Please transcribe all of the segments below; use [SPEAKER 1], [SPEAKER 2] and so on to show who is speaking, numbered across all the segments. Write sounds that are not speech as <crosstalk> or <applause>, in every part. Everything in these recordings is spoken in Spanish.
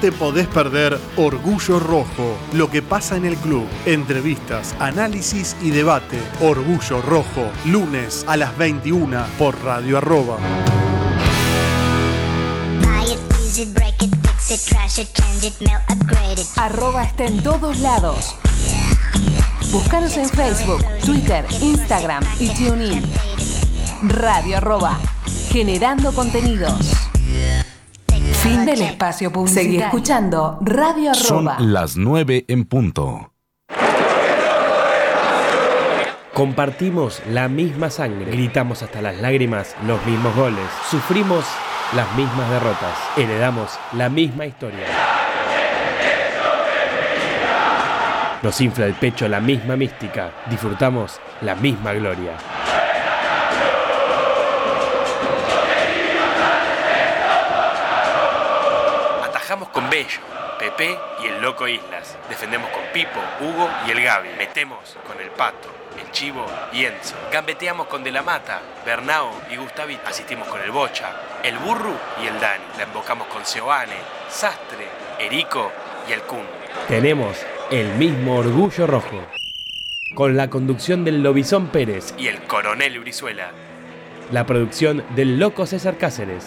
[SPEAKER 1] te podés perder Orgullo Rojo, lo que pasa en el club, entrevistas, análisis y debate. Orgullo Rojo, lunes a las 21 por Radio Arroba.
[SPEAKER 2] Buy it, use it, break it, fix it, trash it, change it, mail, upgrade it.
[SPEAKER 3] Arroba está en todos lados. Búscanos en Facebook, Twitter, Instagram y TuneIn. Radio arroba. Generando contenidos. Fin del espacio publicitario. Seguí escuchando Radio
[SPEAKER 4] Son
[SPEAKER 3] arroba.
[SPEAKER 4] las 9 en punto.
[SPEAKER 5] Compartimos la misma sangre, gritamos hasta las lágrimas los mismos goles, sufrimos las mismas derrotas, heredamos la misma historia. Nos infla el pecho la misma mística, disfrutamos la misma gloria. Atajamos con Bello, Pepe y el Loco Islas. Defendemos con Pipo, Hugo y el Gaby. Metemos con el Pato, el Chivo y Enzo. Gambeteamos con De la Mata, Bernao y Gustavito. Asistimos con el Bocha, el Burru y el Dani. La embocamos con Seoane, Sastre, Erico y el Kun. Tenemos el mismo orgullo rojo. Con la conducción del Lobizón Pérez y el Coronel Brizuela. La producción del Loco César Cáceres.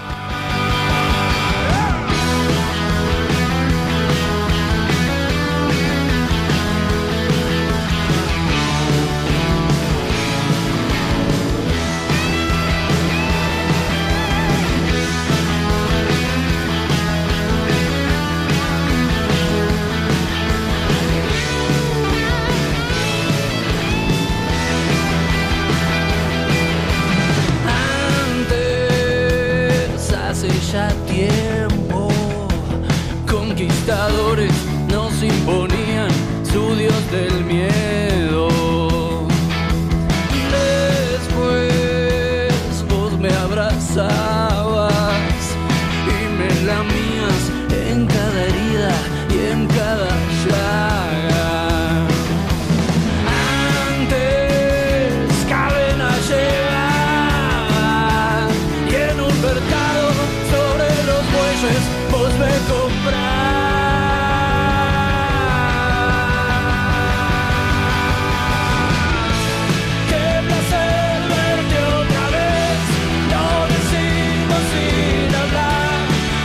[SPEAKER 6] Antes, hace ya tiempo, conquistadores nos imponían su dios del miedo. Después vos me abrazabas y me lamías en cada herida y en cada llaga. Antes cadena llevaba y en un mercado sobre los bueyes vos me comprás. Qué placer verte otra vez, lo decimos sin hablar,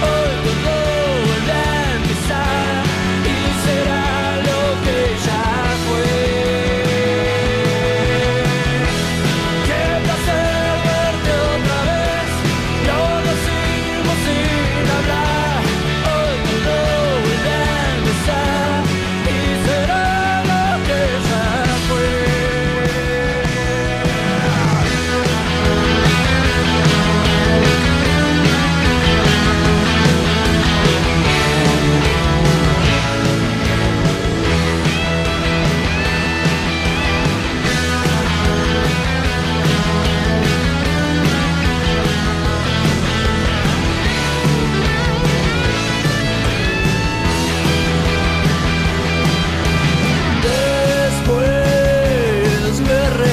[SPEAKER 6] hoy todo vuelve a empezar y será lo que ya fue. Qué placer verte otra vez, lo decimos sin hablar, hoy todo vuelve a empezar y será lo que ya fue. Después me regalabas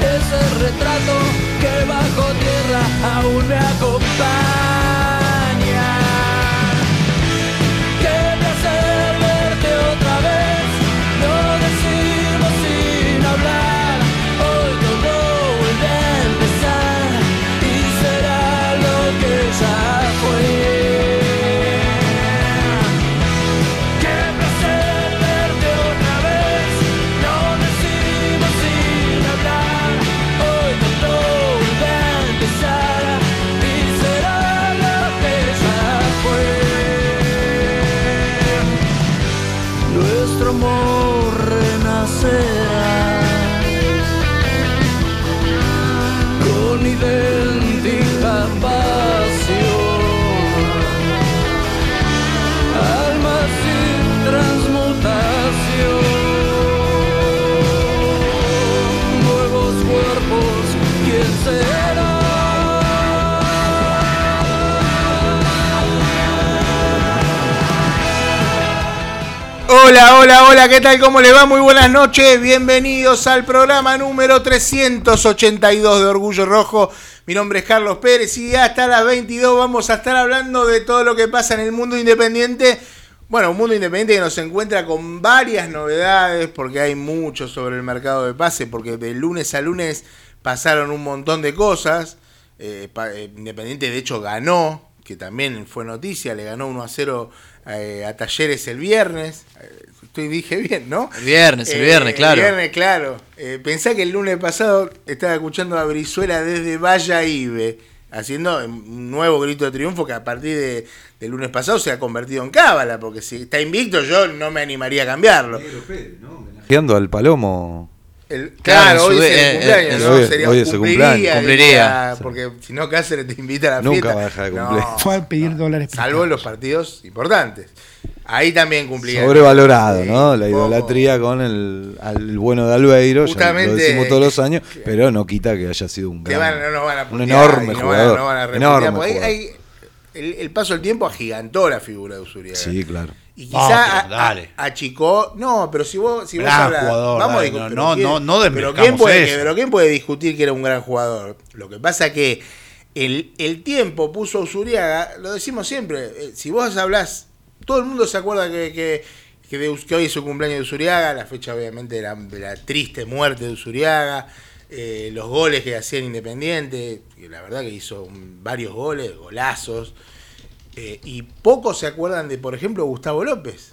[SPEAKER 6] ese retrato que bajo tierra aún me acompaña. Qué placer verte otra vez, lo decimos sin hablar. Hoy todo vuelve a empezar y será lo que ya fue. Qué placer verte otra vez, no decimos sin hablar, hoy todo pues.
[SPEAKER 7] Hola, hola, hola, ¿qué tal? ¿Cómo le va? Muy buenas noches, bienvenidos al programa número 382 de Orgullo Rojo. Mi nombre es Carlos Pérez y hasta las 22 vamos a estar hablando de todo lo que pasa en el mundo independiente. Bueno, un mundo independiente que nos encuentra con varias novedades porque hay mucho sobre el mercado de pase, porque de lunes a lunes pasaron un montón de cosas. Eh, pa- eh, Independiente de hecho ganó, que también fue noticia, le ganó 1 a 0 eh, a Talleres el viernes. Eh, Estoy, dije bien, ¿no?
[SPEAKER 6] El viernes, el
[SPEAKER 7] Eh,
[SPEAKER 6] viernes, claro.
[SPEAKER 7] El viernes, claro. Eh, pensá que el lunes pasado estaba escuchando a Brizuela desde Valla Ibe, haciendo un nuevo grito de triunfo que a partir de, del lunes pasado se ha convertido en cábala, porque si está invicto yo no me animaría a cambiarlo.
[SPEAKER 8] Homenajeando al Palomo.
[SPEAKER 7] El-
[SPEAKER 6] Claro,
[SPEAKER 7] claro, hoy
[SPEAKER 6] en su-
[SPEAKER 7] es el
[SPEAKER 6] eh,
[SPEAKER 7] cumpleaños,
[SPEAKER 6] en
[SPEAKER 7] ¿no?
[SPEAKER 8] su- hoy-
[SPEAKER 7] Sería
[SPEAKER 8] hoy es su
[SPEAKER 7] cumpliría,
[SPEAKER 8] cumpleaños.
[SPEAKER 6] Cumpliría,
[SPEAKER 7] diría,
[SPEAKER 6] sí.
[SPEAKER 7] porque si no Cáceres te invita a la
[SPEAKER 8] Nunca
[SPEAKER 7] fiesta.
[SPEAKER 8] va a dejar de
[SPEAKER 7] No,
[SPEAKER 8] cumplir.
[SPEAKER 1] Fue a pedir dólares
[SPEAKER 7] salvo en los partidos importantes. Ahí también cumplía.
[SPEAKER 8] Sobrevalorado,
[SPEAKER 7] Sí,
[SPEAKER 8] ¿no? La
[SPEAKER 7] un poco.
[SPEAKER 8] idolatría con el al bueno de Albeiro, ya lo
[SPEAKER 7] Justamente-
[SPEAKER 8] decimos todos los años, pero no quita que haya sido un
[SPEAKER 7] Te
[SPEAKER 8] gran,
[SPEAKER 7] van- no nos van a
[SPEAKER 8] un
[SPEAKER 7] putear y no
[SPEAKER 8] enorme
[SPEAKER 7] van a-
[SPEAKER 8] jugador.
[SPEAKER 7] no van a reputear,
[SPEAKER 8] enorme
[SPEAKER 7] porque ahí-
[SPEAKER 8] jugador.
[SPEAKER 7] ahí el, el paso del tiempo agigantó la figura de Usuriaga.
[SPEAKER 8] Sí, claro.
[SPEAKER 7] Y
[SPEAKER 6] No,
[SPEAKER 7] quizá
[SPEAKER 6] pero
[SPEAKER 7] a-
[SPEAKER 6] dale.
[SPEAKER 7] a- achicó. No, pero si vos, si vos
[SPEAKER 6] Gran
[SPEAKER 7] hablas-
[SPEAKER 6] jugador,
[SPEAKER 7] vamos
[SPEAKER 6] dale,
[SPEAKER 7] a discu-
[SPEAKER 6] no,
[SPEAKER 7] pero
[SPEAKER 6] no,
[SPEAKER 7] ¿quién-
[SPEAKER 6] no, no
[SPEAKER 7] pero
[SPEAKER 6] desmercamos
[SPEAKER 7] quién puede,
[SPEAKER 6] eso.
[SPEAKER 7] pero quién puede discutir que era un gran jugador. Lo que pasa que el, el tiempo puso a Usuriaga, lo decimos siempre, eh, si vos hablás, todo el mundo se acuerda que, que, que de Us- que hoy es su cumpleaños de Usuriaga, la fecha obviamente de la, de la triste muerte de Usuriaga, eh, los goles que hacía el Independiente, que la verdad que hizo un- varios goles, golazos. Eh, y pocos se acuerdan de, por ejemplo, Gustavo López.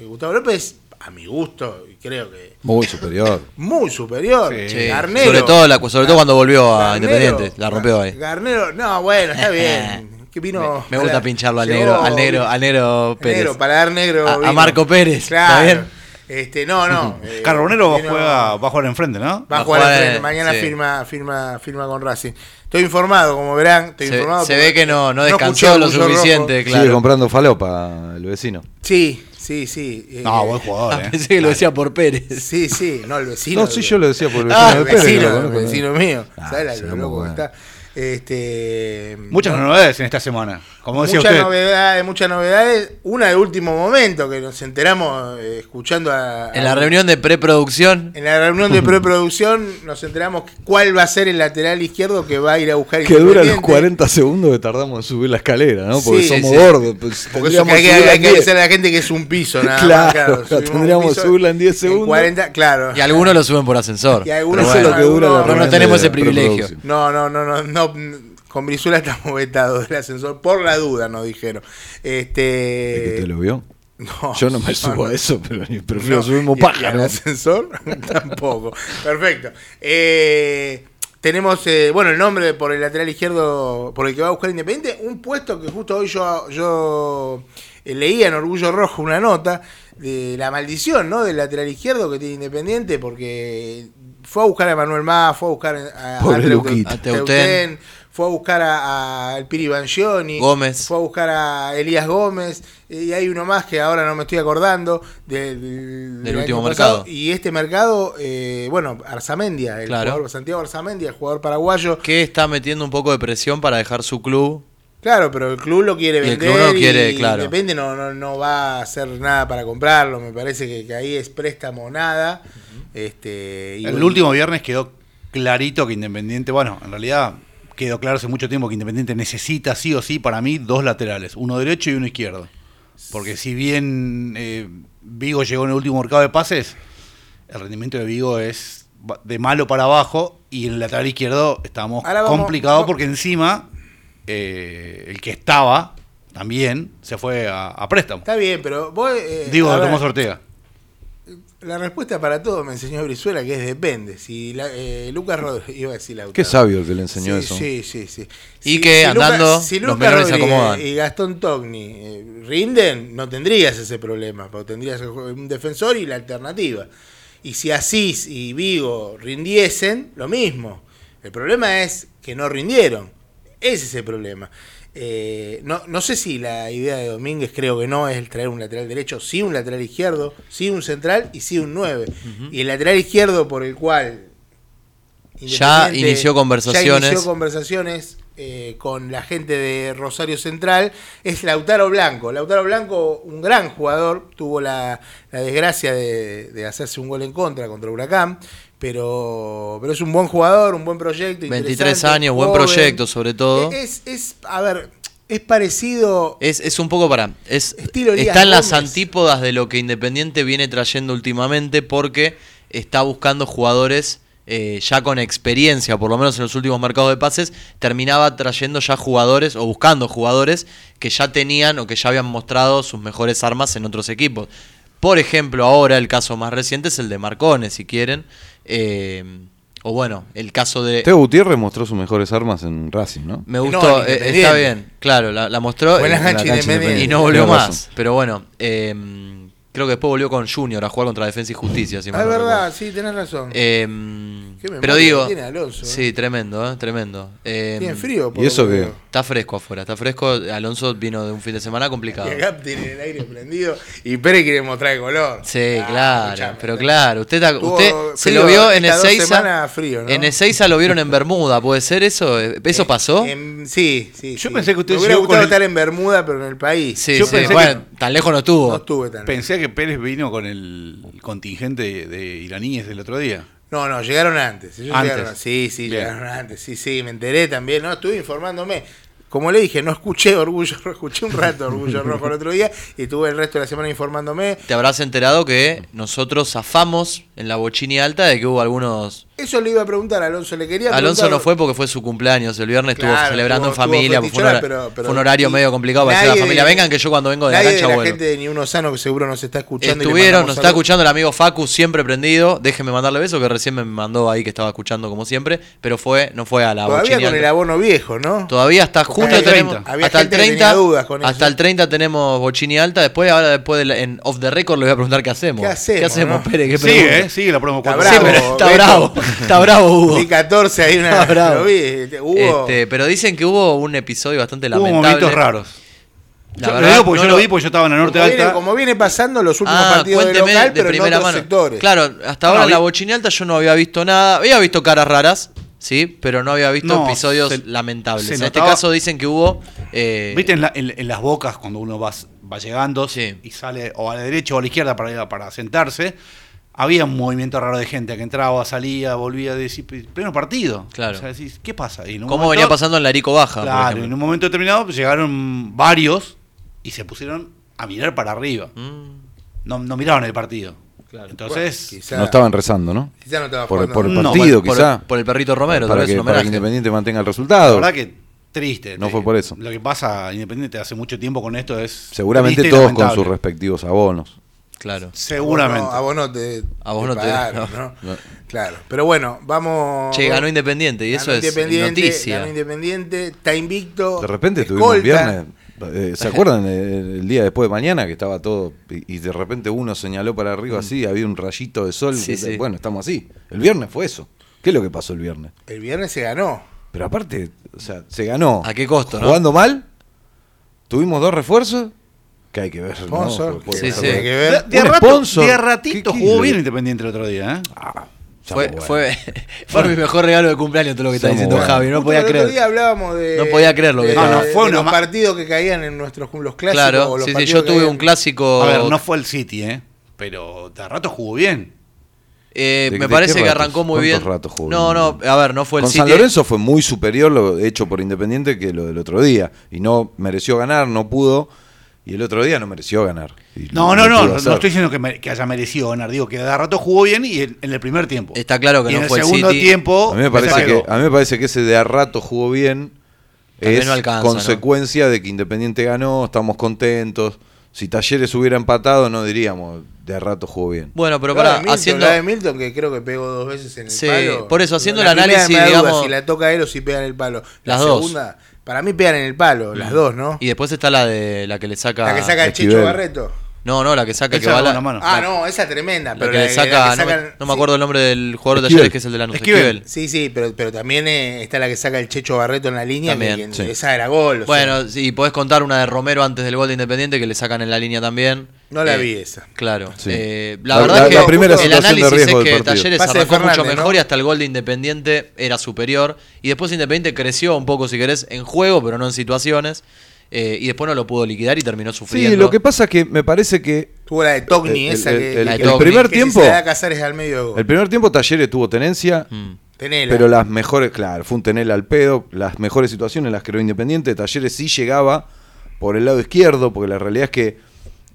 [SPEAKER 7] Eh, Gustavo López, a mi gusto, y creo que <laughs>
[SPEAKER 8] Muy superior.
[SPEAKER 7] muy superior. eh,
[SPEAKER 6] Sí,
[SPEAKER 7] Garnero.
[SPEAKER 6] sobre todo la- sobre todo cuando volvió a Independiente, la
[SPEAKER 7] Gar-
[SPEAKER 6] rompió ahí. Eh,
[SPEAKER 7] Garnero, no, bueno, está bien. Que vino,
[SPEAKER 6] Me, me gusta
[SPEAKER 7] para-
[SPEAKER 6] pincharlo al
[SPEAKER 7] llegó-
[SPEAKER 6] negro, al negro, al negro Pérez.
[SPEAKER 7] negro, paladar negro.
[SPEAKER 6] A- a
[SPEAKER 7] vino.
[SPEAKER 6] Marco Pérez, ¿está
[SPEAKER 7] Claro.
[SPEAKER 6] bien?
[SPEAKER 7] Este, no,
[SPEAKER 6] <laughs>
[SPEAKER 7] no. eh,
[SPEAKER 1] Carbonero va a
[SPEAKER 7] vino-
[SPEAKER 1] jugar, va a jugar enfrente, ¿no?
[SPEAKER 7] Va a jugar, enfrente. Mañana
[SPEAKER 6] sí.
[SPEAKER 7] firma, firma, firma con Racing. Estoy informado, como verán. Estoy
[SPEAKER 6] se,
[SPEAKER 7] informado
[SPEAKER 6] se
[SPEAKER 7] porque
[SPEAKER 6] ve que no, no
[SPEAKER 7] escuché
[SPEAKER 6] descansó
[SPEAKER 7] el
[SPEAKER 6] lo
[SPEAKER 7] Orgullo Rojo.
[SPEAKER 6] suficiente,
[SPEAKER 8] Sigue
[SPEAKER 6] claro.
[SPEAKER 8] comprando falopa el
[SPEAKER 6] <laughs>
[SPEAKER 8] vecino.
[SPEAKER 7] Sí, sí, sí. eh,
[SPEAKER 1] No, buen jugador,
[SPEAKER 6] Ah,
[SPEAKER 1] ¿eh?
[SPEAKER 6] pensé que lo decía por Pérez.
[SPEAKER 7] Sí, sí, no, el vecino.
[SPEAKER 8] No, sí, yo lo decía por el vecino
[SPEAKER 7] Ah,
[SPEAKER 8] de
[SPEAKER 7] el
[SPEAKER 8] Pérez,
[SPEAKER 7] vecino,
[SPEAKER 8] lo
[SPEAKER 7] el
[SPEAKER 8] conozco,
[SPEAKER 7] vecino mío.
[SPEAKER 8] Ah,
[SPEAKER 7] ¿Sabes la- lo
[SPEAKER 8] seamos
[SPEAKER 7] loco que
[SPEAKER 8] buenos.
[SPEAKER 7] está? Este,
[SPEAKER 1] Muchas
[SPEAKER 7] no-
[SPEAKER 1] novedades en esta semana. Como decía
[SPEAKER 7] muchas
[SPEAKER 1] usted.
[SPEAKER 7] novedades, muchas novedades. Una de último momento que nos enteramos eh, escuchando a.
[SPEAKER 6] En la
[SPEAKER 7] a-
[SPEAKER 6] reunión de preproducción,
[SPEAKER 7] En la reunión de preproducción nos enteramos cuál va a ser el lateral izquierdo que va a ir a buscar
[SPEAKER 8] Que dura los
[SPEAKER 7] Independiente.
[SPEAKER 8] 40 segundos que tardamos en subir la escalera, ¿no? Porque
[SPEAKER 7] Sí,
[SPEAKER 8] somos
[SPEAKER 7] sí.
[SPEAKER 8] gordos. pues,
[SPEAKER 7] Porque eso que
[SPEAKER 8] tendríamos
[SPEAKER 7] hay, que,
[SPEAKER 8] subirla
[SPEAKER 7] hay
[SPEAKER 8] en
[SPEAKER 7] que
[SPEAKER 8] 10.
[SPEAKER 7] avisarle a la gente que es un piso,
[SPEAKER 8] <laughs>
[SPEAKER 7] nada más.
[SPEAKER 8] Claro,
[SPEAKER 7] subimos un
[SPEAKER 8] tendríamos que subirla en 10 segundos.
[SPEAKER 7] 40, claro.
[SPEAKER 6] y algunos lo suben por ascensor.
[SPEAKER 7] Y algunos
[SPEAKER 6] Pero
[SPEAKER 8] Eso es
[SPEAKER 6] bueno,
[SPEAKER 8] lo que dura la
[SPEAKER 7] No, no
[SPEAKER 8] reunión
[SPEAKER 6] tenemos
[SPEAKER 8] de
[SPEAKER 6] ese privilegio.
[SPEAKER 8] preproducción.
[SPEAKER 7] No, no, no, no, no. Con Brizuela estamos vetados del ascensor por la duda, nos dijeron.
[SPEAKER 8] ¿El que
[SPEAKER 7] Este.
[SPEAKER 8] te lo vio?
[SPEAKER 7] <laughs> no,
[SPEAKER 8] Yo no me
[SPEAKER 7] no.
[SPEAKER 8] subo a eso, pero ni prefiero
[SPEAKER 7] No,
[SPEAKER 8] subirme un
[SPEAKER 7] y- y al
[SPEAKER 8] pájaro.
[SPEAKER 7] ascensor? <laughs> Tampoco. Perfecto. Eh, tenemos, eh, bueno, el nombre por el lateral izquierdo, por el que va a buscar Independiente, un puesto que justo hoy yo, yo eh, leía en Orgullo Rojo una nota de la maldición, ¿no? Del lateral izquierdo que tiene Independiente, porque fue a buscar a Manuel Más, fue a buscar a, a
[SPEAKER 8] Pobre
[SPEAKER 7] Andreu
[SPEAKER 8] Luquita.
[SPEAKER 7] Teu-
[SPEAKER 6] A Teutén.
[SPEAKER 7] Teutén, fue a buscar a, a el Piri Bangioni,
[SPEAKER 6] Gómez.
[SPEAKER 7] fue a buscar a Elías Gómez, y hay uno más que ahora no me estoy acordando del,
[SPEAKER 6] Del último
[SPEAKER 7] año pasado.
[SPEAKER 6] mercado.
[SPEAKER 7] Y este mercado, eh, bueno, Arzamendia, el
[SPEAKER 6] Claro.
[SPEAKER 7] jugador, Santiago Arzamendia, el jugador paraguayo.
[SPEAKER 6] Que está metiendo un poco de presión para dejar su club.
[SPEAKER 7] Claro, pero el club lo quiere
[SPEAKER 6] Y el
[SPEAKER 7] vender.
[SPEAKER 6] club no quiere,
[SPEAKER 7] y
[SPEAKER 6] claro.
[SPEAKER 7] Depende, no, no, no va a hacer nada para comprarlo. Me parece que, que ahí es préstamo o nada. este, y
[SPEAKER 1] El
[SPEAKER 7] bueno,
[SPEAKER 1] último viernes quedó clarito que Independiente, bueno, en realidad quedó claro hace mucho tiempo que Independiente necesita sí o sí para mí dos laterales, uno derecho y uno izquierdo. Porque si bien eh, Vigo llegó en el último mercado de pases, el rendimiento de Vigo es ba- de malo para abajo y en el lateral izquierdo estamos
[SPEAKER 7] Ahora vamos-
[SPEAKER 1] complicados
[SPEAKER 7] vamos-
[SPEAKER 1] porque encima eh, el que estaba también se fue a, a préstamo.
[SPEAKER 7] Está bien, pero vos. eh,
[SPEAKER 1] Digo,
[SPEAKER 7] a
[SPEAKER 1] de
[SPEAKER 7] ver,
[SPEAKER 1] Tomás Ortega.
[SPEAKER 7] La respuesta para todo me enseñó Brizuela, que es depende. Si la- eh, Lucas Rodríguez iba a decir la
[SPEAKER 8] Qué sabio el que le enseñó
[SPEAKER 7] sí,
[SPEAKER 8] eso.
[SPEAKER 7] Sí, sí, sí.
[SPEAKER 6] Y
[SPEAKER 7] Si-
[SPEAKER 6] que
[SPEAKER 7] si Lucas-
[SPEAKER 6] andando
[SPEAKER 7] si
[SPEAKER 6] los
[SPEAKER 7] Lucas
[SPEAKER 6] menores se
[SPEAKER 7] Rodríguez
[SPEAKER 6] acomodan.
[SPEAKER 7] Y Gastón Togni eh, rinden, no tendrías ese problema, porque tendrías un defensor y la alternativa. Y si Asís y Vigo rindiesen, lo mismo. El problema es que no rindieron. Ese es el problema. Eh, no, no sé si la idea de Domínguez, creo que no, es el traer un lateral derecho, sí un lateral izquierdo, sí un central y sí un 9. Y el lateral izquierdo por el cual
[SPEAKER 6] Ya
[SPEAKER 7] Independiente
[SPEAKER 6] inició conversaciones.
[SPEAKER 7] ya inició conversaciones eh, con la gente de Rosario Central es Lautaro Blanco. Lautaro Blanco, un gran jugador, tuvo la, la desgracia de, de hacerse un gol en contra contra Huracán, pero, pero es un buen jugador, un buen proyecto.
[SPEAKER 6] 23
[SPEAKER 7] interesante,
[SPEAKER 6] años, buen
[SPEAKER 7] joven. E,
[SPEAKER 6] proyecto sobre todo.
[SPEAKER 7] Es, es, a ver, es parecido
[SPEAKER 6] Es, es un poco para. Es,
[SPEAKER 7] Estilo Elías
[SPEAKER 6] está en las
[SPEAKER 7] Gómez.
[SPEAKER 6] antípodas de lo que Independiente viene trayendo últimamente porque está buscando jugadores eh, ya con experiencia, por lo menos en los últimos mercados de pases, terminaba trayendo ya jugadores o buscando jugadores que ya tenían o que ya habían mostrado sus mejores armas en otros equipos. Por ejemplo, ahora el caso más reciente es el de Marcones, si quieren. eh, o bueno, el caso de.
[SPEAKER 8] Teo Gutiérrez mostró sus mejores armas en Racing, ¿no?
[SPEAKER 6] Me
[SPEAKER 7] No,
[SPEAKER 6] gustó,
[SPEAKER 7] en
[SPEAKER 6] eh,
[SPEAKER 7] Independiente.
[SPEAKER 6] está bien, claro, la, la mostró
[SPEAKER 7] Buena
[SPEAKER 6] eh,
[SPEAKER 7] cancha
[SPEAKER 6] la
[SPEAKER 7] Independiente.
[SPEAKER 6] y no volvió
[SPEAKER 8] Tenés
[SPEAKER 6] más.
[SPEAKER 8] razón.
[SPEAKER 6] Pero bueno, eh, creo que después volvió con Junior a jugar contra Defensa y Justicia. Si
[SPEAKER 7] Ah, Es
[SPEAKER 6] mal no
[SPEAKER 7] verdad,
[SPEAKER 6] recuerdo.
[SPEAKER 7] sí, tenés razón.
[SPEAKER 6] Eh,
[SPEAKER 7] Qué memoria
[SPEAKER 6] pero digo,
[SPEAKER 7] tiene Alonso, eh.
[SPEAKER 6] sí, tremendo, eh, tremendo. Eh,
[SPEAKER 7] Tiene frío. por
[SPEAKER 8] y
[SPEAKER 7] lo
[SPEAKER 8] eso
[SPEAKER 7] veo.
[SPEAKER 8] que-
[SPEAKER 6] Está fresco afuera, está fresco. Alonso vino de un fin de semana complicado.
[SPEAKER 7] Y
[SPEAKER 1] Eh,
[SPEAKER 7] acá tiene el aire prendido y Pérez quiere mostrar el color.
[SPEAKER 6] Sí,
[SPEAKER 7] Ah,
[SPEAKER 6] claro,
[SPEAKER 7] escuchame,
[SPEAKER 6] pero
[SPEAKER 7] está-
[SPEAKER 6] claro, usted, ta-
[SPEAKER 7] Tuvo
[SPEAKER 6] usted
[SPEAKER 1] eh,
[SPEAKER 6] se
[SPEAKER 7] frío
[SPEAKER 6] lo vio en
[SPEAKER 7] estas dos
[SPEAKER 6] Ezeiza.
[SPEAKER 7] semanas frío, ¿no?
[SPEAKER 6] En Ezeiza lo vieron en Bermuda, ¿puede ser eso? Eh, ¿Eso pasó?
[SPEAKER 7] Em, sí, sí.
[SPEAKER 1] Yo
[SPEAKER 7] sí.
[SPEAKER 1] pensé que usted
[SPEAKER 7] Me hubiera
[SPEAKER 1] llegó con
[SPEAKER 7] gustado
[SPEAKER 1] el-
[SPEAKER 7] estar en Bermuda, pero en el país.
[SPEAKER 6] sí,
[SPEAKER 1] yo
[SPEAKER 6] sí,
[SPEAKER 1] pensé que-
[SPEAKER 6] bueno, tan lejos no estuvo.
[SPEAKER 7] No estuve tan.
[SPEAKER 1] Pensé que Pérez vino con el contingente de, de iraníes del otro día.
[SPEAKER 7] No, no, llegaron antes. ellos
[SPEAKER 1] Antes.
[SPEAKER 7] llegaron- sí, sí,
[SPEAKER 1] Bien.
[SPEAKER 7] llegaron antes. Sí, sí, me enteré también. No, estuve informándome. Como le dije, no escuché Orgullo Rojo, escuché un rato Orgullo Rojo el otro día y estuve el resto de la semana informándome.
[SPEAKER 6] Te habrás enterado que nosotros zafamos en la bochini alta de que hubo algunos.
[SPEAKER 7] Eso le iba a preguntar a Alonso, le quería
[SPEAKER 6] <laughs> Alonso
[SPEAKER 7] preguntar-
[SPEAKER 6] no fue porque fue su cumpleaños. El viernes estuvo
[SPEAKER 7] Claro,
[SPEAKER 6] celebrando
[SPEAKER 7] estuvo-
[SPEAKER 6] en familia.
[SPEAKER 7] estuvo
[SPEAKER 6] fue, un hora-
[SPEAKER 7] fetichona, pero- pero-
[SPEAKER 6] fue un horario
[SPEAKER 7] y
[SPEAKER 6] medio complicado para decir a
[SPEAKER 7] nadie
[SPEAKER 6] la familia.
[SPEAKER 7] de-
[SPEAKER 6] Vengan que yo cuando vengo de la
[SPEAKER 7] nadie
[SPEAKER 6] cancha
[SPEAKER 7] de la
[SPEAKER 6] vuelvo.
[SPEAKER 7] gente de Ni Uno Sano que seguro nos está escuchando. y le
[SPEAKER 6] Estuvieron,
[SPEAKER 7] mandamos
[SPEAKER 6] nos está
[SPEAKER 7] saludos.
[SPEAKER 6] escuchando el amigo Facu, siempre prendido. Déjenme mandarle beso que recién me mandó ahí que estaba escuchando como siempre. Pero fue, no fue a la
[SPEAKER 7] Todavía
[SPEAKER 6] bochini
[SPEAKER 7] con el
[SPEAKER 6] alta.
[SPEAKER 7] abono viejo, ¿no?
[SPEAKER 6] Todavía hasta
[SPEAKER 7] Había
[SPEAKER 6] justo tenemos
[SPEAKER 7] gente- había
[SPEAKER 6] hasta el
[SPEAKER 7] gente que
[SPEAKER 6] 30
[SPEAKER 7] tenía dudas con
[SPEAKER 6] hasta
[SPEAKER 7] eso.
[SPEAKER 6] el 30 tenemos bochini alta después ahora después de la- en off the record le voy a preguntar qué hacemos
[SPEAKER 7] ¿Qué hacemos, no?
[SPEAKER 6] Pérez ¿Qué pregunta?
[SPEAKER 1] Sigue, eh, sigue la promo
[SPEAKER 7] Está
[SPEAKER 1] cuatro.
[SPEAKER 6] Sí,
[SPEAKER 7] bravo,
[SPEAKER 6] pero está
[SPEAKER 7] Beto.
[SPEAKER 6] bravo, está bravo Hugo.
[SPEAKER 7] Sí, 14 hay una.
[SPEAKER 6] Ah, bravo.
[SPEAKER 7] lo vi, este, hubo-
[SPEAKER 6] Este, pero dicen que hubo un episodio bastante
[SPEAKER 1] Hubo
[SPEAKER 6] lamentable.
[SPEAKER 1] momentos raros.
[SPEAKER 6] La
[SPEAKER 1] Yo, lo
[SPEAKER 6] verdad,
[SPEAKER 1] digo porque
[SPEAKER 6] no
[SPEAKER 1] yo lo vi porque yo estaba en la Norte
[SPEAKER 7] como, viene,
[SPEAKER 1] Alta.
[SPEAKER 7] como viene pasando los últimos
[SPEAKER 6] Ah,
[SPEAKER 7] partidos de
[SPEAKER 6] cuénteme
[SPEAKER 7] local,
[SPEAKER 6] de
[SPEAKER 7] pero en
[SPEAKER 6] primera
[SPEAKER 7] otros
[SPEAKER 6] mano.
[SPEAKER 7] sectores.
[SPEAKER 6] Claro, hasta ahora
[SPEAKER 1] No,
[SPEAKER 6] en la
[SPEAKER 1] vi-
[SPEAKER 6] bochina alta yo no había visto nada. Había visto caras raras, sí, pero no había visto
[SPEAKER 1] No,
[SPEAKER 6] episodios
[SPEAKER 1] se-
[SPEAKER 6] lamentables.
[SPEAKER 1] se
[SPEAKER 6] En este
[SPEAKER 1] notaba-
[SPEAKER 6] caso dicen que hubo. eh,
[SPEAKER 1] ¿Viste en, la- en- en las bocas cuando uno va, va llegando
[SPEAKER 6] Sí.
[SPEAKER 1] y sale o a la derecha o a la izquierda para, ir a- para sentarse? Había un movimiento raro de gente que entraba, salía, volvía, decís, pleno partido.
[SPEAKER 6] Claro.
[SPEAKER 1] O sea, decís, ¿qué pasa? Y en un
[SPEAKER 6] ¿Cómo
[SPEAKER 1] momento-
[SPEAKER 6] venía pasando en la Arico Baja? por
[SPEAKER 1] Claro, en
[SPEAKER 6] ejemplo?
[SPEAKER 1] un momento determinado llegaron varios y se pusieron a mirar para arriba.
[SPEAKER 6] Mm.
[SPEAKER 1] No, no miraron el partido. Entonces,
[SPEAKER 7] Quizá-
[SPEAKER 8] No estaban rezando, ¿no?
[SPEAKER 7] quizá no estaba
[SPEAKER 8] Por,
[SPEAKER 7] jugando.
[SPEAKER 8] por el
[SPEAKER 1] No,
[SPEAKER 8] partido,
[SPEAKER 6] por,
[SPEAKER 8] quizá.
[SPEAKER 6] por el perrito Romero, tal
[SPEAKER 8] para,
[SPEAKER 6] vez
[SPEAKER 8] que,
[SPEAKER 6] un
[SPEAKER 8] para que
[SPEAKER 6] homenaje.
[SPEAKER 8] Independiente mantenga el
[SPEAKER 1] la
[SPEAKER 8] resultado.
[SPEAKER 1] verdad que triste.
[SPEAKER 8] No
[SPEAKER 1] Te-
[SPEAKER 8] fue por eso.
[SPEAKER 1] Lo que pasa, Independiente, hace mucho tiempo con esto es.
[SPEAKER 8] Seguramente
[SPEAKER 1] triste y
[SPEAKER 8] todos con
[SPEAKER 1] lamentable.
[SPEAKER 8] sus respectivos abonos.
[SPEAKER 6] Claro.
[SPEAKER 1] Seguramente.
[SPEAKER 7] A vos no te.
[SPEAKER 6] A vos no te-
[SPEAKER 7] pagaron,
[SPEAKER 6] <laughs> no.
[SPEAKER 7] ¿no? Claro. Pero bueno, vamos.
[SPEAKER 6] Che, ganó Independiente y
[SPEAKER 7] Ganó
[SPEAKER 6] eso es
[SPEAKER 7] Independiente,
[SPEAKER 6] noticia.
[SPEAKER 7] ganó Independiente, está invicto.
[SPEAKER 8] De repente
[SPEAKER 7] escolta.
[SPEAKER 8] tuvimos un viernes. eh,
[SPEAKER 7] <laughs>
[SPEAKER 8] ¿Se acuerdan el, el día después de mañana que estaba todo y, y de repente uno señaló para
[SPEAKER 7] Mm.
[SPEAKER 8] arriba así, había un rayito de sol?
[SPEAKER 6] Sí,
[SPEAKER 8] que-
[SPEAKER 6] sí.
[SPEAKER 8] Bueno, estamos así. El viernes fue eso. ¿Qué es lo que pasó el viernes?
[SPEAKER 7] El viernes se ganó.
[SPEAKER 8] Pero aparte, o sea, se ganó.
[SPEAKER 6] ¿A qué costo, no?
[SPEAKER 8] Jugando mal, tuvimos dos refuerzos, que hay que ver. ¿no?
[SPEAKER 7] Sponsor.
[SPEAKER 8] Porque-
[SPEAKER 6] Sí, sí.
[SPEAKER 7] tiene que ver.
[SPEAKER 1] De, de a
[SPEAKER 8] Un
[SPEAKER 1] rato-
[SPEAKER 8] sponsor.
[SPEAKER 1] de a ratito
[SPEAKER 8] ¿Qué
[SPEAKER 1] jugó
[SPEAKER 8] quiere?
[SPEAKER 1] bien Independiente el otro día, ¿eh?
[SPEAKER 8] Ah,
[SPEAKER 6] Fue,
[SPEAKER 8] somos
[SPEAKER 6] fue, <laughs>
[SPEAKER 8] buenos.
[SPEAKER 6] fue mi mejor regalo de cumpleaños, todo lo que está
[SPEAKER 8] Somos
[SPEAKER 6] diciendo
[SPEAKER 8] buenos.
[SPEAKER 6] Javi. No
[SPEAKER 7] Justo
[SPEAKER 6] podía
[SPEAKER 7] el
[SPEAKER 6] creer.
[SPEAKER 7] otro día hablábamos de.
[SPEAKER 6] No podía creer lo que
[SPEAKER 7] de-
[SPEAKER 6] estaba.
[SPEAKER 1] No, no, fue
[SPEAKER 7] de
[SPEAKER 1] una
[SPEAKER 7] los
[SPEAKER 1] ma-
[SPEAKER 7] partidos que caían en nuestros los clásicos. o
[SPEAKER 6] Claro,
[SPEAKER 7] los
[SPEAKER 6] sí, sí,
[SPEAKER 7] partidos
[SPEAKER 6] yo
[SPEAKER 7] que
[SPEAKER 6] tuve
[SPEAKER 7] habían-
[SPEAKER 6] un clásico.
[SPEAKER 1] A ver, no fue el City, ¿eh? Pero de a rato jugó bien.
[SPEAKER 6] eh,
[SPEAKER 8] ¿De-
[SPEAKER 6] me
[SPEAKER 8] de
[SPEAKER 6] parece
[SPEAKER 8] qué
[SPEAKER 6] que
[SPEAKER 8] ratos?
[SPEAKER 6] arrancó muy
[SPEAKER 8] ¿Cuántos
[SPEAKER 6] bien.
[SPEAKER 8] ratos jugó?
[SPEAKER 6] no, no, a ver, no fue el
[SPEAKER 8] Con San
[SPEAKER 6] City.
[SPEAKER 8] Lorenzo fue muy superior lo hecho por Independiente que lo del otro día. Y no mereció ganar, no pudo. Y el otro día no mereció ganar. Y
[SPEAKER 1] No,
[SPEAKER 8] lo
[SPEAKER 1] no, no,
[SPEAKER 8] pudo
[SPEAKER 1] no,
[SPEAKER 8] hacer.
[SPEAKER 1] estoy diciendo que, me- que haya merecido ganar. Digo que de a rato jugó bien y en, en el primer tiempo.
[SPEAKER 6] Está claro que
[SPEAKER 1] Y
[SPEAKER 6] no
[SPEAKER 1] en
[SPEAKER 6] fue el
[SPEAKER 1] el segundo
[SPEAKER 6] City.
[SPEAKER 1] tiempo.
[SPEAKER 8] A mí me parece
[SPEAKER 1] desapegó.
[SPEAKER 8] que, a mí me parece que ese de a rato jugó bien
[SPEAKER 6] Tal vez
[SPEAKER 8] es
[SPEAKER 6] no alcanza, ¿no?
[SPEAKER 8] consecuencia de que Independiente ganó, estamos contentos. Si Talleres hubiera empatado, no diríamos de a rato jugó bien.
[SPEAKER 6] Bueno, pero
[SPEAKER 7] La de
[SPEAKER 6] para
[SPEAKER 7] Milton,
[SPEAKER 6] haciendo.
[SPEAKER 7] la de Milton que creo que pegó dos veces en el
[SPEAKER 6] Sí,
[SPEAKER 7] palo.
[SPEAKER 6] por eso, haciendo
[SPEAKER 7] La
[SPEAKER 6] el
[SPEAKER 7] primera
[SPEAKER 6] análisis,
[SPEAKER 7] me da duda
[SPEAKER 6] digamos-
[SPEAKER 7] si la toca él o si pega en el palo. La
[SPEAKER 6] Las dos.
[SPEAKER 7] segunda, para mí pegan en el palo, las dos, ¿no?
[SPEAKER 6] Y después está la de la que le saca.
[SPEAKER 7] la que saca el
[SPEAKER 8] Esquivel.
[SPEAKER 7] Checho Barreto.
[SPEAKER 6] No, no, la que saca
[SPEAKER 1] Él
[SPEAKER 6] que va
[SPEAKER 1] saca
[SPEAKER 6] a la,
[SPEAKER 1] con la mano.
[SPEAKER 7] Ah, no, esa es tremenda,
[SPEAKER 6] la
[SPEAKER 7] pero
[SPEAKER 6] que le
[SPEAKER 7] la
[SPEAKER 6] saca.
[SPEAKER 7] que
[SPEAKER 6] no, me,
[SPEAKER 7] sacan-
[SPEAKER 6] no me
[SPEAKER 7] sí.
[SPEAKER 6] acuerdo el nombre del jugador de
[SPEAKER 8] Esquivel.
[SPEAKER 6] Talleres que es el de la
[SPEAKER 1] Esquivel.
[SPEAKER 7] Sí, sí, pero, pero también eh, está la que saca el Checho Barreto en la línea. que-
[SPEAKER 6] También,
[SPEAKER 7] que
[SPEAKER 8] sí.
[SPEAKER 7] Esa era gol. o sea.
[SPEAKER 6] Bueno, sí, podés contar una de Romero antes del gol de Independiente que le sacan en la línea también.
[SPEAKER 7] No la
[SPEAKER 6] Eh,
[SPEAKER 7] vi esa.
[SPEAKER 6] Claro.
[SPEAKER 8] Sí.
[SPEAKER 6] Eh, la,
[SPEAKER 8] La-
[SPEAKER 6] verdad
[SPEAKER 8] la-
[SPEAKER 6] es que
[SPEAKER 8] la primera
[SPEAKER 6] el
[SPEAKER 8] situación de
[SPEAKER 6] análisis es
[SPEAKER 8] riesgo del
[SPEAKER 6] que
[SPEAKER 8] partido.
[SPEAKER 6] Talleres
[SPEAKER 7] Pase de
[SPEAKER 6] arrancó mucho
[SPEAKER 7] Fernández,
[SPEAKER 6] mejor
[SPEAKER 7] ¿no?
[SPEAKER 6] y hasta el gol de Independiente era superior. Y después Independiente creció un poco, si querés, en juego, pero no en situaciones. Eh, y después no lo pudo liquidar y terminó sufriendo.
[SPEAKER 8] Sí, lo que pasa es que me parece que
[SPEAKER 7] Tuvo la de Togni
[SPEAKER 8] El-
[SPEAKER 7] esa
[SPEAKER 8] el-
[SPEAKER 7] que.
[SPEAKER 8] el-
[SPEAKER 7] que-
[SPEAKER 6] el
[SPEAKER 7] que-
[SPEAKER 8] primer
[SPEAKER 7] que Si
[SPEAKER 8] tiempo-
[SPEAKER 7] se da a Casares al medio de gol.
[SPEAKER 8] el primer tiempo Talleres tuvo tenencia,
[SPEAKER 7] Tenela.
[SPEAKER 8] pero las mejores, claro, fue un tenel al pedo, las mejores situaciones las creó Independiente, Talleres sí llegaba por el lado izquierdo, porque la realidad es que,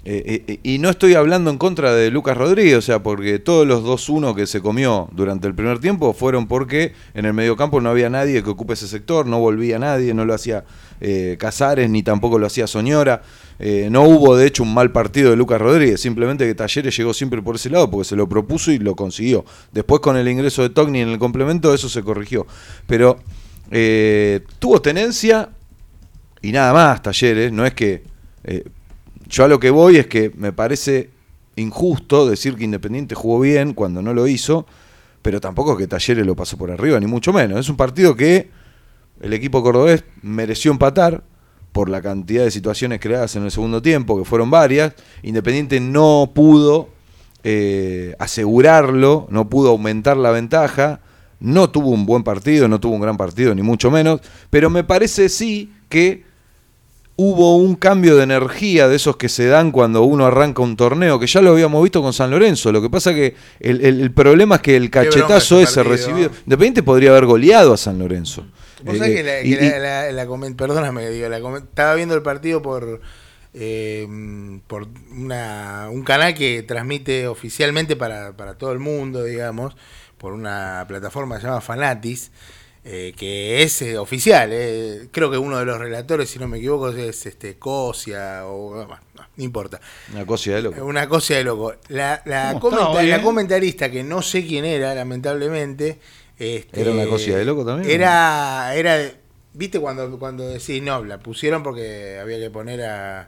[SPEAKER 8] eh, eh, y no estoy hablando en contra de Lucas Rodríguez, o sea, porque todos los 2-1 que se comió durante el primer tiempo fueron porque en el mediocampo no había nadie que ocupe ese sector, no volvía nadie, no lo hacía eh, Casares, ni tampoco lo hacía Soñora, Eh, no hubo de hecho un mal partido de Lucas Rodríguez, simplemente que Talleres llegó siempre por ese lado porque se lo propuso y lo consiguió. Después con el ingreso de Togni en el complemento eso se corrigió, pero eh, tuvo tenencia, y nada más, talleres, no es que... eh, yo a lo que voy es que me parece injusto decir que Independiente jugó bien cuando no lo hizo, pero tampoco que Talleres lo pasó por arriba, ni mucho menos. Es un partido que el equipo cordobés mereció empatar por la cantidad de situaciones creadas en el segundo tiempo, que fueron varias. Independiente no pudo eh, asegurarlo, no pudo aumentar la ventaja, no tuvo un buen partido, no tuvo un gran partido, ni mucho menos, pero me parece sí que hubo un cambio de energía de esos que se dan cuando uno arranca un torneo, que ya lo habíamos visto con San Lorenzo. Lo que pasa que el, el- el problema es que el
[SPEAKER 7] bronca
[SPEAKER 8] cachetazo
[SPEAKER 7] ese
[SPEAKER 8] ese
[SPEAKER 7] partido.
[SPEAKER 8] recibido. Independiente podría haber goleado a San Lorenzo.
[SPEAKER 7] Vos
[SPEAKER 8] Eh,
[SPEAKER 7] sabés que,
[SPEAKER 8] eh,
[SPEAKER 7] la, que
[SPEAKER 8] y-
[SPEAKER 7] la-
[SPEAKER 8] y-
[SPEAKER 7] la- la comen- perdóname, digo, la comen- estaba viendo el partido por eh, por una, un canal que transmite oficialmente para, para todo el mundo, digamos, por una plataforma que se llama Fanatis, eh, que es eh, oficial. eh, creo que uno de los relatores, si no me equivoco, es este Cosia o bueno, no, no importa.
[SPEAKER 8] Una cosa de loco.
[SPEAKER 7] Una cosa de loco. La, la
[SPEAKER 1] ¿Cómo está
[SPEAKER 7] comenta-
[SPEAKER 1] hoy,
[SPEAKER 7] la
[SPEAKER 1] eh?
[SPEAKER 7] comentarista, que no sé quién era, lamentablemente. este,
[SPEAKER 8] ¿Era una cosa de loco también?
[SPEAKER 7] Era. era de- ¿Viste cuando, cuando decís, no, la pusieron porque había que poner a.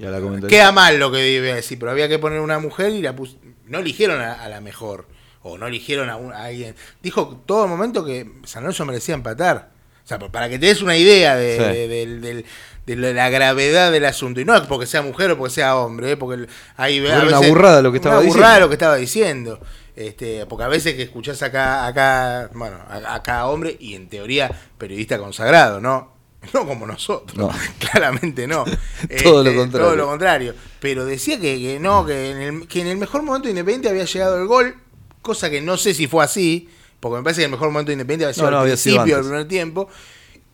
[SPEAKER 8] Y a la comentarista.
[SPEAKER 7] Queda mal lo que iba a decir, pero había que poner una mujer y la pus- no eligieron a, a la mejor. O no eligieron a, un- a alguien. Dijo todo el momento que San Lorenzo merecía empatar. O sea, pa- para que te des una idea de,
[SPEAKER 8] Sí.
[SPEAKER 7] de- del- del- de lo- la gravedad del asunto. Y no es porque sea mujer o porque sea hombre, ¿eh? porque el- ahí ve-
[SPEAKER 8] Era
[SPEAKER 7] a
[SPEAKER 8] una
[SPEAKER 7] veces-
[SPEAKER 8] burrada lo que estaba
[SPEAKER 7] Una burrada
[SPEAKER 8] diciendo.
[SPEAKER 7] lo que estaba diciendo. Este, porque a veces que escuchás acá, acá, bueno, a- a cada hombre y en teoría periodista consagrado, ¿no? <laughs> No como nosotros,
[SPEAKER 8] No.
[SPEAKER 7] <laughs> claramente no.
[SPEAKER 8] <laughs> Todo lo contrario.
[SPEAKER 7] Este, Todo lo contrario. Pero decía que, que no, que en, el, que en el mejor momento de Independiente había llegado el gol, cosa que no sé si fue así, porque me parece que el mejor momento de Independiente había sido
[SPEAKER 8] No, no,
[SPEAKER 7] al
[SPEAKER 8] había sido
[SPEAKER 7] principio del
[SPEAKER 8] antes.
[SPEAKER 7] primer tiempo.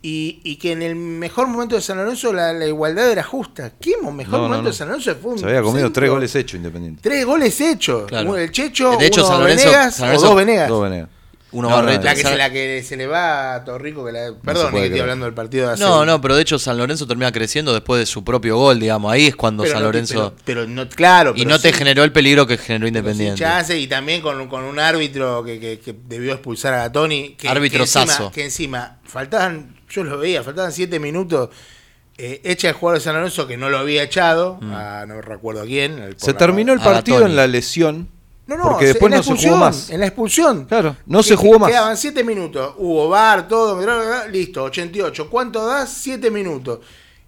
[SPEAKER 7] Y, y que en el mejor momento de San Lorenzo la, la igualdad era justa. ¿Qué mo- mejor
[SPEAKER 8] No, no,
[SPEAKER 7] momento
[SPEAKER 8] no.
[SPEAKER 7] de San Lorenzo fue un
[SPEAKER 8] Se había comido tres
[SPEAKER 7] centro-
[SPEAKER 8] goles hechos Independiente.
[SPEAKER 7] Tres goles hechos.
[SPEAKER 6] Claro.
[SPEAKER 7] Uno del Checho,
[SPEAKER 6] De hecho,
[SPEAKER 7] uno
[SPEAKER 6] San Lorenzo-
[SPEAKER 7] Venegas
[SPEAKER 6] San Lorenzo-
[SPEAKER 7] o dos Venegas.
[SPEAKER 8] Dos Venegas.
[SPEAKER 6] Uno
[SPEAKER 8] No, no,
[SPEAKER 6] Barreto.
[SPEAKER 7] La que, se,
[SPEAKER 6] San-
[SPEAKER 7] la que se le va a Torrico, que la, perdón,
[SPEAKER 8] puede
[SPEAKER 7] que estoy
[SPEAKER 8] creer.
[SPEAKER 7] hablando del partido de hace
[SPEAKER 6] No, no, pero de hecho San Lorenzo termina creciendo después de su propio gol, digamos. Ahí es cuando
[SPEAKER 7] Pero
[SPEAKER 6] San
[SPEAKER 7] no te-
[SPEAKER 6] Lorenzo...
[SPEAKER 7] pero, pero no, claro.
[SPEAKER 6] y
[SPEAKER 7] pero
[SPEAKER 6] no te
[SPEAKER 7] sí,
[SPEAKER 6] generó el peligro que generó
[SPEAKER 7] pero sí
[SPEAKER 6] Independiente.
[SPEAKER 7] chance, y también con, con un árbitro que, que- que debió expulsar a Gatoni. Que,
[SPEAKER 6] Árbitro
[SPEAKER 7] que encima-
[SPEAKER 6] Sasso.
[SPEAKER 7] Que encima, faltaban, yo lo veía, faltaban siete minutos. eh, echa el jugador de San Lorenzo que no lo había echado,
[SPEAKER 6] Mm.
[SPEAKER 7] a- no recuerdo a quién. al- por
[SPEAKER 8] Se
[SPEAKER 7] la-
[SPEAKER 8] terminó el
[SPEAKER 6] Ah,
[SPEAKER 8] partido
[SPEAKER 6] Tony.
[SPEAKER 8] en la lesión.
[SPEAKER 7] No, no,
[SPEAKER 8] porque
[SPEAKER 7] se-
[SPEAKER 8] después
[SPEAKER 7] en la
[SPEAKER 8] no se jugó
[SPEAKER 7] expulsión,
[SPEAKER 8] más.
[SPEAKER 7] En la expulsión.
[SPEAKER 8] Claro, no
[SPEAKER 7] Que-
[SPEAKER 8] se jugó
[SPEAKER 7] que
[SPEAKER 8] más.
[SPEAKER 7] Quedaban 7 minutos. Hubo bar, todo, bla, bla, bla, listo, 88. ¿Cuánto das? 7 minutos.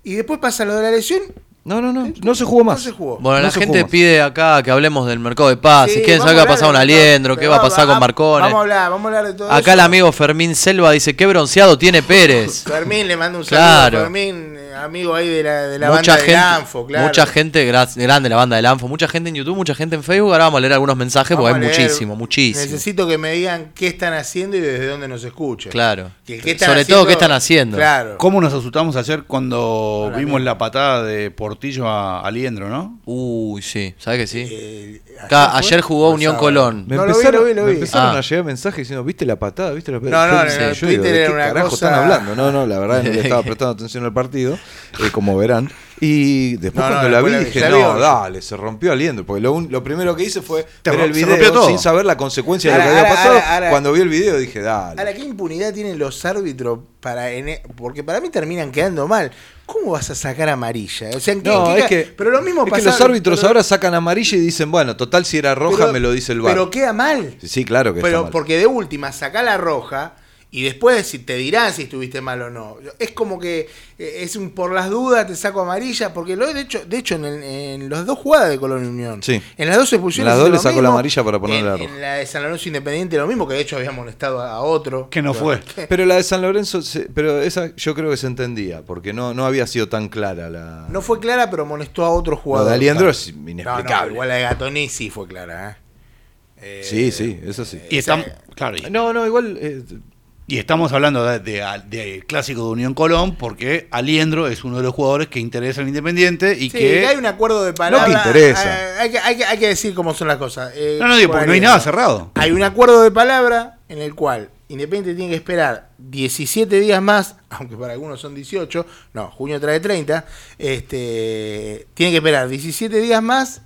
[SPEAKER 7] Y después pasa lo de la lesión.
[SPEAKER 8] No, no, no. No se jugó
[SPEAKER 7] No
[SPEAKER 8] más.
[SPEAKER 7] se jugó.
[SPEAKER 6] Bueno,
[SPEAKER 8] No
[SPEAKER 6] la
[SPEAKER 8] se
[SPEAKER 6] gente
[SPEAKER 8] jugó.
[SPEAKER 6] pide acá que hablemos del mercado de pases.
[SPEAKER 7] Sí,
[SPEAKER 6] ¿Quién
[SPEAKER 7] vamos
[SPEAKER 6] sabe qué va a
[SPEAKER 7] hablar
[SPEAKER 6] pasar con
[SPEAKER 7] de todo,
[SPEAKER 6] Aliendro? ¿Qué
[SPEAKER 7] pero
[SPEAKER 6] va a
[SPEAKER 7] vamos-
[SPEAKER 6] pasar con Marcone?
[SPEAKER 7] Vamos a hablar, vamos a hablar de todo
[SPEAKER 6] Acá el
[SPEAKER 7] eso.
[SPEAKER 6] amigo Fermín Selva dice, qué bronceado tiene Pérez.
[SPEAKER 7] Fermín le manda un
[SPEAKER 6] Claro.
[SPEAKER 7] saludo. Fermín, eh, amigo ahí de la, <laughs> de la
[SPEAKER 6] mucha
[SPEAKER 7] banda
[SPEAKER 6] gente,
[SPEAKER 7] de Lanfo, claro.
[SPEAKER 6] mucha gente gra- grande la banda del Anfo, mucha gente en YouTube, mucha gente en Facebook. Ahora vamos a leer algunos mensajes
[SPEAKER 7] Vamos
[SPEAKER 6] porque hay
[SPEAKER 7] a leer.
[SPEAKER 6] muchísimo, muchísimo.
[SPEAKER 7] Necesito que me digan qué están haciendo y desde dónde nos escuchan.
[SPEAKER 6] Claro.
[SPEAKER 7] Que el qué están
[SPEAKER 6] Sobre todo, qué están haciendo.
[SPEAKER 7] Claro.
[SPEAKER 1] ¿Cómo nos asustamos ayer cuando vimos la patada de Portillo a Aliendro, no?
[SPEAKER 6] Uy, sí, ¿sabes que sí?
[SPEAKER 7] Eh,
[SPEAKER 6] Acá,
[SPEAKER 7] fue?
[SPEAKER 6] ayer jugó
[SPEAKER 7] O
[SPEAKER 6] Unión
[SPEAKER 7] sábado.
[SPEAKER 6] Colón.
[SPEAKER 8] Me
[SPEAKER 7] No, lo vi,
[SPEAKER 8] empezaron,
[SPEAKER 7] lo vi, lo
[SPEAKER 8] me
[SPEAKER 7] vi.
[SPEAKER 8] empezaron
[SPEAKER 6] Ah.
[SPEAKER 8] a llegar mensajes diciendo, ¿viste la patada? ¿Viste la
[SPEAKER 7] No,
[SPEAKER 8] patada?
[SPEAKER 7] no,
[SPEAKER 8] Yo
[SPEAKER 7] en
[SPEAKER 8] decía,
[SPEAKER 7] Twitter
[SPEAKER 8] ¿de
[SPEAKER 7] era
[SPEAKER 8] qué
[SPEAKER 7] una
[SPEAKER 8] carajo
[SPEAKER 7] cosa-
[SPEAKER 8] están hablando? No, no, la verdad no le estaba
[SPEAKER 7] <laughs>
[SPEAKER 8] prestando atención al partido, eh, como verán. Y
[SPEAKER 7] No,
[SPEAKER 8] después
[SPEAKER 7] no,
[SPEAKER 8] cuando la
[SPEAKER 7] después
[SPEAKER 8] vi
[SPEAKER 7] la vi,
[SPEAKER 8] dije,
[SPEAKER 7] ya
[SPEAKER 8] no,
[SPEAKER 7] vio".
[SPEAKER 8] dale, se rompió aliendo. Porque lo, un- lo primero que hice fue
[SPEAKER 1] Te
[SPEAKER 8] ver
[SPEAKER 1] rom-
[SPEAKER 8] el
[SPEAKER 1] se rompió
[SPEAKER 8] video
[SPEAKER 1] todo.
[SPEAKER 8] sin saber la consecuencia de lo
[SPEAKER 7] Ahora,
[SPEAKER 8] que había
[SPEAKER 7] ahora,
[SPEAKER 8] pasado.
[SPEAKER 7] ahora, ahora.
[SPEAKER 8] Cuando vi el video dije,
[SPEAKER 7] Ahora,
[SPEAKER 8] dale.
[SPEAKER 7] ¿qué impunidad tienen los árbitros para.? en- e, porque para mí terminan quedando mal. ¿Cómo vas a sacar amarilla? O sea, ¿en qué-
[SPEAKER 8] No,
[SPEAKER 7] en qué
[SPEAKER 8] es
[SPEAKER 7] ca-
[SPEAKER 8] que,
[SPEAKER 7] Pero lo mismo
[SPEAKER 8] es que
[SPEAKER 7] pasa.
[SPEAKER 8] los árbitros
[SPEAKER 7] pero-
[SPEAKER 8] ahora sacan amarilla y dicen, bueno, total, si era roja
[SPEAKER 7] pero-
[SPEAKER 8] me lo dice el bar.
[SPEAKER 7] Pero queda mal.
[SPEAKER 8] Sí, sí, claro que está
[SPEAKER 7] pero
[SPEAKER 8] mal.
[SPEAKER 7] porque de última, saca la roja. Y después si te dirán si estuviste mal o no. Es como que eh, es un por las dudas te saco amarilla, porque lo de hecho, de hecho en, el- en las dos jugadas de Colón Unión,
[SPEAKER 8] Sí.
[SPEAKER 7] en las dos expulsiones,
[SPEAKER 8] Las dos
[SPEAKER 7] hizo
[SPEAKER 8] le
[SPEAKER 7] lo
[SPEAKER 8] sacó la
[SPEAKER 7] mismo.
[SPEAKER 8] amarilla para ponerle
[SPEAKER 7] En-
[SPEAKER 8] la
[SPEAKER 7] En
[SPEAKER 8] roja.
[SPEAKER 7] la de San Lorenzo Independiente lo mismo, que de hecho había molestado a a otro.
[SPEAKER 1] Que no fue.
[SPEAKER 8] Pero la de San Lorenzo, se- pero esa yo creo que se entendía, porque no, no había sido tan clara la.
[SPEAKER 7] No fue clara, pero molestó a otro
[SPEAKER 8] Lo
[SPEAKER 7] jugador.
[SPEAKER 8] de Aliendro es
[SPEAKER 7] No,
[SPEAKER 8] inexplicable.
[SPEAKER 7] no, igual la de Gatoni sí fue clara. ¿eh? Eh,
[SPEAKER 8] Sí, sí, eso sí.
[SPEAKER 6] Eh,
[SPEAKER 1] Y,
[SPEAKER 7] Esa-
[SPEAKER 1] estamos, claro, y-
[SPEAKER 8] No, no, igual. eh,
[SPEAKER 1] y estamos hablando de, de- de clásico de Unión Colón porque Aliendro es uno de los jugadores que interesa al Independiente y
[SPEAKER 7] Sí,
[SPEAKER 1] que...
[SPEAKER 7] que hay un acuerdo de palabra.
[SPEAKER 8] No te interesa.
[SPEAKER 7] Ah, Hay que, hay que- hay que decir cómo son las cosas. Eh,
[SPEAKER 1] No, no, digo, porque no hay
[SPEAKER 7] Guardia.
[SPEAKER 1] nada cerrado.
[SPEAKER 7] Hay un acuerdo de palabra en el cual Independiente tiene que esperar 17 días más, <laughs> aunque para algunos son 18, no, junio trae 30, este, tiene que esperar 17 días más,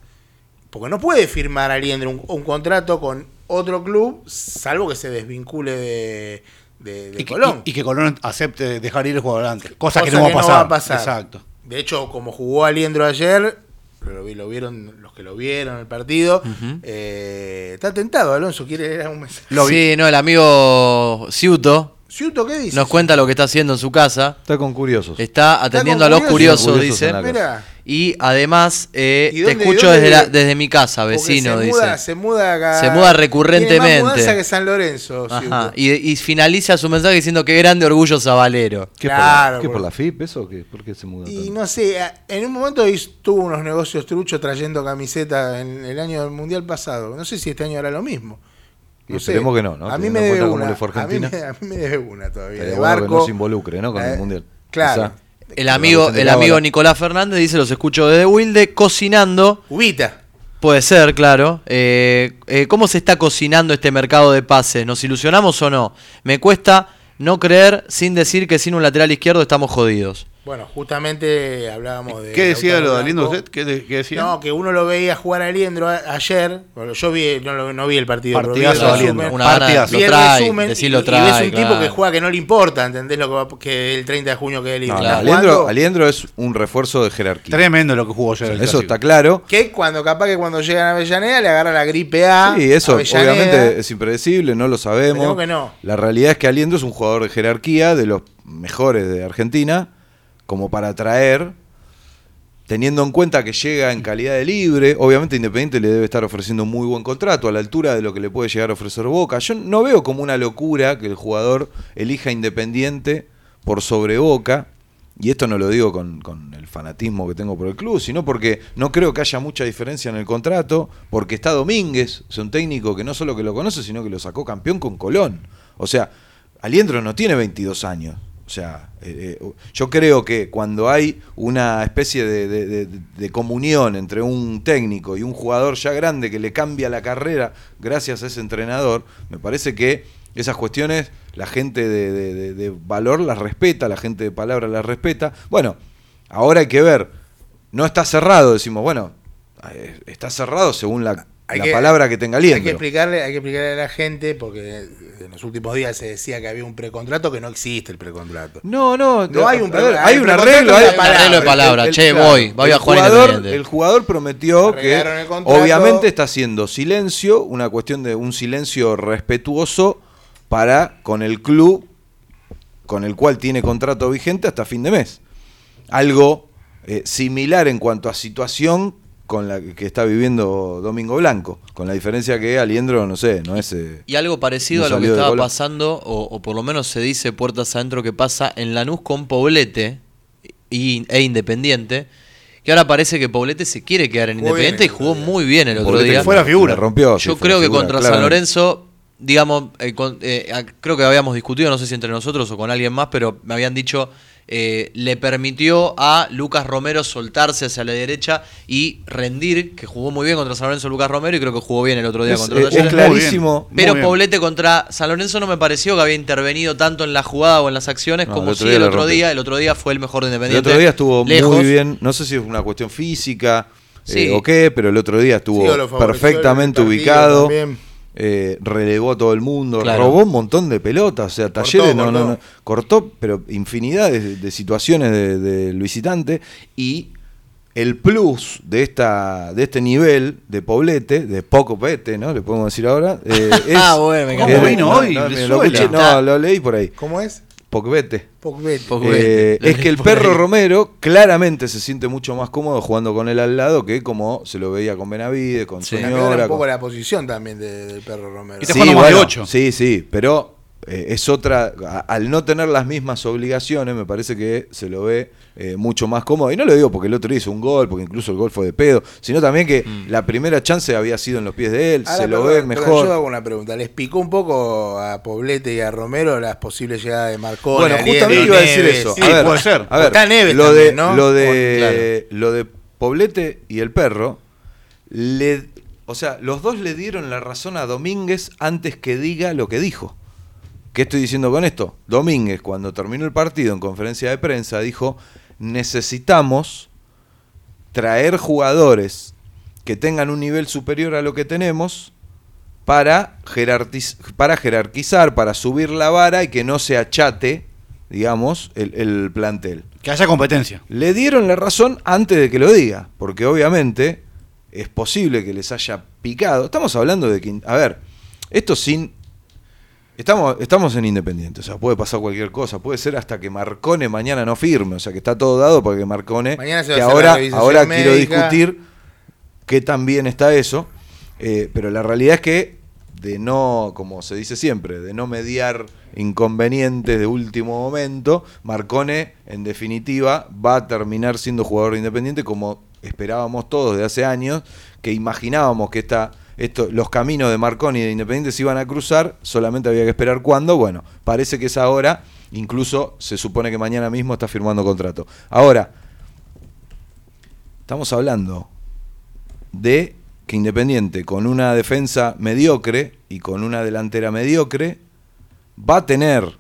[SPEAKER 7] porque no puede firmar Aliendro un, un contrato con otro club, salvo que se desvincule de, de- de
[SPEAKER 1] Y que,
[SPEAKER 7] Colón.
[SPEAKER 1] y- y que Colón acepte dejar ir el jugador antes. Cosa, que
[SPEAKER 7] Cosa
[SPEAKER 1] no va
[SPEAKER 7] que
[SPEAKER 1] a
[SPEAKER 7] no
[SPEAKER 1] pasar.
[SPEAKER 7] va a pasar.
[SPEAKER 1] Exacto.
[SPEAKER 7] De hecho, como jugó Aliendro ayer, lo, vi- lo vieron los que lo vieron el partido, eh, está tentado Alonso, quiere leer un mensaje.
[SPEAKER 6] sí, no, el amigo Ciuto
[SPEAKER 7] Ciuto, ¿qué dice?
[SPEAKER 6] nos cuenta lo que está haciendo en su casa.
[SPEAKER 8] está con curiosos.
[SPEAKER 6] Está atendiendo a
[SPEAKER 7] con
[SPEAKER 6] los
[SPEAKER 7] curiosos.
[SPEAKER 6] curiosos,
[SPEAKER 8] Curiosos en
[SPEAKER 6] dice.
[SPEAKER 8] la
[SPEAKER 7] cosa. Mirá.
[SPEAKER 6] Y además, eh,
[SPEAKER 7] ¿Y
[SPEAKER 6] te
[SPEAKER 7] dónde-
[SPEAKER 6] escucho
[SPEAKER 7] dónde
[SPEAKER 6] desde, la-
[SPEAKER 7] vive?
[SPEAKER 6] desde mi casa,
[SPEAKER 7] Porque
[SPEAKER 6] vecino,
[SPEAKER 7] se
[SPEAKER 6] dice.
[SPEAKER 7] Muda, se muda acá.
[SPEAKER 6] Se muda
[SPEAKER 7] Tiene
[SPEAKER 6] recurrentemente.
[SPEAKER 7] más mudanza que San Lorenzo, Ciuto.
[SPEAKER 6] Ajá. Y, y finaliza su mensaje diciendo que grande orgullo Zabalero.
[SPEAKER 8] ¿Qué,
[SPEAKER 7] Claro,
[SPEAKER 8] por, la, ¿qué
[SPEAKER 7] boludo.
[SPEAKER 8] por la FIP eso? ¿Qué, ¿Por qué se muda
[SPEAKER 7] Y
[SPEAKER 8] tanto?
[SPEAKER 7] no sé, a- en un momento hizo- tuvo unos negocios truchos trayendo camisetas en el año del Mundial pasado. No sé si este año hará lo mismo.
[SPEAKER 8] Y
[SPEAKER 7] No sé.
[SPEAKER 8] esperemos que no, ¿no?
[SPEAKER 7] A mí
[SPEAKER 8] Teniendo
[SPEAKER 7] me
[SPEAKER 8] en
[SPEAKER 7] debe
[SPEAKER 8] cuenta cómo
[SPEAKER 7] una.
[SPEAKER 8] le fue
[SPEAKER 7] a, mí
[SPEAKER 8] Argentina.
[SPEAKER 7] me, a mí me debe una todavía.
[SPEAKER 8] Estaría
[SPEAKER 7] de
[SPEAKER 8] bueno que
[SPEAKER 7] barco.
[SPEAKER 8] no se involucre, ¿no? Con
[SPEAKER 7] Eh,
[SPEAKER 8] el Mundial.
[SPEAKER 7] Claro.
[SPEAKER 8] Quizá.
[SPEAKER 6] El amigo, el amigo Nicolás Fernández dice, los escucho desde Wilde, cocinando.
[SPEAKER 7] Ubita.
[SPEAKER 6] Puede ser, claro. Eh, eh, ¿Cómo se está cocinando este mercado de pases? ¿Nos ilusionamos o no? Me cuesta no creer sin decir que sin un lateral izquierdo estamos jodidos.
[SPEAKER 7] Bueno, justamente hablábamos de.
[SPEAKER 1] ¿Qué decía
[SPEAKER 7] Lautaro
[SPEAKER 1] lo de Alindo
[SPEAKER 7] Blanco.
[SPEAKER 1] usted? ¿Qué, de- qué decía?
[SPEAKER 7] No, que uno lo veía jugar a Aliendro a- ayer. Bueno, yo vi, no, lo- no vi el partido. pero vi el
[SPEAKER 1] Partidazo de
[SPEAKER 7] resumen.
[SPEAKER 1] Aliendro.
[SPEAKER 6] Una gana de-
[SPEAKER 1] Partidazo.
[SPEAKER 6] lo
[SPEAKER 7] Vi el
[SPEAKER 6] trae,
[SPEAKER 7] resumen
[SPEAKER 6] decí
[SPEAKER 7] y-
[SPEAKER 6] lo
[SPEAKER 7] y
[SPEAKER 6] trae,
[SPEAKER 7] ves un tipo
[SPEAKER 6] claro.
[SPEAKER 7] que juega que no le importa, ¿entendés? Lo que, va- que el 30 de junio que es libre.
[SPEAKER 8] No, no,
[SPEAKER 7] Está
[SPEAKER 8] Aliendro,
[SPEAKER 7] jugando-
[SPEAKER 8] Aliendro es un refuerzo de jerarquía.
[SPEAKER 1] Tremendo lo que jugó ayer. el
[SPEAKER 8] Eso
[SPEAKER 1] clásico.
[SPEAKER 8] está claro.
[SPEAKER 7] Que cuando capaz que cuando llegan a Avellaneda le agarra la gripe A.
[SPEAKER 8] Sí, eso
[SPEAKER 7] Avellaneda.
[SPEAKER 8] obviamente es impredecible, no lo sabemos.
[SPEAKER 7] Esperemos que no.
[SPEAKER 8] La realidad es que Aliendro es un jugador de jerarquía, de los mejores de Argentina, como para traer, teniendo en cuenta que llega en calidad de libre. Obviamente Independiente le debe estar ofreciendo un muy buen contrato, a la altura de lo que le puede llegar a ofrecer Boca. Yo no veo como una locura que el jugador elija Independiente por sobre Boca. Y esto no lo digo con, con el fanatismo que tengo por el club, sino porque no creo que haya mucha diferencia en el contrato, porque está Domínguez, es un técnico que no solo que lo conoce, sino que lo sacó campeón con Colón. O sea, Aliendro no tiene 22 años. O sea, eh, eh, yo creo que cuando hay una especie de, de- de- de comunión entre un técnico y un jugador ya grande que le cambia la carrera gracias a ese entrenador, me parece que esas cuestiones la gente de, de- de- de valor las respeta, la gente de palabra las respeta. Bueno, ahora hay que ver, no está cerrado, decimos, bueno, eh, está cerrado según la,
[SPEAKER 7] Hay
[SPEAKER 8] la
[SPEAKER 7] que-
[SPEAKER 8] palabra que tenga
[SPEAKER 7] Hay que,
[SPEAKER 8] Aliendro.
[SPEAKER 7] explicarle, hay que explicarle a la gente, porque en los últimos días se decía que había un precontrato, que no existe el precontrato.
[SPEAKER 8] No, no,
[SPEAKER 7] No hay un
[SPEAKER 8] a ver,
[SPEAKER 7] programa,
[SPEAKER 8] hay
[SPEAKER 7] el
[SPEAKER 8] un
[SPEAKER 7] programa
[SPEAKER 8] arreglo,
[SPEAKER 7] es
[SPEAKER 8] hay
[SPEAKER 7] una palabra.
[SPEAKER 6] Arreglo de palabra, che, voy, voy
[SPEAKER 8] el
[SPEAKER 6] a jugar
[SPEAKER 8] jugador,
[SPEAKER 6] Independiente.
[SPEAKER 8] El jugador prometió que
[SPEAKER 7] Arreglaron el contrato.
[SPEAKER 8] obviamente está haciendo silencio, una cuestión de un silencio respetuoso para con el club con el cual tiene contrato vigente hasta fin de mes. Algo eh, similar en cuanto a situación con la que está viviendo Domingo Blanco, con la diferencia que Aliendro, no sé, no es... eh,
[SPEAKER 6] Y algo parecido
[SPEAKER 8] No
[SPEAKER 6] a lo que
[SPEAKER 8] salió de
[SPEAKER 6] estaba
[SPEAKER 8] bola.
[SPEAKER 6] pasando, o, o por lo menos se dice puertas adentro que pasa en Lanús con Poblete y, e Independiente, que ahora parece que Poblete se quiere quedar en
[SPEAKER 7] Jugó bien
[SPEAKER 6] Independiente
[SPEAKER 7] el
[SPEAKER 6] y
[SPEAKER 7] otro
[SPEAKER 6] jugó
[SPEAKER 7] día.
[SPEAKER 6] muy bien el otro
[SPEAKER 8] Poblete
[SPEAKER 6] día.
[SPEAKER 8] que
[SPEAKER 1] fue la figura.
[SPEAKER 8] me rompió, sí,
[SPEAKER 6] Yo
[SPEAKER 8] fue
[SPEAKER 6] creo
[SPEAKER 8] la
[SPEAKER 6] que
[SPEAKER 8] figura,
[SPEAKER 6] contra San
[SPEAKER 8] claramente.
[SPEAKER 6] Lorenzo, digamos, eh, con- eh, a- creo que habíamos discutido, no sé si entre nosotros o con alguien más, pero me habían dicho, eh, le permitió a Lucas Romero soltarse hacia la derecha y rendir, que jugó muy bien contra San Lorenzo Lucas Romero y creo que jugó bien el otro día
[SPEAKER 8] Es, eh,
[SPEAKER 6] contra
[SPEAKER 8] es
[SPEAKER 6] Talleres.
[SPEAKER 8] clarísimo.
[SPEAKER 1] Muy
[SPEAKER 6] Eh, Pero
[SPEAKER 1] bien.
[SPEAKER 6] Poblete contra San Lorenzo no me pareció que había intervenido tanto en la jugada o en las acciones
[SPEAKER 8] No,
[SPEAKER 6] como
[SPEAKER 8] el otro
[SPEAKER 6] si
[SPEAKER 8] día
[SPEAKER 6] el
[SPEAKER 8] la
[SPEAKER 6] otro
[SPEAKER 8] rompió.
[SPEAKER 6] día. El otro día fue el mejor de
[SPEAKER 8] El
[SPEAKER 6] Independiente.
[SPEAKER 8] otro día estuvo
[SPEAKER 6] lejos.
[SPEAKER 8] muy bien, no sé si es una cuestión física
[SPEAKER 6] Sí.
[SPEAKER 8] eh, o qué, pero el otro día estuvo
[SPEAKER 7] Sí, o lo favoreció
[SPEAKER 8] perfectamente
[SPEAKER 7] el partido
[SPEAKER 8] ubicado,
[SPEAKER 7] también.
[SPEAKER 8] eh, relevó a todo el mundo,
[SPEAKER 6] Claro.
[SPEAKER 8] robó un montón de pelotas, o sea,
[SPEAKER 7] Cortó,
[SPEAKER 8] Talleres no, no,
[SPEAKER 7] cortó.
[SPEAKER 8] no, cortó, pero infinidad de, de situaciones de- del visitante y el plus de, esta, de este nivel de poblete, de poco pete, ¿no? Le podemos decir ahora.
[SPEAKER 6] <laughs>
[SPEAKER 8] eh, es-
[SPEAKER 6] Ah, bueno, me encanta.
[SPEAKER 8] es-
[SPEAKER 1] ¿Cómo vino
[SPEAKER 8] no,
[SPEAKER 1] hoy?
[SPEAKER 8] No,
[SPEAKER 1] Le
[SPEAKER 8] me lo,
[SPEAKER 1] suela.
[SPEAKER 8] escuché- no, lo leí por ahí.
[SPEAKER 7] ¿Cómo es?
[SPEAKER 8] Pocbete.
[SPEAKER 7] Pocbete.
[SPEAKER 6] Poc-
[SPEAKER 8] Eh,
[SPEAKER 6] Pocbete.
[SPEAKER 8] es que el
[SPEAKER 6] Por ahí.
[SPEAKER 8] perro Romero claramente se siente mucho más cómodo jugando con él al lado que como se lo veía con Benavides, con
[SPEAKER 6] Sí.
[SPEAKER 8] Soñora.
[SPEAKER 7] un poco
[SPEAKER 8] con-
[SPEAKER 7] la posición también de- del perro Romero.
[SPEAKER 1] Está jugando más de ocho.
[SPEAKER 8] Sí, sí, pero eh, es otra. a- al no tener las mismas obligaciones, me parece que se lo ve eh, mucho más cómodo. Y no lo digo porque el otro hizo un gol, porque incluso el gol fue de pedo, sino también que la primera chance había sido en los pies de él,
[SPEAKER 7] Ahora,
[SPEAKER 8] se lo
[SPEAKER 7] Ah, perdón,
[SPEAKER 8] ve
[SPEAKER 7] perdón,
[SPEAKER 8] mejor.
[SPEAKER 7] Yo hago una pregunta. ¿Les picó un poco a Poblete y a Romero las posibles llegadas de Marconi?
[SPEAKER 8] Bueno,
[SPEAKER 7] Ariel,
[SPEAKER 8] justamente iba a decir
[SPEAKER 7] Neves?
[SPEAKER 8] eso.
[SPEAKER 1] Sí,
[SPEAKER 8] a ver,
[SPEAKER 1] puede ser.
[SPEAKER 8] A ver,
[SPEAKER 7] Está Neves
[SPEAKER 8] lo,
[SPEAKER 7] también,
[SPEAKER 8] de,
[SPEAKER 7] ¿no?
[SPEAKER 8] lo, de, lo de Poblete y el perro, le, o sea, los dos le dieron la razón a Domínguez antes que diga lo que dijo. ¿Qué estoy diciendo con esto? Domínguez, cuando terminó el partido en conferencia de prensa, dijo, necesitamos traer jugadores que tengan un nivel superior a lo que tenemos para, jerarquiz- para jerarquizar, para subir la vara y que no se achate, digamos, el, el plantel.
[SPEAKER 1] Que haya competencia.
[SPEAKER 8] Le dieron la razón antes de que lo diga, porque obviamente es posible que les haya picado. Estamos hablando de que, a ver, esto sin... Estamos, estamos en Independiente, o sea, puede pasar cualquier cosa, puede ser hasta que Marcone mañana no firme, o sea, que está todo dado para que Marcone,
[SPEAKER 7] Mañana se va
[SPEAKER 8] que
[SPEAKER 7] a hacer la
[SPEAKER 8] ahora,
[SPEAKER 7] revisación
[SPEAKER 8] ahora quiero
[SPEAKER 7] médica.
[SPEAKER 8] discutir qué tan bien está eso, eh, pero la realidad es que de no, como se dice siempre, de no mediar inconvenientes de último momento, Marcone en definitiva va a terminar siendo jugador de independiente como esperábamos todos de hace años, que imaginábamos que esta, esto, los caminos de Marcone y de Independiente se iban a cruzar, solamente había que esperar cuándo, bueno, parece que es ahora, incluso se supone que mañana mismo está firmando contrato. Ahora, Estamos hablando de que Independiente, con una defensa mediocre y con una delantera mediocre, va a tener,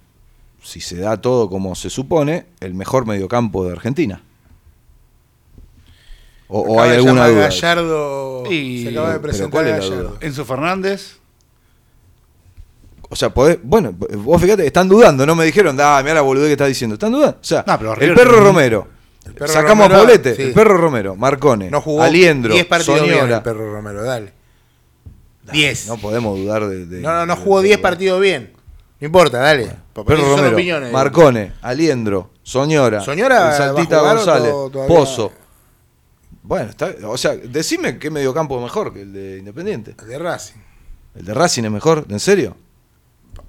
[SPEAKER 8] si se da todo como se supone, el mejor mediocampo de Argentina. ¿O, o
[SPEAKER 7] Acaba
[SPEAKER 8] hay
[SPEAKER 7] de
[SPEAKER 8] alguna
[SPEAKER 7] llamar
[SPEAKER 8] duda?
[SPEAKER 7] Gallardo
[SPEAKER 1] Y-
[SPEAKER 7] se acaba de
[SPEAKER 8] pero
[SPEAKER 7] presentar
[SPEAKER 8] ¿cuál es la
[SPEAKER 7] Gallardo.
[SPEAKER 8] duda?
[SPEAKER 1] Enzo Fernández.
[SPEAKER 8] O sea, podés- bueno, vos fíjate, están dudando, no me dijeron, ah, mira la boludez que estás diciendo. Están dudando. O sea,
[SPEAKER 1] No, pero
[SPEAKER 8] el
[SPEAKER 1] River
[SPEAKER 8] perro
[SPEAKER 1] también.
[SPEAKER 8] Romero.
[SPEAKER 7] perro
[SPEAKER 8] Sacamos
[SPEAKER 7] Romero,
[SPEAKER 8] a Poblete,
[SPEAKER 7] sí.
[SPEAKER 8] el perro Romero, Marcone,
[SPEAKER 7] No jugó
[SPEAKER 8] Aliendro,
[SPEAKER 7] 10 partidos bien
[SPEAKER 8] Soñora.
[SPEAKER 7] el perro Romero, dale. 10.
[SPEAKER 8] No podemos dudar de. de-
[SPEAKER 7] No, no, no
[SPEAKER 8] de-
[SPEAKER 7] jugó
[SPEAKER 8] de-
[SPEAKER 7] 10 partidos bien. No importa, dale. Porque
[SPEAKER 8] Perro
[SPEAKER 7] esas son
[SPEAKER 8] Romero,
[SPEAKER 7] opiniones.
[SPEAKER 8] Marcone, Aliendro, Soñora,
[SPEAKER 7] Soñora
[SPEAKER 8] el
[SPEAKER 7] va
[SPEAKER 8] Saltita
[SPEAKER 7] a jugar o
[SPEAKER 8] González,
[SPEAKER 7] to- todavía-
[SPEAKER 8] Pozo. Bueno, está, o sea, decime qué mediocampo es mejor que el de Independiente.
[SPEAKER 7] De Racing.
[SPEAKER 8] ¿El de Racing es mejor? ¿En serio?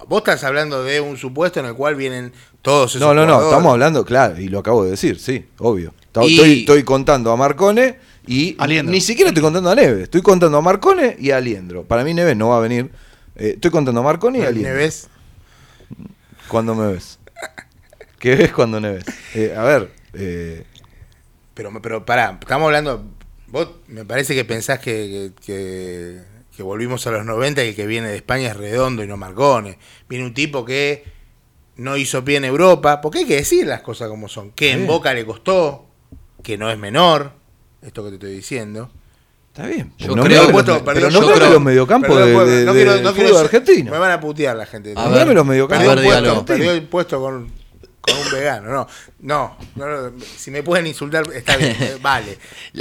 [SPEAKER 7] Vos estás hablando de un supuesto en el cual vienen todos esos
[SPEAKER 8] No, no, no,
[SPEAKER 7] jugadores.
[SPEAKER 8] estamos hablando, claro, y lo acabo de decir, sí, obvio. Ta-
[SPEAKER 6] Y-
[SPEAKER 8] Estoy, estoy contando a Marcone y
[SPEAKER 1] Aliendro.
[SPEAKER 8] ni siquiera estoy contando a Neves, estoy contando a Marcone y a Aliendro. Para mí Neves no va a venir. Eh, estoy contando a Marcone y a Aliendro.
[SPEAKER 7] Neves.
[SPEAKER 8] Cuando me ves. ¿Qué ves cuando me ves? Eh, a ver, eh,
[SPEAKER 7] Pero, pero pará, estamos hablando. Vos me parece que pensás que, que- que- que volvimos a los 90 y el que viene de España es redondo y no Marcone. Viene un tipo que no hizo bien Europa. Porque hay que decir las cosas como son. Que en Boca le costó, que no es menor, esto que te estoy diciendo.
[SPEAKER 8] está bien.
[SPEAKER 6] Yo
[SPEAKER 8] Nombrame
[SPEAKER 6] creo-
[SPEAKER 8] los-
[SPEAKER 6] Puesto,
[SPEAKER 8] pero
[SPEAKER 6] yo
[SPEAKER 8] nombrame
[SPEAKER 6] creo-
[SPEAKER 8] los mediocampos
[SPEAKER 7] Perdón,
[SPEAKER 8] de,
[SPEAKER 7] puedo-
[SPEAKER 8] de-
[SPEAKER 7] no quiero-
[SPEAKER 8] del
[SPEAKER 7] no quiero
[SPEAKER 8] fútbol
[SPEAKER 7] decir-
[SPEAKER 8] argentino.
[SPEAKER 7] Me van a putear la gente.
[SPEAKER 6] A
[SPEAKER 8] Nombrame
[SPEAKER 6] ver,
[SPEAKER 8] los
[SPEAKER 7] Perdió
[SPEAKER 6] a
[SPEAKER 8] mediocampos.
[SPEAKER 6] ver,
[SPEAKER 7] el puesto,
[SPEAKER 6] dígalo.
[SPEAKER 7] perdió el puesto con, con un vegano, no. No, no, no, si me pueden insultar, está <laughs> bien, eh, vale.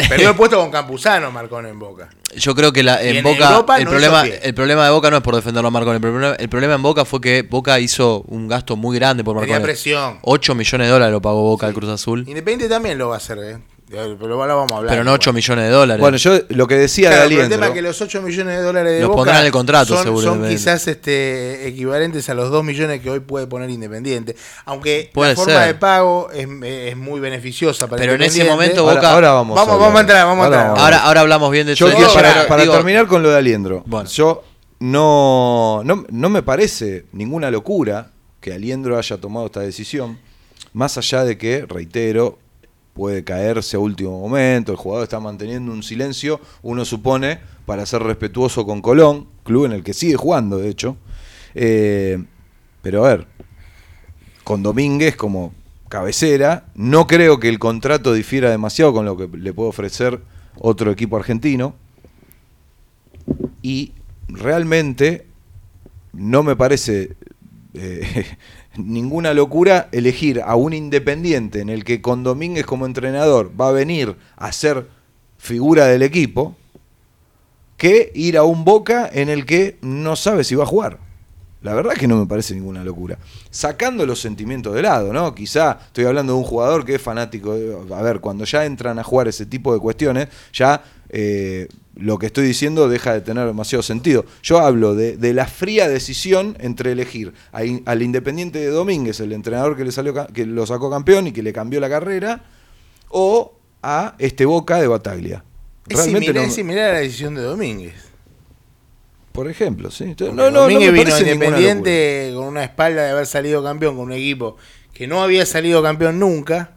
[SPEAKER 7] Perdió el puesto con Campuzano, Marcón en Boca.
[SPEAKER 6] Yo creo que la,
[SPEAKER 7] Y
[SPEAKER 6] en,
[SPEAKER 7] en
[SPEAKER 6] Boca
[SPEAKER 7] Europa
[SPEAKER 6] el
[SPEAKER 7] no
[SPEAKER 6] problema
[SPEAKER 7] hizo pie.
[SPEAKER 6] el problema de Boca no es por defenderlo a Marconi, el problema, el problema en Boca fue que Boca hizo un gasto muy grande por
[SPEAKER 7] Tenía
[SPEAKER 6] Marconi.
[SPEAKER 7] presión.
[SPEAKER 6] 8 millones de dólares lo pagó Boca al Cruz Azul,
[SPEAKER 7] Independiente también lo va a hacer, ¿eh? Pero ahora vamos a hablar.
[SPEAKER 6] pero no 8
[SPEAKER 7] millones.
[SPEAKER 6] millones de dólares.
[SPEAKER 8] Bueno, yo lo que decía de
[SPEAKER 7] Claro, pero el tema
[SPEAKER 8] Aliendro.
[SPEAKER 7] es que los 8 millones de dólares de
[SPEAKER 6] Los
[SPEAKER 7] Boca
[SPEAKER 6] pondrán en el contrato,
[SPEAKER 7] son, son
[SPEAKER 6] seguramente.
[SPEAKER 7] quizás este, equivalentes a los 2 millones que hoy puede poner Independiente. Aunque
[SPEAKER 6] Puede
[SPEAKER 7] la forma
[SPEAKER 6] ser.
[SPEAKER 7] de pago es, es muy beneficiosa para
[SPEAKER 6] Pero en ese
[SPEAKER 7] Independiente.
[SPEAKER 6] momento Boca-
[SPEAKER 8] vamos.
[SPEAKER 7] Vamos-
[SPEAKER 8] hablar.
[SPEAKER 7] vamos a entrar, vamos a entrar.
[SPEAKER 8] vamos
[SPEAKER 6] ahora ahora hablamos bien de
[SPEAKER 8] Yo
[SPEAKER 6] eso.
[SPEAKER 8] quiero-
[SPEAKER 7] no,
[SPEAKER 8] para,
[SPEAKER 7] pará,
[SPEAKER 8] para
[SPEAKER 6] digo,
[SPEAKER 8] terminar con lo de Aliendro.
[SPEAKER 6] Bueno.
[SPEAKER 8] Yo no, no, no me parece ninguna locura que Aliendro haya tomado esta decisión, más allá de que, reitero, puede caerse a último momento, el jugador está manteniendo un silencio, uno supone, para ser respetuoso con Colón, club en el que sigue jugando, de hecho. Eh, pero a ver, con Domínguez como cabecera. No creo que el contrato difiera demasiado con lo que le puede ofrecer otro equipo argentino. Y realmente no me parece eh, <laughs> ninguna locura elegir a un independiente en el que con Domínguez como entrenador va a venir a ser figura del equipo que ir a un Boca en el que no sabe si va a jugar. La verdad que no me parece ninguna locura. Sacando los sentimientos de lado, ¿no? Quizá estoy hablando de un jugador que es fanático. de- a ver, cuando ya entran a jugar ese tipo de cuestiones, ya eh, lo que estoy diciendo deja de tener demasiado sentido. Yo hablo de, de la fría decisión entre elegir a in- al Independiente de Domínguez, el entrenador que, le salió, ca- que lo sacó campeón y que le cambió la carrera, o a este Boca de Bataglia.
[SPEAKER 7] Es similar,
[SPEAKER 8] no-
[SPEAKER 7] es similar a la decisión de Domínguez.
[SPEAKER 8] Por ejemplo, sí. No,
[SPEAKER 7] Porque
[SPEAKER 8] no, no,
[SPEAKER 7] Domínguez
[SPEAKER 8] me
[SPEAKER 7] vino
[SPEAKER 8] parece ninguna locura.
[SPEAKER 7] independiente con una espalda de haber salido campeón con un equipo que no había salido campeón nunca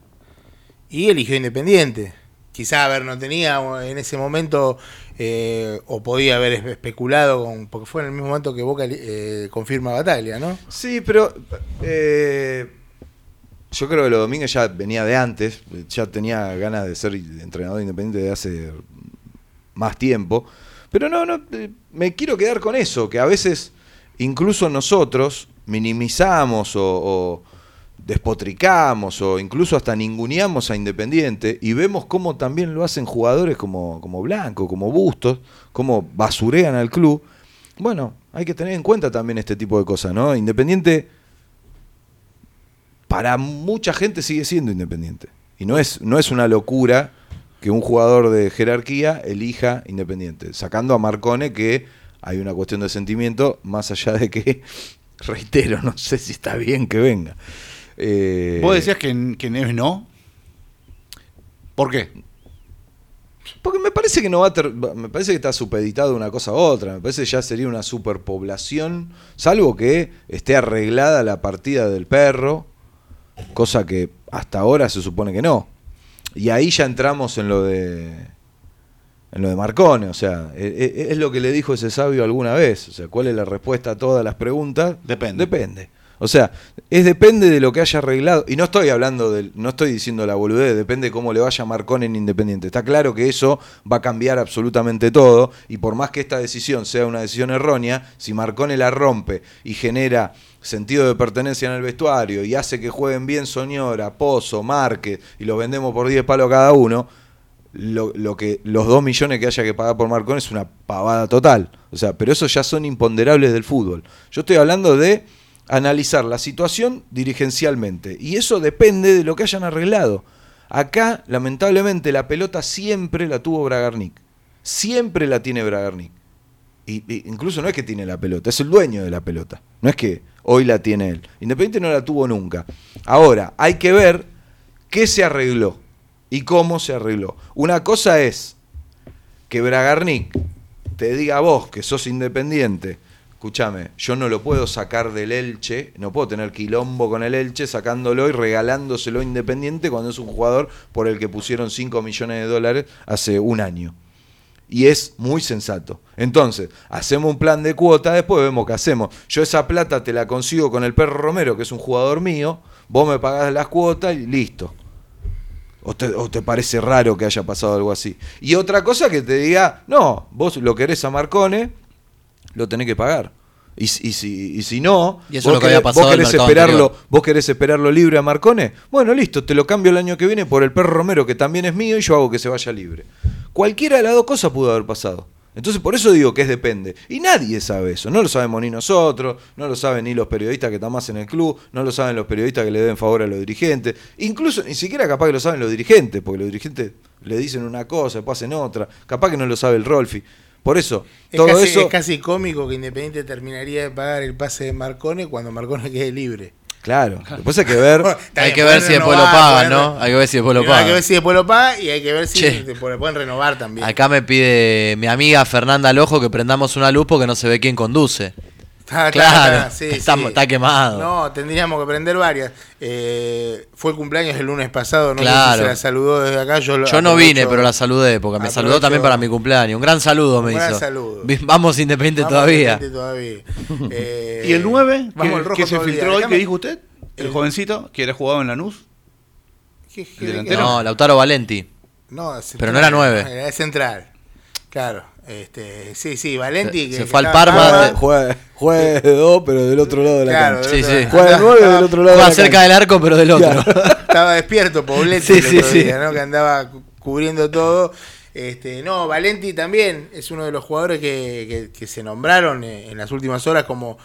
[SPEAKER 7] y eligió independiente. Quizá, a ver, no tenía en ese momento eh, o podía haber espe- especulado con. Porque fue en el mismo momento que Boca eh, confirma a Bataglia, ¿no?
[SPEAKER 8] Sí, pero eh, yo creo que lo Domínguez ya venía de antes, ya tenía ganas de ser entrenador independiente de hace más tiempo. Pero no, no, eh, me quiero quedar con eso, que a veces incluso nosotros minimizamos o, o despotricamos o incluso hasta ninguneamos a Independiente y vemos cómo también lo hacen jugadores como, como Blanco, como Bustos, cómo basurean al club. Bueno, hay que tener en cuenta también este tipo de cosas, ¿no? Independiente para mucha gente sigue siendo independiente. Y no es, no es una locura que un jugador de jerarquía elija independiente. Sacando a Marcone que hay una cuestión de sentimiento, más allá de que, <laughs> reitero, no sé si está bien que venga. Eh,
[SPEAKER 1] Vos decías que, en- que Neves no. ¿Por qué?
[SPEAKER 8] Porque me parece que no va a ter- me parece que está supeditado una cosa a otra, me parece que ya sería una superpoblación, salvo que esté arreglada la partida del perro, cosa que hasta ahora se supone que no. Y ahí ya entramos en lo de en lo de Marcone, o sea, e- e- es lo que le dijo ese sabio alguna vez, o sea, ¿cuál es la respuesta a todas las preguntas?
[SPEAKER 1] Depende.
[SPEAKER 8] Depende. O sea, es depende de lo que haya arreglado. Y no estoy hablando del, no estoy diciendo la boludez, depende cómo le vaya Marcón en Independiente. Está claro que eso va a cambiar absolutamente todo. Y por más que esta decisión sea una decisión errónea, si Marcone la rompe y genera sentido de pertenencia en el vestuario y hace que jueguen bien Soñora, Pozo, Márquez, y los vendemos por 10 palos cada uno, lo, lo que los 2 millones que haya que pagar por Marcón es una pavada total. O sea, pero esos ya son imponderables del fútbol. Yo estoy hablando de analizar la situación dirigencialmente. Y eso depende de lo que hayan arreglado. Acá, lamentablemente, la pelota siempre la tuvo Bragarnik. Siempre la tiene Bragarnik. Y, y incluso no es que tiene la pelota, es el dueño de la pelota. No es que hoy la tiene él. Independiente no la tuvo nunca. Ahora, hay que ver qué se arregló y cómo se arregló. Una cosa es que Bragarnik te diga a vos que sos independiente. Escúchame, yo no lo puedo sacar del Elche, no puedo tener quilombo con el Elche sacándolo y regalándoselo a Independiente cuando es un jugador por el que pusieron 5 millones de dólares hace un año y es muy sensato. Entonces, hacemos un plan de cuota, después vemos qué hacemos. Yo esa plata te la consigo con el perro Romero, que es un jugador mío, vos me pagás las cuotas y listo. ¿O te, o te parece raro que haya pasado algo así? Y otra cosa que te diga, no, vos lo querés a Marcone, lo tenés que pagar. Y, si- y si, y si no,
[SPEAKER 6] Y eso
[SPEAKER 8] vos
[SPEAKER 6] es lo que había
[SPEAKER 8] querés-
[SPEAKER 6] pasado
[SPEAKER 8] vos
[SPEAKER 6] el
[SPEAKER 8] querés
[SPEAKER 6] mercado
[SPEAKER 8] esperarlo
[SPEAKER 6] anterior.
[SPEAKER 8] ¿Vos querés esperarlo libre a Marcone? Bueno, listo, te lo cambio el año que viene por el perro Romero, que también es mío, y yo hago que se vaya libre. Cualquiera de las dos cosas pudo haber pasado. Entonces, por eso digo que es depende. Y nadie sabe eso. No lo sabemos ni nosotros, no lo saben ni los periodistas que están más en el club, no lo saben los periodistas que le den favor a los dirigentes. Incluso, ni siquiera capaz que lo saben los dirigentes, porque los dirigentes le dicen una cosa, después hacen otra. Capaz que no lo sabe el Rolfi. Por eso,
[SPEAKER 7] Es,
[SPEAKER 8] todo
[SPEAKER 7] casi,
[SPEAKER 8] eso.
[SPEAKER 7] es casi cómico que Independiente terminaría de pagar el pase de Marcone cuando Marcone <laughs> quede libre.
[SPEAKER 8] Claro, después hay que ver.
[SPEAKER 7] <laughs> Bueno, está
[SPEAKER 6] Hay
[SPEAKER 7] bien,
[SPEAKER 6] que ver
[SPEAKER 7] pueden
[SPEAKER 6] si después lo
[SPEAKER 7] renovar,
[SPEAKER 6] pagan,
[SPEAKER 7] pueden-
[SPEAKER 6] ¿no? Hay que ver si después lo
[SPEAKER 7] Pero Hay que ver
[SPEAKER 6] pagan.
[SPEAKER 7] si después lo paga y hay que ver si
[SPEAKER 6] Che.
[SPEAKER 7] te- lo pueden renovar también.
[SPEAKER 6] Acá me pide mi amiga Fernanda Lojo que prendamos una luz porque no se ve quién conduce.
[SPEAKER 7] Está- está-
[SPEAKER 6] Claro,
[SPEAKER 7] Ah, está- sí,
[SPEAKER 6] está-
[SPEAKER 7] sí.
[SPEAKER 6] está quemado.
[SPEAKER 7] No, tendríamos que prender varias. Eh, fue el cumpleaños el lunes pasado, no sé si
[SPEAKER 6] Claro.
[SPEAKER 7] se la saludó desde acá. Yo, lo-
[SPEAKER 6] Yo no
[SPEAKER 7] aprovecho-
[SPEAKER 6] vine, pero la saludé porque me saludó
[SPEAKER 7] aprovecho-
[SPEAKER 6] también para mi cumpleaños. Un gran saludo me
[SPEAKER 7] Un gran
[SPEAKER 6] hizo.
[SPEAKER 7] saludo.
[SPEAKER 6] Vi- Vamos independiente
[SPEAKER 7] Vamos,
[SPEAKER 6] todavía. <laughs>
[SPEAKER 7] gente, todavía. Eh,
[SPEAKER 1] ¿Y el 9?
[SPEAKER 7] Vamos al
[SPEAKER 1] Que,
[SPEAKER 7] rojo
[SPEAKER 1] que se
[SPEAKER 7] todo el día.
[SPEAKER 1] filtró hoy,
[SPEAKER 7] Déjame- Eh.
[SPEAKER 1] que dijo usted? El jovencito que era jugado en Lanús.
[SPEAKER 7] ¿Qué- qué-
[SPEAKER 1] delantero?
[SPEAKER 6] No, Lautaro Valenti.
[SPEAKER 7] No, es
[SPEAKER 6] Pero no era
[SPEAKER 7] central,
[SPEAKER 6] nueve.
[SPEAKER 7] Era de central. Claro. Este, sí, sí, Valenti.
[SPEAKER 6] Se-
[SPEAKER 7] que-
[SPEAKER 6] se
[SPEAKER 7] que
[SPEAKER 6] fue al
[SPEAKER 7] estaba en
[SPEAKER 6] Parma,
[SPEAKER 7] Parma,
[SPEAKER 6] de-
[SPEAKER 8] Juega, juega de dos, pero del otro lado de la
[SPEAKER 7] Claro,
[SPEAKER 8] cancha.
[SPEAKER 6] Sí, sí.
[SPEAKER 8] Juega de nueve del otro lado de
[SPEAKER 6] Juega
[SPEAKER 8] la
[SPEAKER 6] cerca
[SPEAKER 8] cancha.
[SPEAKER 6] del arco, pero del otro.
[SPEAKER 7] <laughs> Estaba despierto Poblete
[SPEAKER 6] Sí,
[SPEAKER 7] el otro
[SPEAKER 6] sí, sí.
[SPEAKER 7] día, ¿no? Que andaba cu- cubriendo todo. Este, no, Valenti también es uno de los jugadores que, que- que se nombraron eh, en las últimas horas como.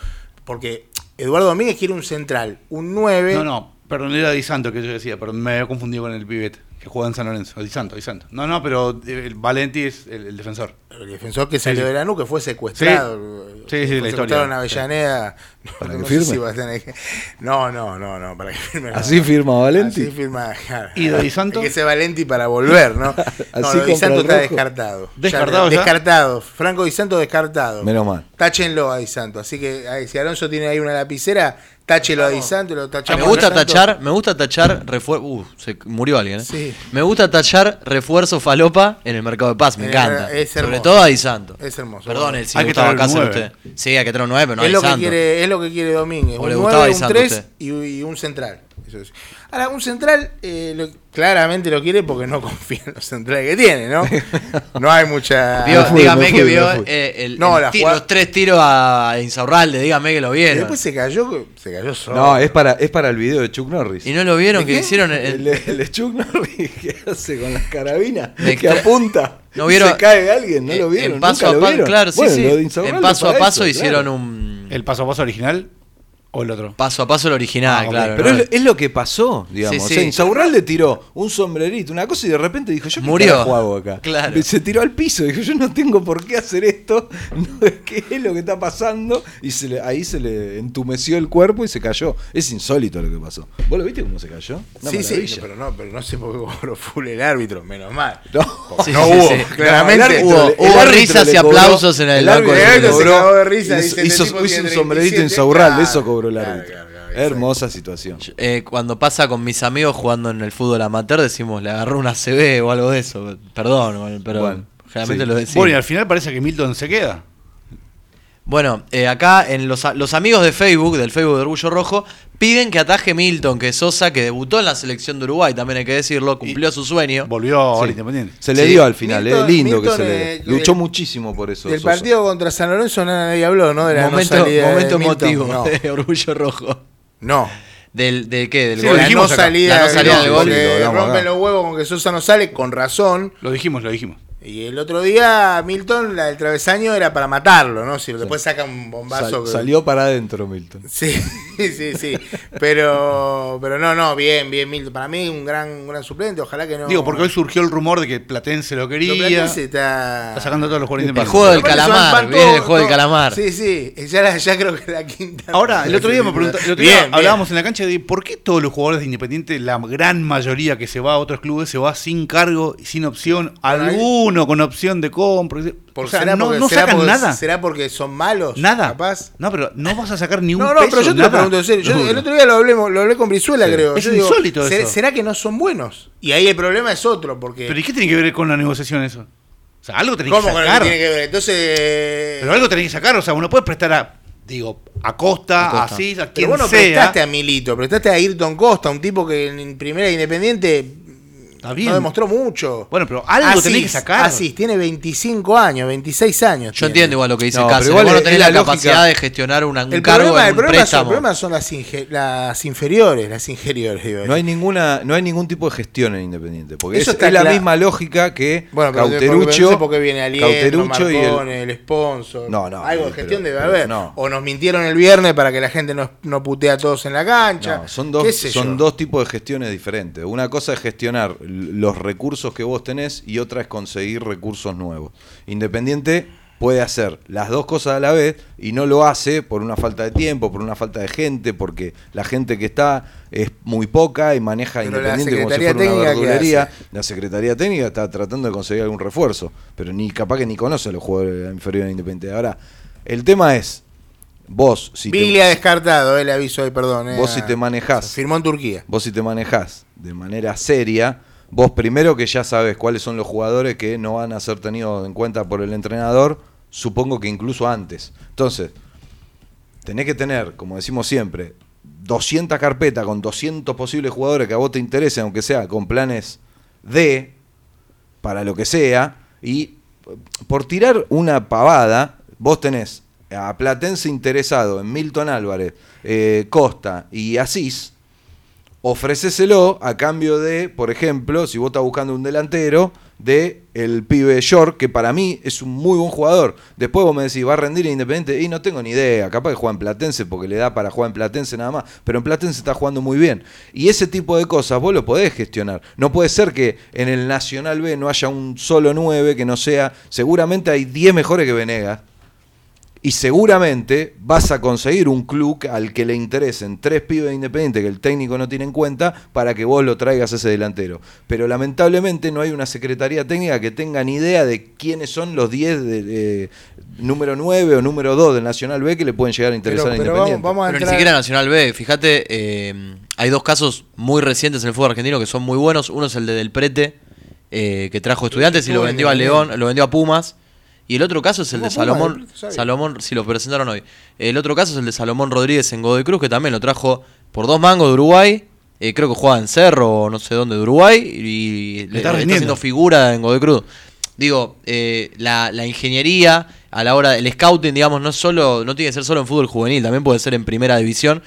[SPEAKER 7] Porque Eduardo Domínguez quiere un central, un 9.
[SPEAKER 1] No, no, perdón, era Di Santo que yo decía, pero me había confundido con el pibet que juega en San Lorenzo. Di Santo, Di Santo. No, no, pero eh, el Valenti es el, el defensor.
[SPEAKER 7] El defensor que salió
[SPEAKER 1] Sí, sí.
[SPEAKER 7] de la nuca fue secuestrado.
[SPEAKER 1] Sí, sí,
[SPEAKER 7] Fue
[SPEAKER 1] la historia.
[SPEAKER 7] secuestrado en Avellaneda. <laughs>
[SPEAKER 8] Para
[SPEAKER 7] no,
[SPEAKER 8] que
[SPEAKER 7] sé
[SPEAKER 8] firme.
[SPEAKER 7] si va a tener que- no, no, no, no, para que firme. no.
[SPEAKER 8] Así firma Valenti.
[SPEAKER 7] Así firma. claro.
[SPEAKER 1] ¿Y de Di Santo?
[SPEAKER 7] <laughs> Hay Que se Valenti para volver,
[SPEAKER 8] <laughs>
[SPEAKER 7] ¿no? No,
[SPEAKER 8] Así
[SPEAKER 7] lo de Di
[SPEAKER 8] compra
[SPEAKER 7] Santo
[SPEAKER 8] el
[SPEAKER 7] está
[SPEAKER 8] rojo.
[SPEAKER 7] descartado.
[SPEAKER 1] ¿Descartado ya?
[SPEAKER 7] Descartado. Franco Di Santo descartado.
[SPEAKER 8] Menos mal.
[SPEAKER 7] Táchenlo a Di Santo. Así que ahí, si Alonso tiene ahí una lapicera, táchelo a Di
[SPEAKER 1] Ah,
[SPEAKER 7] Santo y lo tachamos.
[SPEAKER 6] Me gusta
[SPEAKER 7] a Di Santo.
[SPEAKER 6] tachar, me gusta tachar refuerzo. Uh, se murió alguien, ¿eh?
[SPEAKER 7] Sí.
[SPEAKER 6] Me gusta tachar refuerzo falopa en el mercado de paz, me
[SPEAKER 7] Eh,
[SPEAKER 6] encanta.
[SPEAKER 7] es
[SPEAKER 6] Sobre
[SPEAKER 7] hermoso.
[SPEAKER 6] todo a Di Santo.
[SPEAKER 7] Es hermoso.
[SPEAKER 6] Perdón, el si
[SPEAKER 1] Hay que
[SPEAKER 6] Gustavo
[SPEAKER 1] traer un
[SPEAKER 6] Cáceres,
[SPEAKER 1] nueve.
[SPEAKER 6] usted. Sí, hay que traer un 9, pero no a
[SPEAKER 7] es
[SPEAKER 6] Di
[SPEAKER 7] lo que
[SPEAKER 6] Santo.
[SPEAKER 7] quiere es lo que quiere Domínguez
[SPEAKER 6] O
[SPEAKER 7] un
[SPEAKER 6] le gustaba
[SPEAKER 7] 9, un
[SPEAKER 6] Bizanto
[SPEAKER 7] 3
[SPEAKER 6] usted.
[SPEAKER 7] y, y un central Eso es. ahora un central eh, lo- claramente lo quiere porque no <laughs> confía en los centrales que
[SPEAKER 6] <laughs>
[SPEAKER 7] tiene no no hay mucha
[SPEAKER 6] Vio-
[SPEAKER 8] Me fui,
[SPEAKER 6] dígame
[SPEAKER 8] me
[SPEAKER 6] que
[SPEAKER 8] fui,
[SPEAKER 6] vio
[SPEAKER 8] me fui.
[SPEAKER 6] eh, el-
[SPEAKER 7] No,
[SPEAKER 6] el
[SPEAKER 7] la
[SPEAKER 6] ti-
[SPEAKER 7] jugada-
[SPEAKER 6] los tres tiros a Insaurralde, dígame que lo
[SPEAKER 7] Y
[SPEAKER 6] vieron.
[SPEAKER 7] después se cayó se cayó solo
[SPEAKER 8] No, es para, es para el video de Chuck Norris.
[SPEAKER 6] Y no lo vieron,
[SPEAKER 7] ¿De
[SPEAKER 6] que
[SPEAKER 7] qué?
[SPEAKER 6] hicieron el-
[SPEAKER 8] El,
[SPEAKER 6] el-
[SPEAKER 8] el de Chuck Norris que hace con las carabinas,
[SPEAKER 6] Me
[SPEAKER 8] que
[SPEAKER 6] extra-
[SPEAKER 8] apunta.
[SPEAKER 6] ¿No vieron?
[SPEAKER 8] Se cae alguien, no
[SPEAKER 6] eh,
[SPEAKER 8] lo vieron.
[SPEAKER 6] En paso
[SPEAKER 8] nunca
[SPEAKER 6] a
[SPEAKER 8] lo
[SPEAKER 6] paso,
[SPEAKER 8] vieron.
[SPEAKER 6] claro, sí,
[SPEAKER 8] Bueno,
[SPEAKER 6] sí.
[SPEAKER 8] lo de Insaurralde
[SPEAKER 6] En paso a
[SPEAKER 8] para
[SPEAKER 6] paso
[SPEAKER 8] eso,
[SPEAKER 6] hicieron
[SPEAKER 8] claro.
[SPEAKER 6] un.
[SPEAKER 1] ¿El paso a paso original o el otro?
[SPEAKER 6] Paso a paso el original,
[SPEAKER 1] Ah, ok.
[SPEAKER 6] claro.
[SPEAKER 8] Pero
[SPEAKER 6] ¿no?
[SPEAKER 8] es, es lo que pasó, digamos.
[SPEAKER 6] Sí,
[SPEAKER 8] O
[SPEAKER 6] sí.
[SPEAKER 8] sea, Insaurralde tiró un sombrerito, una cosa, y de repente dijo, yo qué
[SPEAKER 6] Murió.
[SPEAKER 8] carajo hago acá.
[SPEAKER 6] Claro.
[SPEAKER 8] Se tiró al piso, dijo, yo no tengo por qué hacer esto, <laughs> no, qué es lo que está pasando. Y se le- ahí se le entumeció el cuerpo y se cayó. Es insólito lo que pasó. ¿Vos lo viste cómo se cayó? Una
[SPEAKER 7] sí sí
[SPEAKER 8] maravilla.
[SPEAKER 7] pero no pero no sé por qué cobró full el árbitro menos mal
[SPEAKER 8] No.
[SPEAKER 6] Sí,
[SPEAKER 7] no
[SPEAKER 6] sí,
[SPEAKER 7] hubo
[SPEAKER 6] sí.
[SPEAKER 7] claramente
[SPEAKER 6] No, el árbitro- hubo risas y aplausos en el banco
[SPEAKER 7] de
[SPEAKER 8] árbitro
[SPEAKER 7] árbitro.
[SPEAKER 8] se cagó de
[SPEAKER 7] risa,
[SPEAKER 8] risa,
[SPEAKER 7] dice,
[SPEAKER 8] hizo,
[SPEAKER 7] el
[SPEAKER 8] hizo,
[SPEAKER 7] tipo tiene
[SPEAKER 8] un sombrerito
[SPEAKER 7] 37,
[SPEAKER 8] insaurralde,
[SPEAKER 7] claro,
[SPEAKER 8] eso cobró el
[SPEAKER 7] claro,
[SPEAKER 8] árbitro.
[SPEAKER 7] claro, claro, exacto.
[SPEAKER 8] Hermosa situación.
[SPEAKER 6] Eh, cuando pasa con mis amigos jugando en el fútbol amateur, decimos, le agarró una CB o algo de eso. Perdón, bueno, pero
[SPEAKER 8] Bueno,
[SPEAKER 6] generalmente
[SPEAKER 8] sí.
[SPEAKER 6] lo decimos.
[SPEAKER 1] Bueno, y
[SPEAKER 6] Bueno,
[SPEAKER 1] al final parece que Milton se queda.
[SPEAKER 6] eh, acá en los, a- los amigos de Facebook, del Facebook de Orgullo Rojo, piden que ataje Milton, que Sosa, que debutó en la selección de Uruguay, también hay que decirlo, cumplió su sueño.
[SPEAKER 1] Volvió ahora
[SPEAKER 8] Sí.
[SPEAKER 1] Independiente.
[SPEAKER 8] Se le
[SPEAKER 6] Sí.
[SPEAKER 8] dio al final, eh,
[SPEAKER 7] Milton-
[SPEAKER 8] lindo
[SPEAKER 7] Milton,
[SPEAKER 8] que se le
[SPEAKER 7] eh,
[SPEAKER 8] dio. Luchó
[SPEAKER 7] del-
[SPEAKER 8] muchísimo por eso.
[SPEAKER 7] del
[SPEAKER 8] Sosa.
[SPEAKER 7] partido contra San Lorenzo nada- nadie habló no de la no
[SPEAKER 6] momento
[SPEAKER 7] salida de
[SPEAKER 6] momento
[SPEAKER 7] Milton.
[SPEAKER 6] emotivo <laughs>
[SPEAKER 7] no,
[SPEAKER 6] de Orgullo Rojo.
[SPEAKER 7] no.
[SPEAKER 6] <laughs> ¿Del, del qué? ¿Del
[SPEAKER 1] Sí,
[SPEAKER 6] gol?
[SPEAKER 1] lo
[SPEAKER 7] la no
[SPEAKER 1] dijimos acá.
[SPEAKER 7] salida,
[SPEAKER 6] La no salida
[SPEAKER 7] del
[SPEAKER 6] del
[SPEAKER 7] gol,
[SPEAKER 6] gol.
[SPEAKER 7] que
[SPEAKER 8] Sí, lo hablamos
[SPEAKER 7] rompen
[SPEAKER 8] acá.
[SPEAKER 7] los huevos con que Sosa no sale, con razón.
[SPEAKER 1] Lo dijimos, lo dijimos.
[SPEAKER 7] Y el otro día, Milton, la del travesaño era para matarlo, ¿no? Si después saca un
[SPEAKER 8] Sal-
[SPEAKER 7] bombazo. que-
[SPEAKER 8] Salió para adentro Milton.
[SPEAKER 7] Sí, <laughs> sí, sí. Pero, pero no, no, bien, bien, Milton. Para mí, un gran, un gran suplente. Ojalá que no.
[SPEAKER 1] Digo, porque hoy surgió el rumor de que Platense lo quería.
[SPEAKER 7] Lo Platense
[SPEAKER 1] Está sacando a todos los jugadores
[SPEAKER 6] El
[SPEAKER 1] independientes.
[SPEAKER 6] juego del
[SPEAKER 7] Aparte son-
[SPEAKER 6] calamar,
[SPEAKER 7] van
[SPEAKER 6] viene el
[SPEAKER 7] todos-
[SPEAKER 6] juego del
[SPEAKER 7] todos-
[SPEAKER 6] calamar.
[SPEAKER 7] Sí, sí. Ya, la- ya creo que la quinta.
[SPEAKER 1] Ahora, el otro día me preguntó, el otro día
[SPEAKER 7] Bien, bien.
[SPEAKER 1] hablábamos en la cancha de por qué todos los jugadores de Independiente, la gran mayoría que se va a otros clubes, se va sin cargo, sin opción,
[SPEAKER 7] ahí-
[SPEAKER 1] alguno con opción de compra.
[SPEAKER 7] Por-
[SPEAKER 1] o sea,
[SPEAKER 7] será
[SPEAKER 1] no,
[SPEAKER 7] porque-
[SPEAKER 1] no
[SPEAKER 7] será
[SPEAKER 1] sacan
[SPEAKER 7] porque-
[SPEAKER 1] nada.
[SPEAKER 7] ¿Será porque son malos?
[SPEAKER 1] Nada.
[SPEAKER 7] Capaz.
[SPEAKER 1] No, pero no vas a sacar ni un
[SPEAKER 7] No, no,
[SPEAKER 1] peso,
[SPEAKER 7] pero yo te
[SPEAKER 1] nada.
[SPEAKER 7] lo pregunto en serio. Yo
[SPEAKER 1] No,
[SPEAKER 7] el otro día lo hablé, lo hablé con Brizuela, creo.
[SPEAKER 1] Es
[SPEAKER 7] Yo digo,
[SPEAKER 1] insólito
[SPEAKER 7] ¿se-
[SPEAKER 1] eso.
[SPEAKER 7] ¿Será que no son buenos? Y ahí el problema es otro, porque.
[SPEAKER 1] Pero ¿y qué tiene que ver con la negociación eso? O sea, algo tenés
[SPEAKER 7] ¿Cómo
[SPEAKER 1] que
[SPEAKER 7] con
[SPEAKER 1] sacar.
[SPEAKER 7] tiene que ver? Entonces.
[SPEAKER 1] Pero algo tenés que sacar, o sea, uno puede prestar a, digo, a Costa, a Asís, a
[SPEAKER 7] Pero
[SPEAKER 1] quien
[SPEAKER 7] vos no
[SPEAKER 1] sea.
[SPEAKER 7] prestaste a Milito, prestaste a Ayrton Costa, un tipo que en primera independiente
[SPEAKER 1] Está bien.
[SPEAKER 7] no demostró mucho.
[SPEAKER 1] Bueno, pero algo tenés que sacar.
[SPEAKER 7] Así, tiene 25 años, 26 años.
[SPEAKER 6] Yo
[SPEAKER 7] tiene.
[SPEAKER 6] entiendo igual lo que dice
[SPEAKER 8] No, pero
[SPEAKER 6] Cáceres.
[SPEAKER 8] igual
[SPEAKER 6] Vos no
[SPEAKER 8] es-
[SPEAKER 6] tenés
[SPEAKER 8] es
[SPEAKER 6] la,
[SPEAKER 8] la
[SPEAKER 6] capacidad
[SPEAKER 8] lógica.
[SPEAKER 6] de gestionar un, un
[SPEAKER 7] El
[SPEAKER 6] cargo
[SPEAKER 7] problema,
[SPEAKER 6] en
[SPEAKER 7] el
[SPEAKER 6] un
[SPEAKER 7] problema son, el
[SPEAKER 6] préstamo.
[SPEAKER 7] problema son las, inge- las inferiores, las inferiores. digo.
[SPEAKER 8] No hay ninguna, no hay ningún tipo de gestión en Independiente, porque
[SPEAKER 7] Eso
[SPEAKER 8] es,
[SPEAKER 7] está
[SPEAKER 8] es la
[SPEAKER 7] cla-
[SPEAKER 8] misma lógica que
[SPEAKER 7] Bueno, pero
[SPEAKER 8] Cauterucho,
[SPEAKER 7] no sé por qué viene Aliento,
[SPEAKER 8] Cauterucho y el,
[SPEAKER 7] Marcone, el... sponsor.
[SPEAKER 8] No, no,
[SPEAKER 7] Algo de
[SPEAKER 8] pero-
[SPEAKER 7] gestión debe
[SPEAKER 8] pero
[SPEAKER 7] haber.
[SPEAKER 8] no.
[SPEAKER 7] O nos mintieron el viernes para que la gente no, no putea a todos en la cancha.
[SPEAKER 8] No, son
[SPEAKER 7] qué
[SPEAKER 8] dos,
[SPEAKER 7] sé
[SPEAKER 8] son
[SPEAKER 7] yo.
[SPEAKER 8] dos tipos de gestiones diferentes. Una cosa es gestionar l- los recursos que vos tenés y otra es conseguir recursos nuevos. Independiente puede hacer las dos cosas a la vez y no lo hace por una falta de tiempo, por una falta de gente, porque la gente que está es muy poca y maneja
[SPEAKER 7] Pero la
[SPEAKER 8] Independiente como si
[SPEAKER 7] Secretaría
[SPEAKER 8] fuera una
[SPEAKER 7] Técnica, ¿qué
[SPEAKER 8] verdulería.
[SPEAKER 7] hace?
[SPEAKER 8] La Secretaría Técnica está tratando de conseguir algún refuerzo, pero ni capaz que ni conoce a los jugadores inferiores de Independiente. Ahora, el tema es, vos, si te-
[SPEAKER 7] Biglia descartado, eh, le aviso hoy, perdón. eh,
[SPEAKER 8] Vos si te manejás.
[SPEAKER 7] Firmó en Turquía.
[SPEAKER 8] vos si te manejás de manera seria, vos primero que ya sabes cuáles son los jugadores que no van a ser tenidos en cuenta por el entrenador, supongo que incluso antes. Entonces, tenés que tener, como decimos siempre, 200 carpetas con 200 posibles jugadores que a vos te interesen, aunque sea con planes D, para lo que sea, y por tirar una pavada, vos tenés a Platense interesado en Milton Álvarez, eh, Costa y Asís, ofrecéselo a cambio de, por ejemplo, si vos estás buscando un delantero, de el pibe York, que para mí es un muy buen jugador. Después vos me decís, va a rendir en Independiente, y no tengo ni idea, capaz que juega en Platense porque le da para jugar en Platense nada más, pero en Platense está jugando muy bien. Y ese tipo de cosas vos lo podés gestionar. No puede ser que en el Nacional B no haya un solo 9 que no sea, seguramente hay 10 mejores que Venegas. Y seguramente vas a conseguir un club al que le interesen tres pibes independientes que el técnico no tiene en cuenta para que vos lo traigas a ese delantero. Pero lamentablemente no hay una secretaría técnica que tenga ni idea de quiénes son los 10 de, eh, número 9 o número 2 del Nacional B que le pueden llegar a
[SPEAKER 7] Pero,
[SPEAKER 8] interesar a
[SPEAKER 7] pero vamos,
[SPEAKER 8] Independiente.
[SPEAKER 7] vamos a
[SPEAKER 6] Pero ni
[SPEAKER 7] entrar.
[SPEAKER 6] siquiera Nacional B, fíjate, eh, hay dos casos muy recientes en el fútbol argentino que son muy buenos. Uno es el de Del Prete, eh, que trajo estudiantes y lo vendió a León, lo vendió a Pumas. Y el otro caso es el de
[SPEAKER 7] ¿Cómo Pumas?
[SPEAKER 6] Salomón,
[SPEAKER 7] Sabía.
[SPEAKER 6] Salomón, si lo presentaron hoy. El otro caso es el de Salomón Rodríguez en Godoy Cruz, que también lo trajo por dos mangos de Uruguay. Eh, creo que jugaba en Cerro o no sé dónde de Uruguay. Y le,
[SPEAKER 1] está
[SPEAKER 6] le está
[SPEAKER 1] rindiendo.
[SPEAKER 6] haciendo figura en Godoy Cruz. Digo, eh, la, la ingeniería a la hora del scouting, digamos, no es solo, no tiene que ser solo en fútbol juvenil, también puede ser en primera división.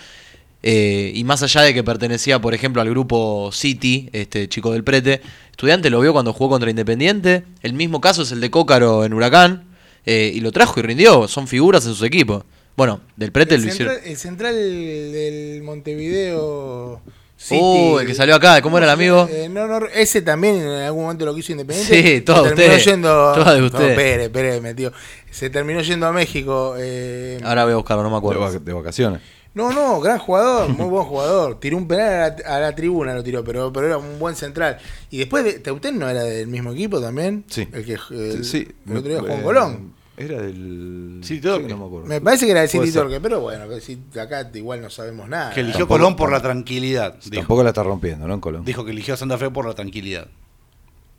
[SPEAKER 6] Eh, y más allá de que pertenecía, por ejemplo, al grupo City, este chico del Prete, estudiante lo vio cuando jugó contra Independiente. El mismo caso es el de Cócaro en Huracán. eh, y lo trajo y rindió. Son figuras en sus equipos. Bueno, del Prete
[SPEAKER 7] El
[SPEAKER 6] lo hicieron.
[SPEAKER 7] central, el central del Montevideo. City,
[SPEAKER 6] Uh, el que salió acá, ¿cómo era el amigo?
[SPEAKER 7] Eh, no, no, ese también en algún momento lo quiso Independiente.
[SPEAKER 6] Sí, todos
[SPEAKER 7] Se terminó
[SPEAKER 6] ustedes,
[SPEAKER 7] yendo.
[SPEAKER 6] todos de
[SPEAKER 7] No,
[SPEAKER 6] ustedes.
[SPEAKER 7] espere, espere, metió. Se terminó yendo a México. eh,
[SPEAKER 6] Ahora voy a buscarlo, no me
[SPEAKER 8] De,
[SPEAKER 6] acuerdo.
[SPEAKER 8] vac- de vacaciones.
[SPEAKER 7] No, no, gran jugador, muy buen jugador. Tiró un penal a la, a la tribuna, lo tiró, pero, pero era un buen central. Y después, de, Teutén no era del mismo equipo también.
[SPEAKER 8] Sí.
[SPEAKER 7] El que el,
[SPEAKER 8] Sí,
[SPEAKER 7] Eh, el otro día jugó en
[SPEAKER 8] eh,
[SPEAKER 7] Colón.
[SPEAKER 8] Era del.
[SPEAKER 1] Sí, todo-
[SPEAKER 8] no me acuerdo.
[SPEAKER 7] Me parece que era del
[SPEAKER 8] Puede
[SPEAKER 7] City
[SPEAKER 8] ser.
[SPEAKER 7] Torque, pero bueno, que si acá igual no sabemos nada.
[SPEAKER 1] Que eligió
[SPEAKER 8] Tampoco-
[SPEAKER 1] Colón por la tranquilidad. Dijo.
[SPEAKER 8] Tampoco la está rompiendo, ¿no? En Colón.
[SPEAKER 1] dijo que eligió a Santa Fe por la tranquilidad.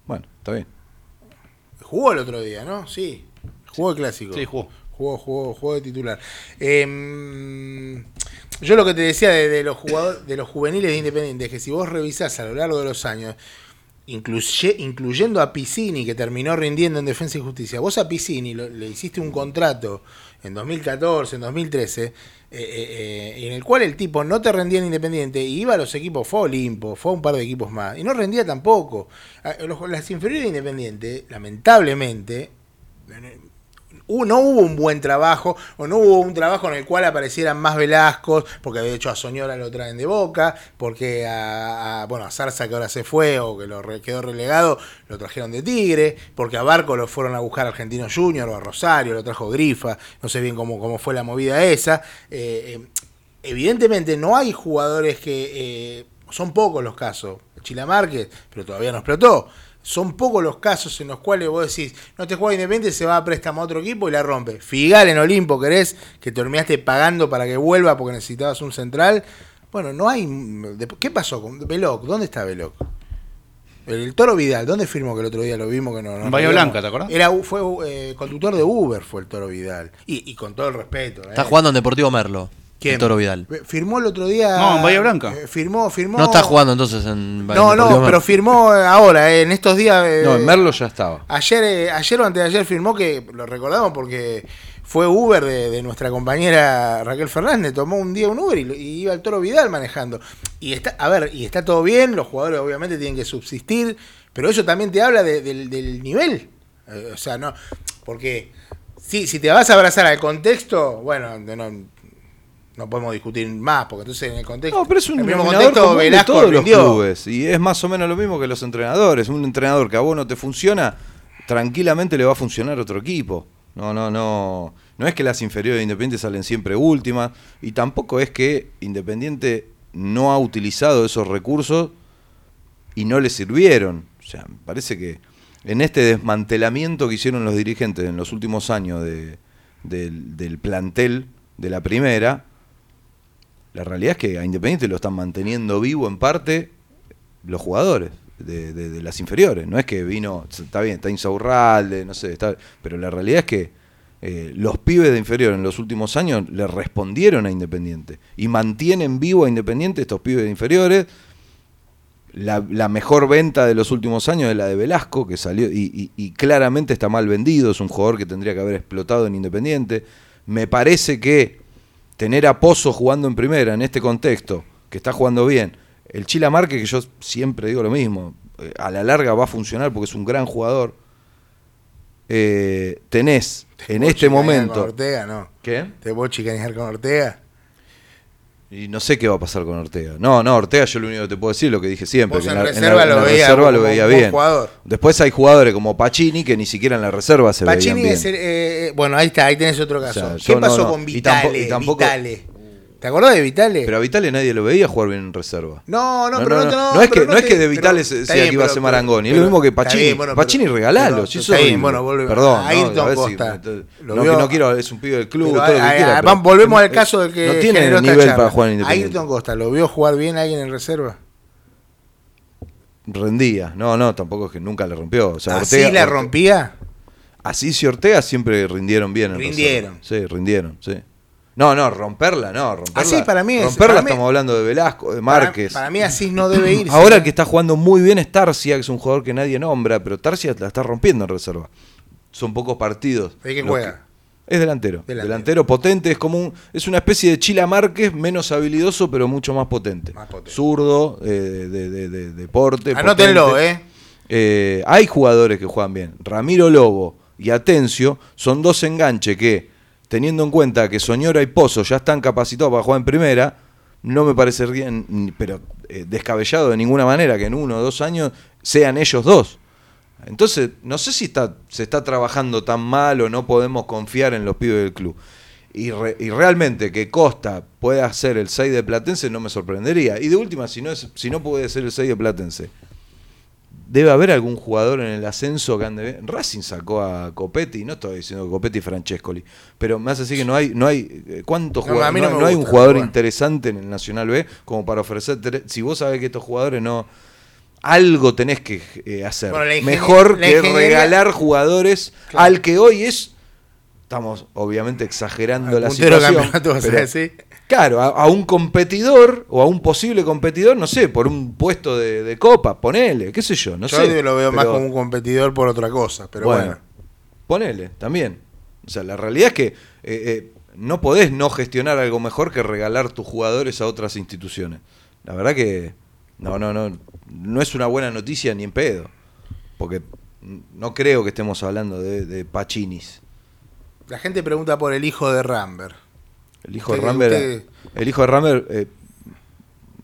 [SPEAKER 8] Bueno, está bien.
[SPEAKER 7] Jugó el otro día, ¿no? Sí. Jugó el clásico.
[SPEAKER 1] Sí, jugó.
[SPEAKER 7] Jugó, jugó, jugó de titular. Em, yo lo que te decía de, de los jugadores, de los juveniles de Independiente, que si vos revisás a lo largo de los años, incluye- incluyendo a Piscini, que terminó rindiendo en Defensa y Justicia, vos a Piscini lo- le hiciste un contrato en 2014, en 2013, eh, eh, eh, en el cual el tipo no te rendía en Independiente y iba a los equipos, fue a Olimpo, fue a un par de equipos más, y no rendía tampoco. A- los- Las inferiores de Independiente, lamentablemente, hu- no hubo un buen trabajo, o no hubo un trabajo en el cual aparecieran más Velascos, porque de hecho a Soñora lo traen de boca, porque a, a- bueno, a Zarza que ahora se fue o que lo re- quedó relegado, lo trajeron de Tigre, porque a Barco lo fueron a buscar a Argentino Junior o a Rosario, lo trajo Grifa, no sé bien cómo, cómo fue la movida esa. Eh, eh, evidentemente no hay jugadores que. eh, son pocos los casos. Chila Márquez, pero todavía no explotó. Son pocos los casos en los cuales vos decís, no te juega Independiente, se va a préstamo a otro equipo y la rompe. Figal en Olimpo, querés, que terminaste pagando para que vuelva porque necesitabas un central. Bueno, no hay. ¿Qué pasó con Veloc? ¿Dónde está Veloc? El, el Toro Vidal, ¿dónde firmó que el otro día lo vimos que no? no
[SPEAKER 1] En Bahía
[SPEAKER 7] no
[SPEAKER 1] Blanca,
[SPEAKER 7] vimos?
[SPEAKER 1] ¿te acordás?
[SPEAKER 7] Era, u- fue u- eh, conductor de Uber, fue el Toro Vidal. Y, y con todo el respeto.
[SPEAKER 6] Está
[SPEAKER 7] eh.
[SPEAKER 6] jugando en Deportivo Merlo.
[SPEAKER 7] ¿Quién?
[SPEAKER 6] El Toro Vidal.
[SPEAKER 7] Eh, Firmó el otro día.
[SPEAKER 1] No, en Bahía Blanca.
[SPEAKER 7] eh, Firmó, firmó.
[SPEAKER 6] No está jugando entonces en
[SPEAKER 7] No,
[SPEAKER 6] en Deportivo
[SPEAKER 7] no,
[SPEAKER 6] Merlo.
[SPEAKER 7] pero firmó eh, ahora, eh, en estos días. eh,
[SPEAKER 8] No, en Merlo ya estaba.
[SPEAKER 7] Ayer, eh, ayer o antes de ayer firmó que, lo recordamos porque fue Uber de, de nuestra compañera Raquel Fernández, tomó un día un Uber y, lo- y iba el Toro Vidal manejando. Y está, a ver, y está todo bien, los jugadores obviamente tienen que subsistir, pero eso también te habla de- del, del nivel. Eh, o sea, no, porque sí, si te vas a abrazar al contexto, bueno, no, no podemos discutir más, porque entonces en el contexto...
[SPEAKER 8] No, pero es
[SPEAKER 7] en
[SPEAKER 8] un
[SPEAKER 7] el mismo
[SPEAKER 8] denominador
[SPEAKER 7] contexto,
[SPEAKER 8] común de
[SPEAKER 7] Velasco
[SPEAKER 8] todos los
[SPEAKER 7] rindió.
[SPEAKER 8] clubes. Y es más o menos lo mismo que los entrenadores. Un entrenador que a vos no te funciona, tranquilamente le va a funcionar otro equipo. No, no, no. No es que las inferiores de Independiente salen siempre últimas. Y tampoco es que Independiente no ha utilizado esos recursos y no le sirvieron. O sea, me parece que en este desmantelamiento que hicieron los dirigentes en los últimos años de- del, del plantel de la primera, la realidad es que a Independiente lo están manteniendo vivo en parte los jugadores de, de- de las inferiores. No es que vino, está bien, está Insaurralde, no sé, está- pero la realidad es que eh, los pibes de inferior en los últimos años le respondieron a Independiente y mantienen vivo a Independiente estos pibes de inferiores La, la mejor venta de los últimos años es la de Velasco, que salió y, y- y claramente está mal vendido, es un jugador que tendría que haber explotado en Independiente. Me parece que tener a Pozo jugando en primera en este contexto, que está jugando bien, el Chila Marque, que yo siempre digo lo mismo, eh, a la larga va a funcionar porque es un gran jugador, eh, tenés en este
[SPEAKER 7] ¿Puedo chicanear Con
[SPEAKER 8] momento...
[SPEAKER 7] Ortega, no.
[SPEAKER 8] ¿Qué?
[SPEAKER 7] ¿Te puedo chicanear con Ortega?
[SPEAKER 8] Y no sé qué va a pasar con Ortega. No, no, Ortega yo lo único que te puedo decir es lo que dije siempre.
[SPEAKER 7] Vos
[SPEAKER 8] que
[SPEAKER 7] en reserva lo veía
[SPEAKER 8] reserva
[SPEAKER 7] como
[SPEAKER 8] lo
[SPEAKER 7] un
[SPEAKER 8] veía
[SPEAKER 7] buen
[SPEAKER 8] bien.
[SPEAKER 7] jugador.
[SPEAKER 8] Después hay jugadores como Pacini que ni siquiera en la reserva se
[SPEAKER 7] Pacini
[SPEAKER 8] veían
[SPEAKER 7] es
[SPEAKER 8] bien.
[SPEAKER 7] el, eh, bueno, ahí está, ahí tenés otro caso.
[SPEAKER 8] O sea,
[SPEAKER 7] ¿Qué
[SPEAKER 8] yo no,
[SPEAKER 7] pasó
[SPEAKER 8] no.
[SPEAKER 7] con
[SPEAKER 8] Y tampo-
[SPEAKER 7] Vitale?
[SPEAKER 8] y tampoco-
[SPEAKER 7] Vitale. ¿Te acordás de Vitale?
[SPEAKER 8] Pero a Vitale nadie lo veía jugar bien en reserva.
[SPEAKER 7] E. no, no, pero no, te-
[SPEAKER 8] no es que,
[SPEAKER 7] pero
[SPEAKER 8] no es
[SPEAKER 7] te-
[SPEAKER 8] que de Vitale
[SPEAKER 7] pero-
[SPEAKER 8] se
[SPEAKER 7] está
[SPEAKER 8] decía que
[SPEAKER 7] bien,
[SPEAKER 8] iba a
[SPEAKER 7] pero-
[SPEAKER 8] ser Marangoni.
[SPEAKER 7] pero-
[SPEAKER 8] es lo mismo que
[SPEAKER 7] está
[SPEAKER 8] Pacini.
[SPEAKER 7] bien, bueno, pero-
[SPEAKER 8] Pacini regalalo.
[SPEAKER 7] pero-
[SPEAKER 8] si
[SPEAKER 7] está
[SPEAKER 8] sos
[SPEAKER 7] bien,
[SPEAKER 8] horrible.
[SPEAKER 7] bueno, volvemos.
[SPEAKER 8] Perdón.
[SPEAKER 7] Ayrton
[SPEAKER 8] no, a ver si-
[SPEAKER 7] Costa. Lo
[SPEAKER 8] no,
[SPEAKER 7] vio-
[SPEAKER 8] que no quiero, es un pibe del club.
[SPEAKER 7] Pero,
[SPEAKER 8] todo lo que
[SPEAKER 7] ah,
[SPEAKER 8] quiera,
[SPEAKER 7] ah,
[SPEAKER 8] pero- eh,
[SPEAKER 7] vamos, volvemos al caso del que
[SPEAKER 8] No tiene
[SPEAKER 7] generó esta
[SPEAKER 8] nivel
[SPEAKER 7] charla.
[SPEAKER 8] para jugar en Independiente.
[SPEAKER 7] Ayrton Costa, ¿lo vio jugar bien alguien en reserva?
[SPEAKER 8] Rendía. No, no, tampoco es que nunca le rompió. O sea,
[SPEAKER 7] ¿Así
[SPEAKER 8] Ortega-
[SPEAKER 7] la
[SPEAKER 8] Orte-
[SPEAKER 7] rompía?
[SPEAKER 8] Asís y Ortega siempre rindieron bien. en
[SPEAKER 7] Rindieron.
[SPEAKER 8] reserva. Sí, rindieron, sí. No, no, romperla, no, romperla.
[SPEAKER 7] Asís Ah, para mí es-
[SPEAKER 8] Romperla
[SPEAKER 7] para mí-
[SPEAKER 8] estamos hablando de Velasco, de Márquez.
[SPEAKER 7] Para, para mí así no debe irse.
[SPEAKER 8] Ahora el que está jugando muy bien es Tarsia, que es un jugador que nadie nombra, pero Tarsia la está rompiendo en reserva. Son pocos partidos.
[SPEAKER 7] ¿De qué
[SPEAKER 8] los
[SPEAKER 7] juega?
[SPEAKER 8] que- es delantero.
[SPEAKER 7] Delantero.
[SPEAKER 8] delantero. potente, es como un, es una especie de Chila Márquez menos habilidoso, pero mucho más potente.
[SPEAKER 7] Más potente.
[SPEAKER 8] Zurdo, eh, de, de- de- de deporte.
[SPEAKER 7] Anótenlo,
[SPEAKER 8] potente.
[SPEAKER 7] ¿eh?
[SPEAKER 8] Eh, hay jugadores que juegan bien. Ramiro Lobo y Atencio son dos enganches que, teniendo en cuenta que Soñora y Pozo ya están capacitados para jugar en primera, no me parecería, ni- pero eh, descabellado de ninguna manera, que en uno o dos años sean ellos dos. Entonces, no sé si está, se está trabajando tan mal o no podemos confiar en los pibes del club. Y, re- y realmente que Costa pueda ser el 6 de Platense no me sorprendería. Y de última, si no, es, si no puede ser el 6 de Platense, Debe haber algún jugador en el ascenso que ande bien. Racing sacó a Copetti, no estoy diciendo Copetti y Francescoli, pero me hace decir que no hay, no hay eh, cuántos
[SPEAKER 7] No, a
[SPEAKER 8] jugadores,
[SPEAKER 7] mí
[SPEAKER 8] no,
[SPEAKER 7] no me
[SPEAKER 8] no hay un
[SPEAKER 7] gusta,
[SPEAKER 8] jugador
[SPEAKER 7] bueno.
[SPEAKER 8] interesante en el Nacional B como para ofrecer. tre- Si vos sabés que estos jugadores no. Algo tenés que eh, hacer.
[SPEAKER 7] Bueno, la ingenie-
[SPEAKER 8] Mejor
[SPEAKER 7] la
[SPEAKER 8] que
[SPEAKER 7] ingeniería-
[SPEAKER 8] regalar jugadores al que hoy es. Estamos obviamente exagerando
[SPEAKER 7] Al
[SPEAKER 8] la
[SPEAKER 7] puntero
[SPEAKER 8] situación.
[SPEAKER 7] campeonato, vas a
[SPEAKER 8] pero-
[SPEAKER 7] decir.
[SPEAKER 8] Claro, a, a un competidor o a un posible competidor, no sé, por un puesto de, de copa, ponele, qué sé yo, no
[SPEAKER 7] Yo
[SPEAKER 8] sé.
[SPEAKER 7] lo veo más
[SPEAKER 8] pero-
[SPEAKER 7] como un competidor por otra cosa, pero bueno.
[SPEAKER 8] Ponele, también. O sea, la realidad es que eh, eh, no podés no gestionar algo mejor que regalar tus jugadores a otras instituciones. La verdad que no, no, no, no es una buena noticia ni en pedo. Porque no creo que estemos hablando de, de Pachinis.
[SPEAKER 7] La gente pregunta por el hijo de Rambert.
[SPEAKER 8] El hijo de
[SPEAKER 7] Usted-
[SPEAKER 8] Ramber.
[SPEAKER 7] usted-
[SPEAKER 8] El hijo de Ramber eh,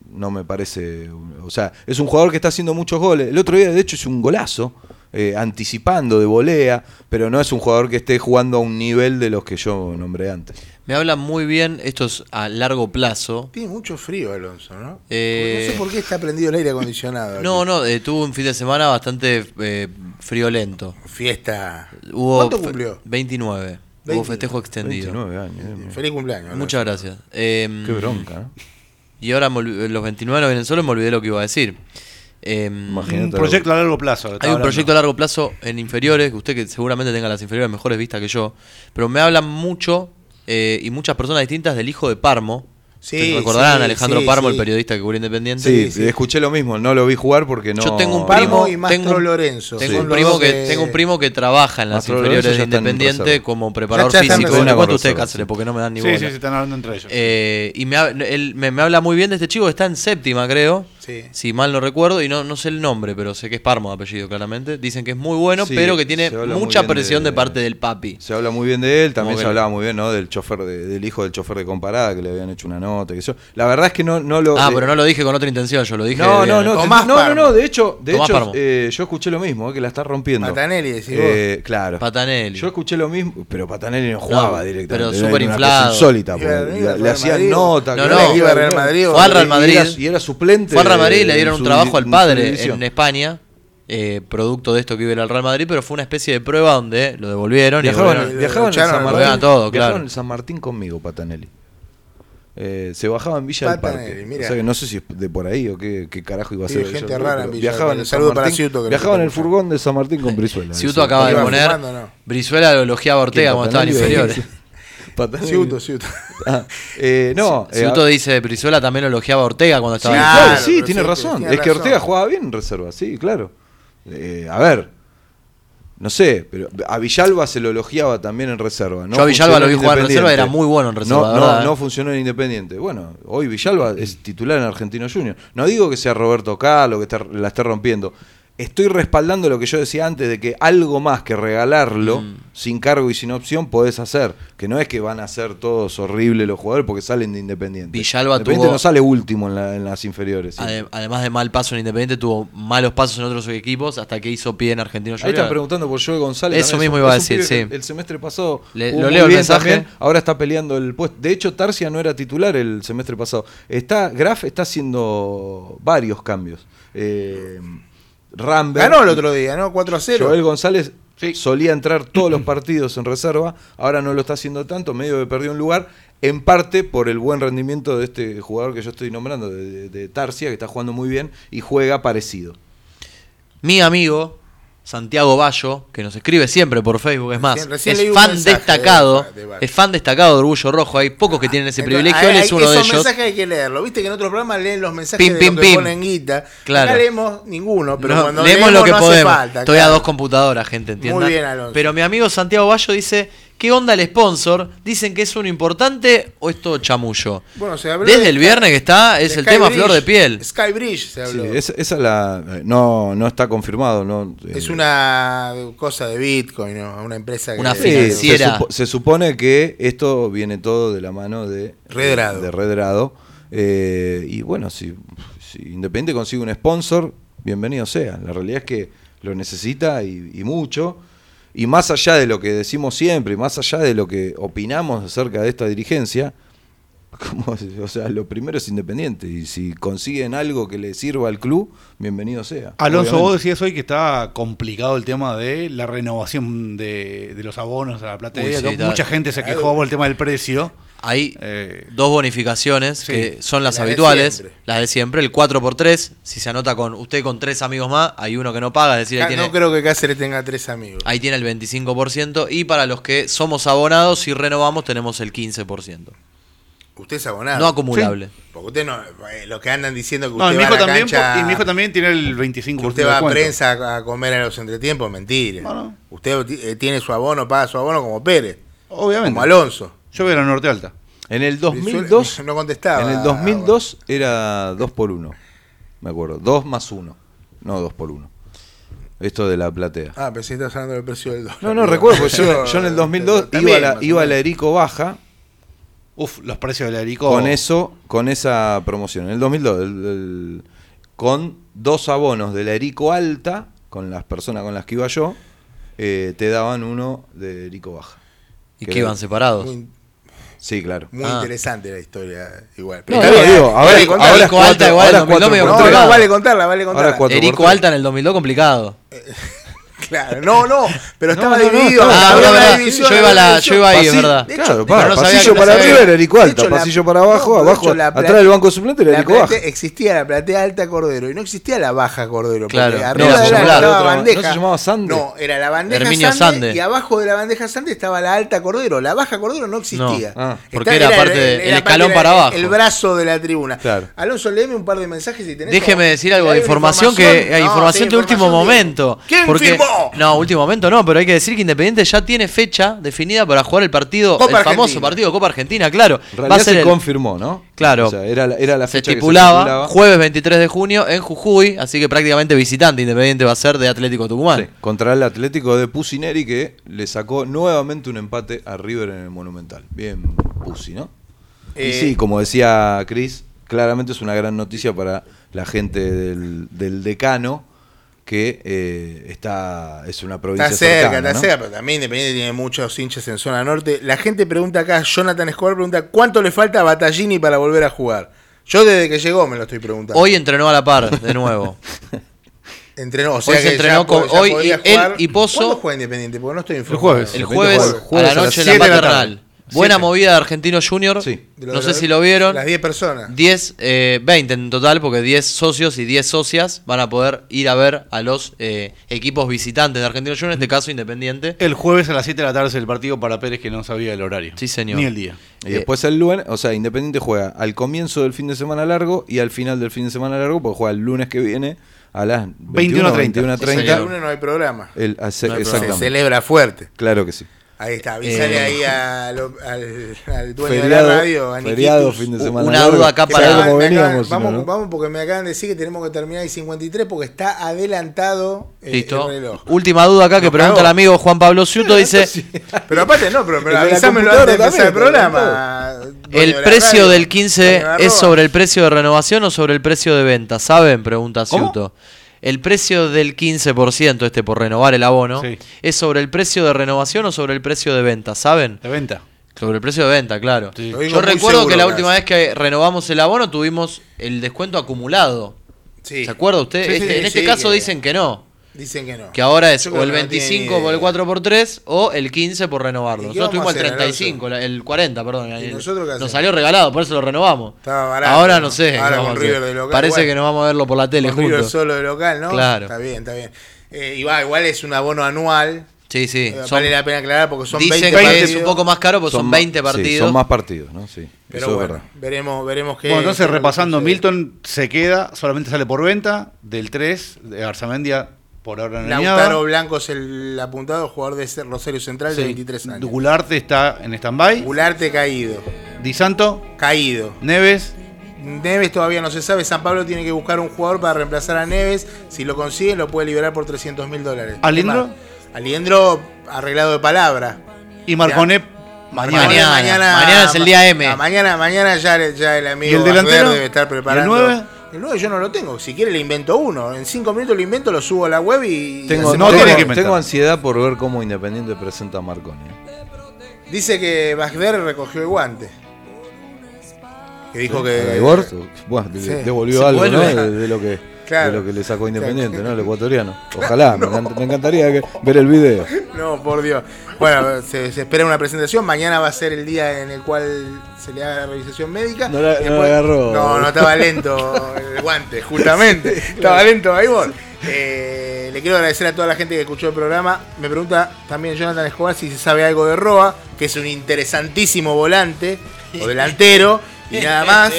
[SPEAKER 8] no me parece. O sea, es un jugador que está haciendo muchos goles. El otro día, de hecho, hizo un golazo, eh, anticipando de volea, pero no es un jugador que esté jugando a un nivel de los que yo nombré antes.
[SPEAKER 6] Me hablan muy bien, esto es a largo plazo.
[SPEAKER 7] Tiene mucho frío, Alonso, ¿no?
[SPEAKER 6] Eh,
[SPEAKER 7] No sé por qué está prendido el aire acondicionado.
[SPEAKER 6] <laughs> No,
[SPEAKER 7] aquí.
[SPEAKER 6] no, eh, tuvo un fin de semana bastante eh, friolento.
[SPEAKER 7] Fiesta.
[SPEAKER 6] Hubo
[SPEAKER 7] ¿Cuánto
[SPEAKER 6] fe-
[SPEAKER 7] cumplió?
[SPEAKER 6] 29.
[SPEAKER 7] 29.
[SPEAKER 6] Hubo festejo extendido.
[SPEAKER 8] 29 años. eh,
[SPEAKER 6] Mm.
[SPEAKER 8] mira.
[SPEAKER 7] Feliz cumpleaños. Alonso.
[SPEAKER 6] Muchas gracias. Eh,
[SPEAKER 8] Qué bronca, ¿no?
[SPEAKER 6] Y ahora me olvi- los 29 no vienen solos, me olvidé lo que iba a decir. Eh,
[SPEAKER 8] Imagínate
[SPEAKER 1] Un
[SPEAKER 8] algo.
[SPEAKER 1] proyecto a largo plazo.
[SPEAKER 6] hay un proyecto a largo plazo en inferiores, que usted que seguramente tenga las inferiores mejores vistas que yo, pero me hablan mucho eh, y muchas personas distintas del hijo de Parmo.
[SPEAKER 7] Sí,
[SPEAKER 6] Ustedes recordarán
[SPEAKER 7] sí,
[SPEAKER 6] a Alejandro
[SPEAKER 7] sí,
[SPEAKER 6] Parmo,
[SPEAKER 7] sí.
[SPEAKER 6] el periodista que cubrió Independiente.
[SPEAKER 8] Sí,
[SPEAKER 7] sí.
[SPEAKER 8] escuché lo mismo, no lo vi jugar porque no.
[SPEAKER 6] Yo tengo un
[SPEAKER 7] Parmo
[SPEAKER 6] primo,
[SPEAKER 7] y Mastro
[SPEAKER 6] tengo, un-
[SPEAKER 7] Lorenzo.
[SPEAKER 6] tengo
[SPEAKER 8] Sí.
[SPEAKER 6] un
[SPEAKER 7] Los
[SPEAKER 6] primo
[SPEAKER 7] dos
[SPEAKER 6] que
[SPEAKER 7] de-
[SPEAKER 6] tengo un primo que trabaja en las
[SPEAKER 8] Mastro
[SPEAKER 6] inferiores
[SPEAKER 8] Lorenzo
[SPEAKER 6] de
[SPEAKER 8] ya está en
[SPEAKER 6] Independiente
[SPEAKER 8] reserva.
[SPEAKER 6] como preparador
[SPEAKER 7] Ya está en
[SPEAKER 6] físico.
[SPEAKER 7] reserva.
[SPEAKER 6] No cuento
[SPEAKER 8] Reserva,
[SPEAKER 6] ustedes
[SPEAKER 8] sí.
[SPEAKER 6] Cáceres porque no me dan ni
[SPEAKER 1] Sí,
[SPEAKER 6] bola.
[SPEAKER 1] sí, se están hablando entre ellos.
[SPEAKER 6] Eh, y me, ha- él me, me habla muy bien de este chico, que está en séptima, creo.
[SPEAKER 7] Sí.
[SPEAKER 6] Si mal no recuerdo, y no, no sé el nombre, pero sé que es Parmo de apellido, claramente. Dicen que es muy bueno,
[SPEAKER 8] Sí,
[SPEAKER 6] pero que tiene
[SPEAKER 8] se habla muy
[SPEAKER 6] mucha
[SPEAKER 8] bien
[SPEAKER 6] presión de,
[SPEAKER 8] de-
[SPEAKER 6] parte del papi.
[SPEAKER 8] Se habla muy bien de él,
[SPEAKER 6] Como
[SPEAKER 8] también
[SPEAKER 6] que
[SPEAKER 8] se
[SPEAKER 6] no.
[SPEAKER 8] hablaba muy bien, ¿no? Del chofer de- del hijo del chofer de comparada que le habían hecho una nota, que yo. La verdad es que no, no lo.
[SPEAKER 6] Ah,
[SPEAKER 8] de-
[SPEAKER 6] pero no lo dije con otra intención, yo lo dije.
[SPEAKER 8] No,
[SPEAKER 6] de-
[SPEAKER 8] no, no,
[SPEAKER 7] Tomás
[SPEAKER 8] no, no,
[SPEAKER 7] Parmo.
[SPEAKER 8] no, de hecho, de
[SPEAKER 6] Tomás
[SPEAKER 8] hecho
[SPEAKER 6] Parmo.
[SPEAKER 8] eh, yo escuché lo mismo, eh, que la está rompiendo.
[SPEAKER 7] Patanelli, decís
[SPEAKER 8] Eh, claro.
[SPEAKER 6] Patanelli.
[SPEAKER 8] Yo escuché lo mismo, pero Patanelli no jugaba
[SPEAKER 6] No,
[SPEAKER 8] directamente.
[SPEAKER 6] pero
[SPEAKER 8] era
[SPEAKER 6] súper
[SPEAKER 8] una
[SPEAKER 6] inflado.
[SPEAKER 8] cosa Insólita,
[SPEAKER 7] Iba a
[SPEAKER 8] porque
[SPEAKER 7] venir
[SPEAKER 8] le-
[SPEAKER 7] al
[SPEAKER 8] le,
[SPEAKER 7] Real
[SPEAKER 8] hacían
[SPEAKER 7] Madrid.
[SPEAKER 8] nota.
[SPEAKER 6] No,
[SPEAKER 8] que
[SPEAKER 6] no.
[SPEAKER 8] era-
[SPEAKER 6] Iba al
[SPEAKER 7] Real Madrid,
[SPEAKER 6] Fue al
[SPEAKER 7] Y-
[SPEAKER 6] Real
[SPEAKER 7] y
[SPEAKER 6] Madrid.
[SPEAKER 8] Y era, y era suplente.
[SPEAKER 6] Fue al Real Madrid,
[SPEAKER 8] en
[SPEAKER 6] le dieron un
[SPEAKER 8] su-
[SPEAKER 6] trabajo al
[SPEAKER 8] en su
[SPEAKER 6] padre
[SPEAKER 8] división.
[SPEAKER 6] en España, eh, producto de esto que iba el Real Madrid, pero fue una especie de prueba donde lo devolvieron y
[SPEAKER 8] Viajaban,
[SPEAKER 6] volvieron.
[SPEAKER 8] viajaban en
[SPEAKER 7] Lucharon,
[SPEAKER 8] San
[SPEAKER 6] volvieron
[SPEAKER 8] Martín,
[SPEAKER 6] a todo,
[SPEAKER 8] viajaban
[SPEAKER 6] claro.
[SPEAKER 8] en San Martín conmigo, Patanelli. Eh, se bajaba en Villa del
[SPEAKER 7] Patanelli,
[SPEAKER 8] Parque.
[SPEAKER 7] mira.
[SPEAKER 8] O sea que no sé si es de por ahí o qué, qué carajo iba a
[SPEAKER 7] Sí,
[SPEAKER 8] ser.
[SPEAKER 7] gente
[SPEAKER 8] Yo-
[SPEAKER 7] rara en Villa
[SPEAKER 8] pero
[SPEAKER 7] del
[SPEAKER 8] Viajaban
[SPEAKER 7] Parque.
[SPEAKER 8] en San
[SPEAKER 7] Saludo para
[SPEAKER 8] Martín,
[SPEAKER 7] Ciuto, que lo
[SPEAKER 8] viajaban en el
[SPEAKER 7] escucha.
[SPEAKER 8] furgón de San Martín con
[SPEAKER 6] <laughs>
[SPEAKER 8] Brizuela.
[SPEAKER 6] Ciuto
[SPEAKER 8] Eso.
[SPEAKER 6] acaba de
[SPEAKER 7] Iba
[SPEAKER 6] poner.
[SPEAKER 7] fumando, ¿no?
[SPEAKER 6] Brizuela lo elogiaba a Ortega
[SPEAKER 8] ¿Quién,
[SPEAKER 6] cuando estaba en <laughs>
[SPEAKER 8] Patanelli?
[SPEAKER 6] inferiores.
[SPEAKER 8] Patagones.
[SPEAKER 6] <laughs>
[SPEAKER 7] Ciuto, Ciuto.
[SPEAKER 8] Ah, eh, no, eh,
[SPEAKER 6] Ciuto dice, Brizuela también lo elogiaba a Ortega cuando estaba en el
[SPEAKER 7] Ah,
[SPEAKER 6] club".
[SPEAKER 8] Claro,
[SPEAKER 7] Claro,
[SPEAKER 8] sí,
[SPEAKER 7] pero
[SPEAKER 8] tiene
[SPEAKER 7] sí,
[SPEAKER 8] razón.
[SPEAKER 7] tiene
[SPEAKER 8] es que
[SPEAKER 7] razón.
[SPEAKER 8] Ortega jugaba bien en reserva, sí, claro. Eh, a ver, no sé, pero a Villalba se lo elogiaba también en reserva. No
[SPEAKER 6] Yo a Villalba
[SPEAKER 8] funcionó
[SPEAKER 6] lo vi
[SPEAKER 8] en
[SPEAKER 6] jugar en
[SPEAKER 8] Independiente.
[SPEAKER 6] reserva, era muy bueno en reserva,
[SPEAKER 8] No, no,
[SPEAKER 6] ¿verdad? eh.
[SPEAKER 8] no funcionó en Independiente. Bueno, hoy Villalba es titular en Argentino Junior. No digo que sea Roberto Carlos que está- la esté rompiendo. Estoy respaldando lo que yo decía antes de que algo más que regalarlo
[SPEAKER 6] Mm.
[SPEAKER 8] sin cargo y sin opción podés hacer. Que no es que van a ser todos horribles los jugadores porque salen de Independiente.
[SPEAKER 6] Villalba
[SPEAKER 8] Independiente
[SPEAKER 6] tuvo-
[SPEAKER 8] no sale último en, la- en las inferiores. sí.
[SPEAKER 6] Ade- Además de mal paso en Independiente, tuvo malos pasos en otros equipos hasta que hizo pie en Argentino
[SPEAKER 8] Ahí están
[SPEAKER 6] Junior.
[SPEAKER 8] preguntando por Joel González.
[SPEAKER 6] Eso
[SPEAKER 8] también.
[SPEAKER 6] mismo
[SPEAKER 8] Es
[SPEAKER 6] iba a
[SPEAKER 8] un
[SPEAKER 6] decir,
[SPEAKER 8] pibe que
[SPEAKER 6] sí.
[SPEAKER 8] El semestre pasado.
[SPEAKER 6] Le-
[SPEAKER 8] jugó
[SPEAKER 6] lo
[SPEAKER 8] muy
[SPEAKER 6] leo el
[SPEAKER 8] bien
[SPEAKER 6] mensaje.
[SPEAKER 8] Ahora está peleando el puesto. De hecho, Tarsia no era titular el semestre pasado. Está, Graf está haciendo varios cambios. Eh, Rambert.
[SPEAKER 7] Ganó el otro día, ¿no? 4 a 0.
[SPEAKER 8] Joel González
[SPEAKER 1] Sí.
[SPEAKER 8] solía entrar todos los partidos en reserva, ahora no lo está haciendo tanto, medio que perdió un lugar, en parte por el buen rendimiento de este jugador que yo estoy nombrando, de, de- de Tarsia, que está jugando muy bien y juega parecido.
[SPEAKER 6] Mi amigo, Santiago Bayo, que nos escribe siempre por Facebook, es más,
[SPEAKER 7] Recién- recién leí
[SPEAKER 6] es
[SPEAKER 7] un
[SPEAKER 6] fan
[SPEAKER 7] mensaje de-
[SPEAKER 6] destacado,
[SPEAKER 7] de Bayo.
[SPEAKER 6] es fan destacado de Orgullo Rojo, hay pocos que tienen ese privilegio, él
[SPEAKER 7] Hay-
[SPEAKER 6] es uno
[SPEAKER 7] esos
[SPEAKER 6] de ellos.
[SPEAKER 7] mensajes hay que leerlo. Viste que en otros programas leen los mensajes
[SPEAKER 6] Pim,
[SPEAKER 7] de
[SPEAKER 6] pim,
[SPEAKER 7] los que
[SPEAKER 6] pim.
[SPEAKER 7] ponen guita.
[SPEAKER 6] Claro.
[SPEAKER 7] No leemos ninguno, pero
[SPEAKER 6] No,
[SPEAKER 7] cuando
[SPEAKER 6] leemos lo que
[SPEAKER 7] no
[SPEAKER 6] podemos.
[SPEAKER 7] hace falta.
[SPEAKER 6] Estoy
[SPEAKER 7] claro.
[SPEAKER 6] a dos computadoras, gente, entiendan.
[SPEAKER 7] bien, Alonso.
[SPEAKER 6] Pero mi amigo Santiago Bayo dice, ¿qué onda el sponsor? ¿Dicen que es uno importante o es todo chamullo?
[SPEAKER 7] Bueno, se habló
[SPEAKER 6] Desde
[SPEAKER 7] de-
[SPEAKER 6] el viernes que está, es
[SPEAKER 7] de
[SPEAKER 6] el
[SPEAKER 7] Sky
[SPEAKER 6] tema
[SPEAKER 7] Bridge.
[SPEAKER 6] flor de piel.
[SPEAKER 7] Sky Bridge se
[SPEAKER 8] Sí,
[SPEAKER 7] habló. es,
[SPEAKER 8] esa, esa la, eh, no, no está confirmado. No, eh,
[SPEAKER 7] una cosa de Bitcoin, ¿no? Una empresa que.
[SPEAKER 6] Una
[SPEAKER 8] Sí, eh, se,
[SPEAKER 6] financiera.
[SPEAKER 8] supo- se supone que esto viene todo de la mano de eh,
[SPEAKER 7] Redrado.
[SPEAKER 8] de Redrado. Eh, y bueno, si, si Independiente consigue un sponsor, bienvenido sea. La realidad es que lo necesita y, y mucho. Y más allá de lo que decimos siempre, y más allá de lo que opinamos acerca de esta dirigencia, <laughs> como, o sea, lo primero es Independiente. Y si consiguen algo que le sirva al club, bienvenido sea.
[SPEAKER 1] Alonso,
[SPEAKER 8] Obviamente.
[SPEAKER 1] vos decías hoy que está complicado el tema de la renovación de, de los abonos a la platea.
[SPEAKER 6] Uy, sí,
[SPEAKER 1] todo-
[SPEAKER 6] está-
[SPEAKER 1] Mucha gente se quejó por el tema del precio.
[SPEAKER 6] Hay
[SPEAKER 1] Eh,
[SPEAKER 6] dos bonificaciones que son las
[SPEAKER 7] las de
[SPEAKER 6] habituales,
[SPEAKER 7] siempre.
[SPEAKER 6] las de siempre, el 4x3, si se anota con usted con tres amigos más, hay uno que no paga, es decir, ahí
[SPEAKER 7] Ca-
[SPEAKER 6] tiene,
[SPEAKER 7] No creo que Cáceres tenga tres amigos.
[SPEAKER 6] ahí tiene el 25%, y para los que somos abonados y renovamos tenemos el 15%.
[SPEAKER 7] Usted es abonado.
[SPEAKER 6] No acumulable.
[SPEAKER 7] Porque usted no. eh, Lo que andan diciendo que usted
[SPEAKER 1] No, y mi
[SPEAKER 7] va a
[SPEAKER 1] hijo
[SPEAKER 7] la
[SPEAKER 1] también,
[SPEAKER 7] cancha-
[SPEAKER 1] y mi hijo también tiene el 25%
[SPEAKER 7] que usted va a
[SPEAKER 1] descuento.
[SPEAKER 7] prensa a- a comer a los entretiempos, mentira.
[SPEAKER 1] Bueno.
[SPEAKER 7] Usted ti- eh, tiene su abono, paga su abono como Pérez,
[SPEAKER 1] Obviamente.
[SPEAKER 7] como Alonso.
[SPEAKER 1] Yo veo la Norte Alta.
[SPEAKER 8] En el 2002
[SPEAKER 7] <laughs> No contestaba.
[SPEAKER 8] En el 2002 era 2 por 1 me acuerdo. 2 más 1 no 2 por 1 Esto de la platea.
[SPEAKER 7] Ah, pensé que estabas hablando del precio del dólar.
[SPEAKER 8] No,
[SPEAKER 7] <laughs>
[SPEAKER 8] no, recuerdo, porque yo, yo en el 2002 iba
[SPEAKER 7] También,
[SPEAKER 8] a la,
[SPEAKER 7] más o
[SPEAKER 8] iba a la
[SPEAKER 7] menos.
[SPEAKER 8] Erico Baja
[SPEAKER 1] Uf, los precios del Erico.
[SPEAKER 8] con eso, con esa promoción. En el 2002, el- el- con dos abonos de la Erico Alta, con las personas con las que iba yo, eh, te daban uno de Erico Baja.
[SPEAKER 6] Y
[SPEAKER 8] Que
[SPEAKER 6] que iban separados.
[SPEAKER 7] Muy,
[SPEAKER 8] Sí, claro.
[SPEAKER 7] muy
[SPEAKER 6] Ah.
[SPEAKER 7] interesante la historia, igual.
[SPEAKER 8] No,
[SPEAKER 7] Pero está
[SPEAKER 8] no,
[SPEAKER 7] bien,
[SPEAKER 8] digo, ahora-
[SPEAKER 7] vale contar-
[SPEAKER 8] ahora es
[SPEAKER 6] Erico Alta
[SPEAKER 8] cuatro-
[SPEAKER 6] igual,
[SPEAKER 8] ahora es
[SPEAKER 6] 2002
[SPEAKER 8] cuatro
[SPEAKER 6] medio
[SPEAKER 8] por
[SPEAKER 7] no,
[SPEAKER 8] tres.
[SPEAKER 7] no,
[SPEAKER 6] complicado.
[SPEAKER 7] vale contarla, vale
[SPEAKER 8] Ahora es
[SPEAKER 7] contarla.
[SPEAKER 8] cuatro por
[SPEAKER 6] Erico
[SPEAKER 8] tres.
[SPEAKER 6] Alta en el 2002 complicado.
[SPEAKER 7] Claro, no, no, pero
[SPEAKER 8] No,
[SPEAKER 7] estaba
[SPEAKER 8] no, no,
[SPEAKER 7] dividido.
[SPEAKER 8] estaba-
[SPEAKER 7] estaba
[SPEAKER 8] Ah,
[SPEAKER 7] una
[SPEAKER 6] verdad,
[SPEAKER 7] división,
[SPEAKER 6] yo iba a la-
[SPEAKER 7] una división.
[SPEAKER 6] Ah, yo iba ahí, es
[SPEAKER 7] Pasi-
[SPEAKER 6] verdad.
[SPEAKER 7] de
[SPEAKER 8] Claro,
[SPEAKER 7] hecho,
[SPEAKER 8] pa,
[SPEAKER 6] pero no sabía
[SPEAKER 8] pasillo
[SPEAKER 6] que
[SPEAKER 8] para
[SPEAKER 6] se
[SPEAKER 8] arriba
[SPEAKER 6] veía.
[SPEAKER 8] era Erico
[SPEAKER 7] De
[SPEAKER 8] Alta,
[SPEAKER 7] hecho, la-
[SPEAKER 8] pasillo para abajo,
[SPEAKER 7] no, de
[SPEAKER 8] abajo,
[SPEAKER 7] hecho, la plate-
[SPEAKER 8] atrás del banco suplente era
[SPEAKER 7] la
[SPEAKER 8] Erico
[SPEAKER 7] platea-
[SPEAKER 8] Baja.
[SPEAKER 7] Existía la platea alta Cordero y no existía la baja Cordero.
[SPEAKER 6] Claro,
[SPEAKER 7] porque
[SPEAKER 6] no,
[SPEAKER 7] arriba
[SPEAKER 6] era
[SPEAKER 7] de la
[SPEAKER 6] popular.
[SPEAKER 7] estaba
[SPEAKER 8] Otra-
[SPEAKER 7] bandeja.
[SPEAKER 8] ¿no se llamaba Sande?
[SPEAKER 7] No, era la bandeja
[SPEAKER 6] Herminio
[SPEAKER 7] Sande,
[SPEAKER 6] Sande.
[SPEAKER 7] y abajo de la bandeja Sande estaba la alta Cordero. La baja Cordero no existía.
[SPEAKER 8] No, ah,
[SPEAKER 6] porque era parte de- el escalón para
[SPEAKER 7] el-
[SPEAKER 6] abajo.
[SPEAKER 7] El brazo de la tribuna.
[SPEAKER 8] Claro.
[SPEAKER 7] Alonso, léeme un par de mensajes si tenés.
[SPEAKER 6] Déjeme
[SPEAKER 7] como-
[SPEAKER 6] decir algo
[SPEAKER 7] si
[SPEAKER 6] de
[SPEAKER 7] hay una
[SPEAKER 6] información que hay
[SPEAKER 7] no,
[SPEAKER 6] información
[SPEAKER 7] sí,
[SPEAKER 6] de último
[SPEAKER 7] información de-
[SPEAKER 6] momento.
[SPEAKER 7] ¿Quién
[SPEAKER 6] porque,
[SPEAKER 7] firmó?
[SPEAKER 6] No, último momento no, pero hay que decir que Independiente ya tiene fecha definida para jugar el partido,
[SPEAKER 7] Copa
[SPEAKER 6] el famoso
[SPEAKER 7] Argentina.
[SPEAKER 6] partido de Copa Argentina, claro.
[SPEAKER 8] En realidad se
[SPEAKER 6] el-
[SPEAKER 8] confirmó, ¿no?
[SPEAKER 6] Claro.
[SPEAKER 8] O sea, era, la- era la
[SPEAKER 6] se
[SPEAKER 8] fecha que
[SPEAKER 6] estipulaba,
[SPEAKER 8] se estipulaba.
[SPEAKER 6] jueves 23 de junio en Jujuy, así que prácticamente visitante Independiente va a ser de Atlético Tucumán.
[SPEAKER 8] Sí, contra el Atlético de Pusineri que le sacó nuevamente un empate a River en el Monumental. Bien, Pusi, ¿no? y
[SPEAKER 7] Eh,
[SPEAKER 8] sí, como decía Cris, claramente es una gran noticia para la gente del, del decano que eh, está es una provincia
[SPEAKER 7] Está cerca,
[SPEAKER 8] cercana,
[SPEAKER 7] está
[SPEAKER 8] ¿no?
[SPEAKER 7] cerca, pero también Independiente tiene muchos hinchas en zona norte. La gente pregunta acá, Jonathan Escobar pregunta, ¿cuánto le falta a Battaglini para volver a jugar? Yo desde que llegó me lo estoy preguntando.
[SPEAKER 6] Hoy entrenó a la par,
[SPEAKER 1] <laughs>
[SPEAKER 6] de nuevo.
[SPEAKER 7] entrenó, o sea
[SPEAKER 6] hoy se
[SPEAKER 7] que
[SPEAKER 6] entrenó
[SPEAKER 7] ya po-
[SPEAKER 6] con-
[SPEAKER 7] ya
[SPEAKER 6] hoy
[SPEAKER 7] podría
[SPEAKER 6] y- él
[SPEAKER 7] jugar.
[SPEAKER 6] y Pozo-
[SPEAKER 7] ¿Cuándo juega Independiente? Porque no estoy informado.
[SPEAKER 1] jueves.
[SPEAKER 6] El jueves,
[SPEAKER 8] jueves
[SPEAKER 6] a la
[SPEAKER 8] a las
[SPEAKER 6] noche en la
[SPEAKER 1] siete de la
[SPEAKER 6] paternal.
[SPEAKER 1] tarde.
[SPEAKER 6] Buena
[SPEAKER 7] Siete.
[SPEAKER 6] movida de Argentino Junior.
[SPEAKER 8] Sí.
[SPEAKER 7] De
[SPEAKER 6] No
[SPEAKER 7] de
[SPEAKER 6] sé si lo vieron.
[SPEAKER 7] Las 10 personas.
[SPEAKER 6] 10, eh, 20 en total, porque 10 socios y 10 socias van a poder ir a ver a los eh, equipos visitantes de Argentino Junior, en este caso Independiente.
[SPEAKER 1] El jueves a las 7 de la tarde es el partido para Pérez que no sabía el horario.
[SPEAKER 6] Sí, señor.
[SPEAKER 1] Ni el día.
[SPEAKER 8] Y
[SPEAKER 6] Eh,
[SPEAKER 8] después el lunes, o sea, Independiente juega al comienzo del fin de semana largo y al final del fin de semana largo, porque juega el lunes que viene a las 21.30.
[SPEAKER 1] 21:30.
[SPEAKER 7] El lunes no hay programa.
[SPEAKER 8] El- hace-
[SPEAKER 6] No hay
[SPEAKER 7] Se
[SPEAKER 8] exactamente.
[SPEAKER 7] celebra fuerte.
[SPEAKER 8] Claro que sí.
[SPEAKER 7] Ahí está, avisale
[SPEAKER 6] Eh,
[SPEAKER 7] ahí a lo- al, al dueño de la
[SPEAKER 8] Feriado,
[SPEAKER 7] radio, a
[SPEAKER 8] feriado,
[SPEAKER 7] Nikitus.
[SPEAKER 8] fin de
[SPEAKER 6] U-
[SPEAKER 8] semana
[SPEAKER 6] una
[SPEAKER 8] largo.
[SPEAKER 6] duda acá
[SPEAKER 7] Que
[SPEAKER 6] para-
[SPEAKER 7] me
[SPEAKER 8] Sabés
[SPEAKER 7] acaban-
[SPEAKER 8] cómo
[SPEAKER 7] me acaban-
[SPEAKER 8] veníamos, si no,
[SPEAKER 7] vamos,
[SPEAKER 8] ¿no?
[SPEAKER 7] vamos porque me acaban de decir que tenemos que terminar el 53 porque está adelantado eh,
[SPEAKER 6] Listo.
[SPEAKER 7] el reloj.
[SPEAKER 6] Última duda acá que
[SPEAKER 7] Nos
[SPEAKER 6] pregunta el
[SPEAKER 7] cagó.
[SPEAKER 6] amigo Juan Pablo
[SPEAKER 1] <laughs>
[SPEAKER 6] Ciuto. Dice,
[SPEAKER 7] Pero aparte no, pero, pero
[SPEAKER 8] El de la
[SPEAKER 7] avisámelo antes
[SPEAKER 8] computadora
[SPEAKER 7] de empezar el
[SPEAKER 8] también,
[SPEAKER 7] programa. dueño de
[SPEAKER 6] ¿el
[SPEAKER 7] la
[SPEAKER 6] precio
[SPEAKER 7] radio,
[SPEAKER 6] del
[SPEAKER 7] dueño
[SPEAKER 6] 15
[SPEAKER 7] de la
[SPEAKER 6] es
[SPEAKER 7] arroba.
[SPEAKER 6] sobre el precio de renovación o sobre el precio de venta? ¿Saben? Pregunta
[SPEAKER 1] ¿Cómo?
[SPEAKER 6] Ciuto. El precio del 15%, este por renovar el abono,
[SPEAKER 1] Sí.
[SPEAKER 6] ¿es sobre el precio de renovación o sobre el precio de venta? ¿Saben?
[SPEAKER 1] De venta.
[SPEAKER 6] Sobre el precio de venta, claro.
[SPEAKER 1] Sí.
[SPEAKER 7] Lo digo
[SPEAKER 6] Yo
[SPEAKER 7] muy
[SPEAKER 6] recuerdo
[SPEAKER 7] seguro,
[SPEAKER 6] que la
[SPEAKER 7] Blas.
[SPEAKER 6] última vez que renovamos el abono tuvimos el descuento acumulado.
[SPEAKER 7] Sí.
[SPEAKER 6] ¿Se acuerda usted?
[SPEAKER 7] Sí, sí,
[SPEAKER 6] Este- en
[SPEAKER 7] sí,
[SPEAKER 6] este
[SPEAKER 7] sí,
[SPEAKER 6] caso
[SPEAKER 7] que-
[SPEAKER 6] dicen que no.
[SPEAKER 7] Dicen que no.
[SPEAKER 6] Que ahora es
[SPEAKER 7] Yo
[SPEAKER 6] o
[SPEAKER 7] creo
[SPEAKER 6] el
[SPEAKER 7] que no tiene
[SPEAKER 6] 25 por el
[SPEAKER 7] idea.
[SPEAKER 6] 4 por 3 o el 15 por renovarlo.
[SPEAKER 7] ¿Y qué
[SPEAKER 6] Nosotros tuvimos
[SPEAKER 7] vamos a
[SPEAKER 6] el
[SPEAKER 7] hacer,
[SPEAKER 6] 35, la- el 40, perdón. el-
[SPEAKER 7] nosotros qué hacemos?
[SPEAKER 6] nos salió regalado, por eso lo renovamos.
[SPEAKER 7] Estaba barato,
[SPEAKER 6] ahora
[SPEAKER 7] ¿no?
[SPEAKER 6] no sé. qué
[SPEAKER 7] Ahora con
[SPEAKER 6] vamos a hacer.
[SPEAKER 7] River de local,
[SPEAKER 6] Parece
[SPEAKER 7] bueno.
[SPEAKER 6] que no vamos a verlo por la tele
[SPEAKER 7] Con River
[SPEAKER 6] juntos.
[SPEAKER 7] solo de local, ¿no?
[SPEAKER 6] Claro.
[SPEAKER 7] Está bien, está bien. Eh, y va, igual es un abono anual.
[SPEAKER 6] Sí, sí.
[SPEAKER 7] eh,
[SPEAKER 6] son-
[SPEAKER 7] vale la pena aclarar porque son
[SPEAKER 6] dicen
[SPEAKER 7] 20
[SPEAKER 6] que
[SPEAKER 7] partidos.
[SPEAKER 6] es un poco más caro porque son,
[SPEAKER 8] ma-
[SPEAKER 6] 20
[SPEAKER 8] sí,
[SPEAKER 6] partidos.
[SPEAKER 8] son más partidos, ¿no? Sí.
[SPEAKER 7] Pero
[SPEAKER 8] eso es
[SPEAKER 7] bueno,
[SPEAKER 8] verdad.
[SPEAKER 7] veremos, veremos qué.
[SPEAKER 1] Bueno, entonces
[SPEAKER 7] qué es lo que
[SPEAKER 1] repasando,
[SPEAKER 7] sucede.
[SPEAKER 1] Milton se queda, solamente sale por venta, del 3, de Arzamendia por ahora en
[SPEAKER 7] Lautaro Blanco es el apuntado jugador de ese Rosario Central de 23 años.
[SPEAKER 1] Gularte está en stand-by.
[SPEAKER 7] Gularte caído.
[SPEAKER 1] Di Santo,
[SPEAKER 7] Caído.
[SPEAKER 1] Neves,
[SPEAKER 7] Neves todavía no se sabe. San Pablo tiene que buscar un jugador para reemplazar a Neves. Si lo consigue, lo puede liberar por 300 mil dólares.
[SPEAKER 1] ¿Aliendro?
[SPEAKER 7] Además, Aliendro arreglado de palabra.
[SPEAKER 1] y Marcone mañana.
[SPEAKER 6] Mañana. Mañana es el día M.
[SPEAKER 7] Ah, Mañana, mañana ya, el- ya el amigo
[SPEAKER 1] ¿Y el delantero?
[SPEAKER 7] Valverde debe estar preparando.
[SPEAKER 1] ¿Y el nueve?
[SPEAKER 7] El 9 yo no lo tengo. Si quiere le invento uno. En 5 minutos lo invento, lo subo a la web y. y
[SPEAKER 8] Tengo,
[SPEAKER 7] hacemos
[SPEAKER 1] no
[SPEAKER 8] tengo-
[SPEAKER 7] todo.
[SPEAKER 1] tiene que inventar.
[SPEAKER 8] tengo ansiedad por ver cómo Independiente presenta a Marconi.
[SPEAKER 7] Dice que Bagder recogió el guante. Que dijo que.
[SPEAKER 8] A Igor, bueno, le-
[SPEAKER 7] sí.
[SPEAKER 8] devolvió
[SPEAKER 7] Se
[SPEAKER 8] algo, ¿no?
[SPEAKER 7] vuelve.
[SPEAKER 8] De, de lo que,
[SPEAKER 7] Claro.
[SPEAKER 8] de lo que le sacó Independiente, ¿no? El ecuatoriano. Ojalá, me, encant- me encantaría que- ver el video.
[SPEAKER 7] No, por Dios. Bueno, se, se espera una presentación. Mañana va a ser el día en el cual se le haga la revisación médica.
[SPEAKER 8] No la- no
[SPEAKER 7] Y
[SPEAKER 8] la agarró.
[SPEAKER 7] No, no estaba lento el
[SPEAKER 8] <laughs>
[SPEAKER 7] guante, justamente. Estaba lento Baibor. Eh, le quiero agradecer a toda la gente que escuchó el programa. Me pregunta también Jonathan Escobar si se sabe algo de Roa, que es un interesantísimo volante o delantero. Y nada
[SPEAKER 8] <laughs>
[SPEAKER 7] más.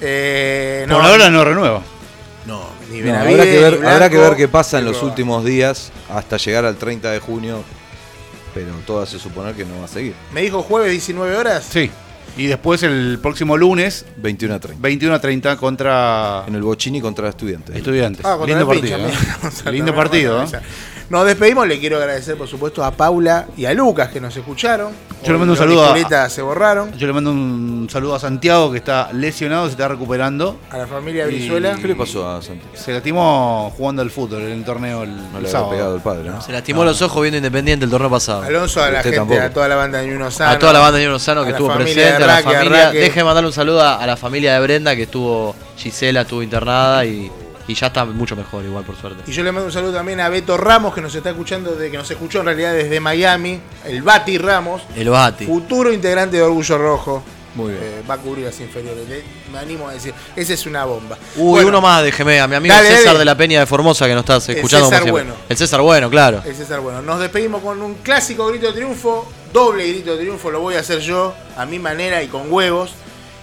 [SPEAKER 7] Eh,
[SPEAKER 1] Por ahora no renueva.
[SPEAKER 7] No, ni
[SPEAKER 8] No,
[SPEAKER 7] Benavides,
[SPEAKER 8] habrá, que ver,
[SPEAKER 7] ni
[SPEAKER 8] habrá que
[SPEAKER 7] Blanco,
[SPEAKER 8] ver qué pasa en
[SPEAKER 7] ni
[SPEAKER 8] los
[SPEAKER 7] Roa.
[SPEAKER 8] últimos días hasta llegar al 30 de junio, pero todo hace suponer que no va a seguir.
[SPEAKER 7] Me dijo jueves 19 horas.
[SPEAKER 1] Sí. Y después el próximo lunes,
[SPEAKER 8] 21 a 30.
[SPEAKER 1] 21 a 30 contra
[SPEAKER 8] En el Bochini contra Estudiantes.
[SPEAKER 1] Estudiantes.
[SPEAKER 7] Ah, contra
[SPEAKER 1] Lindo
[SPEAKER 7] el
[SPEAKER 1] partido.
[SPEAKER 7] Pincha, <laughs>
[SPEAKER 1] ¿eh?
[SPEAKER 7] mira. O sea,
[SPEAKER 1] Lindo
[SPEAKER 7] también
[SPEAKER 1] partido. ¿eh?
[SPEAKER 7] vamos a analizar. Nos despedimos, le quiero agradecer por supuesto a Paula y a Lucas que nos escucharon.
[SPEAKER 1] Yo le
[SPEAKER 7] Hoy
[SPEAKER 1] mando un
[SPEAKER 7] los
[SPEAKER 1] saludo a-
[SPEAKER 7] Nicoletas se borraron.
[SPEAKER 1] Yo le mando un saludo a Santiago que está lesionado, se está recuperando.
[SPEAKER 7] A la familia
[SPEAKER 1] Y-
[SPEAKER 7] Brizuela.
[SPEAKER 8] ¿Qué le pasó a Santos?
[SPEAKER 1] Se lastimó jugando al fútbol en el torneo el,
[SPEAKER 8] No
[SPEAKER 1] el
[SPEAKER 8] le había
[SPEAKER 1] sábado.
[SPEAKER 8] pegado el padre, ¿no?
[SPEAKER 6] Se lastimó los ojos viendo Independiente el torneo pasado.
[SPEAKER 7] Alonso, a la
[SPEAKER 8] Usted
[SPEAKER 7] gente,
[SPEAKER 8] tampoco.
[SPEAKER 7] a toda la banda de Ñuno Sano.
[SPEAKER 6] A toda la banda de Sano
[SPEAKER 7] a
[SPEAKER 6] que
[SPEAKER 7] la
[SPEAKER 6] estuvo
[SPEAKER 7] familia
[SPEAKER 6] presente,
[SPEAKER 7] de Raque,
[SPEAKER 6] a la
[SPEAKER 7] a
[SPEAKER 6] familia.
[SPEAKER 7] Raque.
[SPEAKER 6] Deje de mandarle un saludo a, a la familia de Brenda que estuvo, Gisela estuvo internada y, y ya está mucho mejor igual por suerte.
[SPEAKER 7] Y yo le mando un saludo también a Beto Ramos que nos está escuchando, de, que nos escuchó en realidad desde Miami. El Bati Ramos,
[SPEAKER 6] El Bati.
[SPEAKER 7] futuro integrante de Orgullo Rojo.
[SPEAKER 8] Muy bien.
[SPEAKER 7] Eh, va a cubrir las inferiores. Le- me animo a decir, esa es una bomba.
[SPEAKER 6] Uy,
[SPEAKER 7] Bueno,
[SPEAKER 6] uno más de Gemea, mi amigo
[SPEAKER 7] Dale,
[SPEAKER 6] César
[SPEAKER 7] dale.
[SPEAKER 6] de la Peña de Formosa que nos estás
[SPEAKER 1] Eh.
[SPEAKER 7] El
[SPEAKER 6] escuchando como
[SPEAKER 7] César
[SPEAKER 6] siempre.
[SPEAKER 7] Bueno.
[SPEAKER 6] El César Bueno, claro.
[SPEAKER 7] El César Bueno. Nos despedimos con un clásico grito de triunfo, doble grito de triunfo, lo voy a hacer yo a mi manera y con huevos.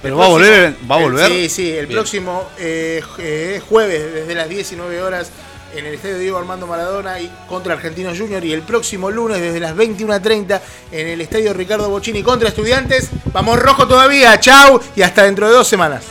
[SPEAKER 1] Pero
[SPEAKER 7] El
[SPEAKER 1] va a
[SPEAKER 7] próximo-
[SPEAKER 1] volver, va a
[SPEAKER 7] el-
[SPEAKER 1] volver.
[SPEAKER 7] Sí, sí, el
[SPEAKER 1] Bien.
[SPEAKER 7] próximo eh, eh, jueves desde las 19 horas en el Estadio Diego Armando Maradona y contra Argentinos Junior y el próximo lunes desde las 21.30 en el Estadio Ricardo Bocini contra Estudiantes. Vamos rojo todavía, chau y hasta dentro de dos semanas.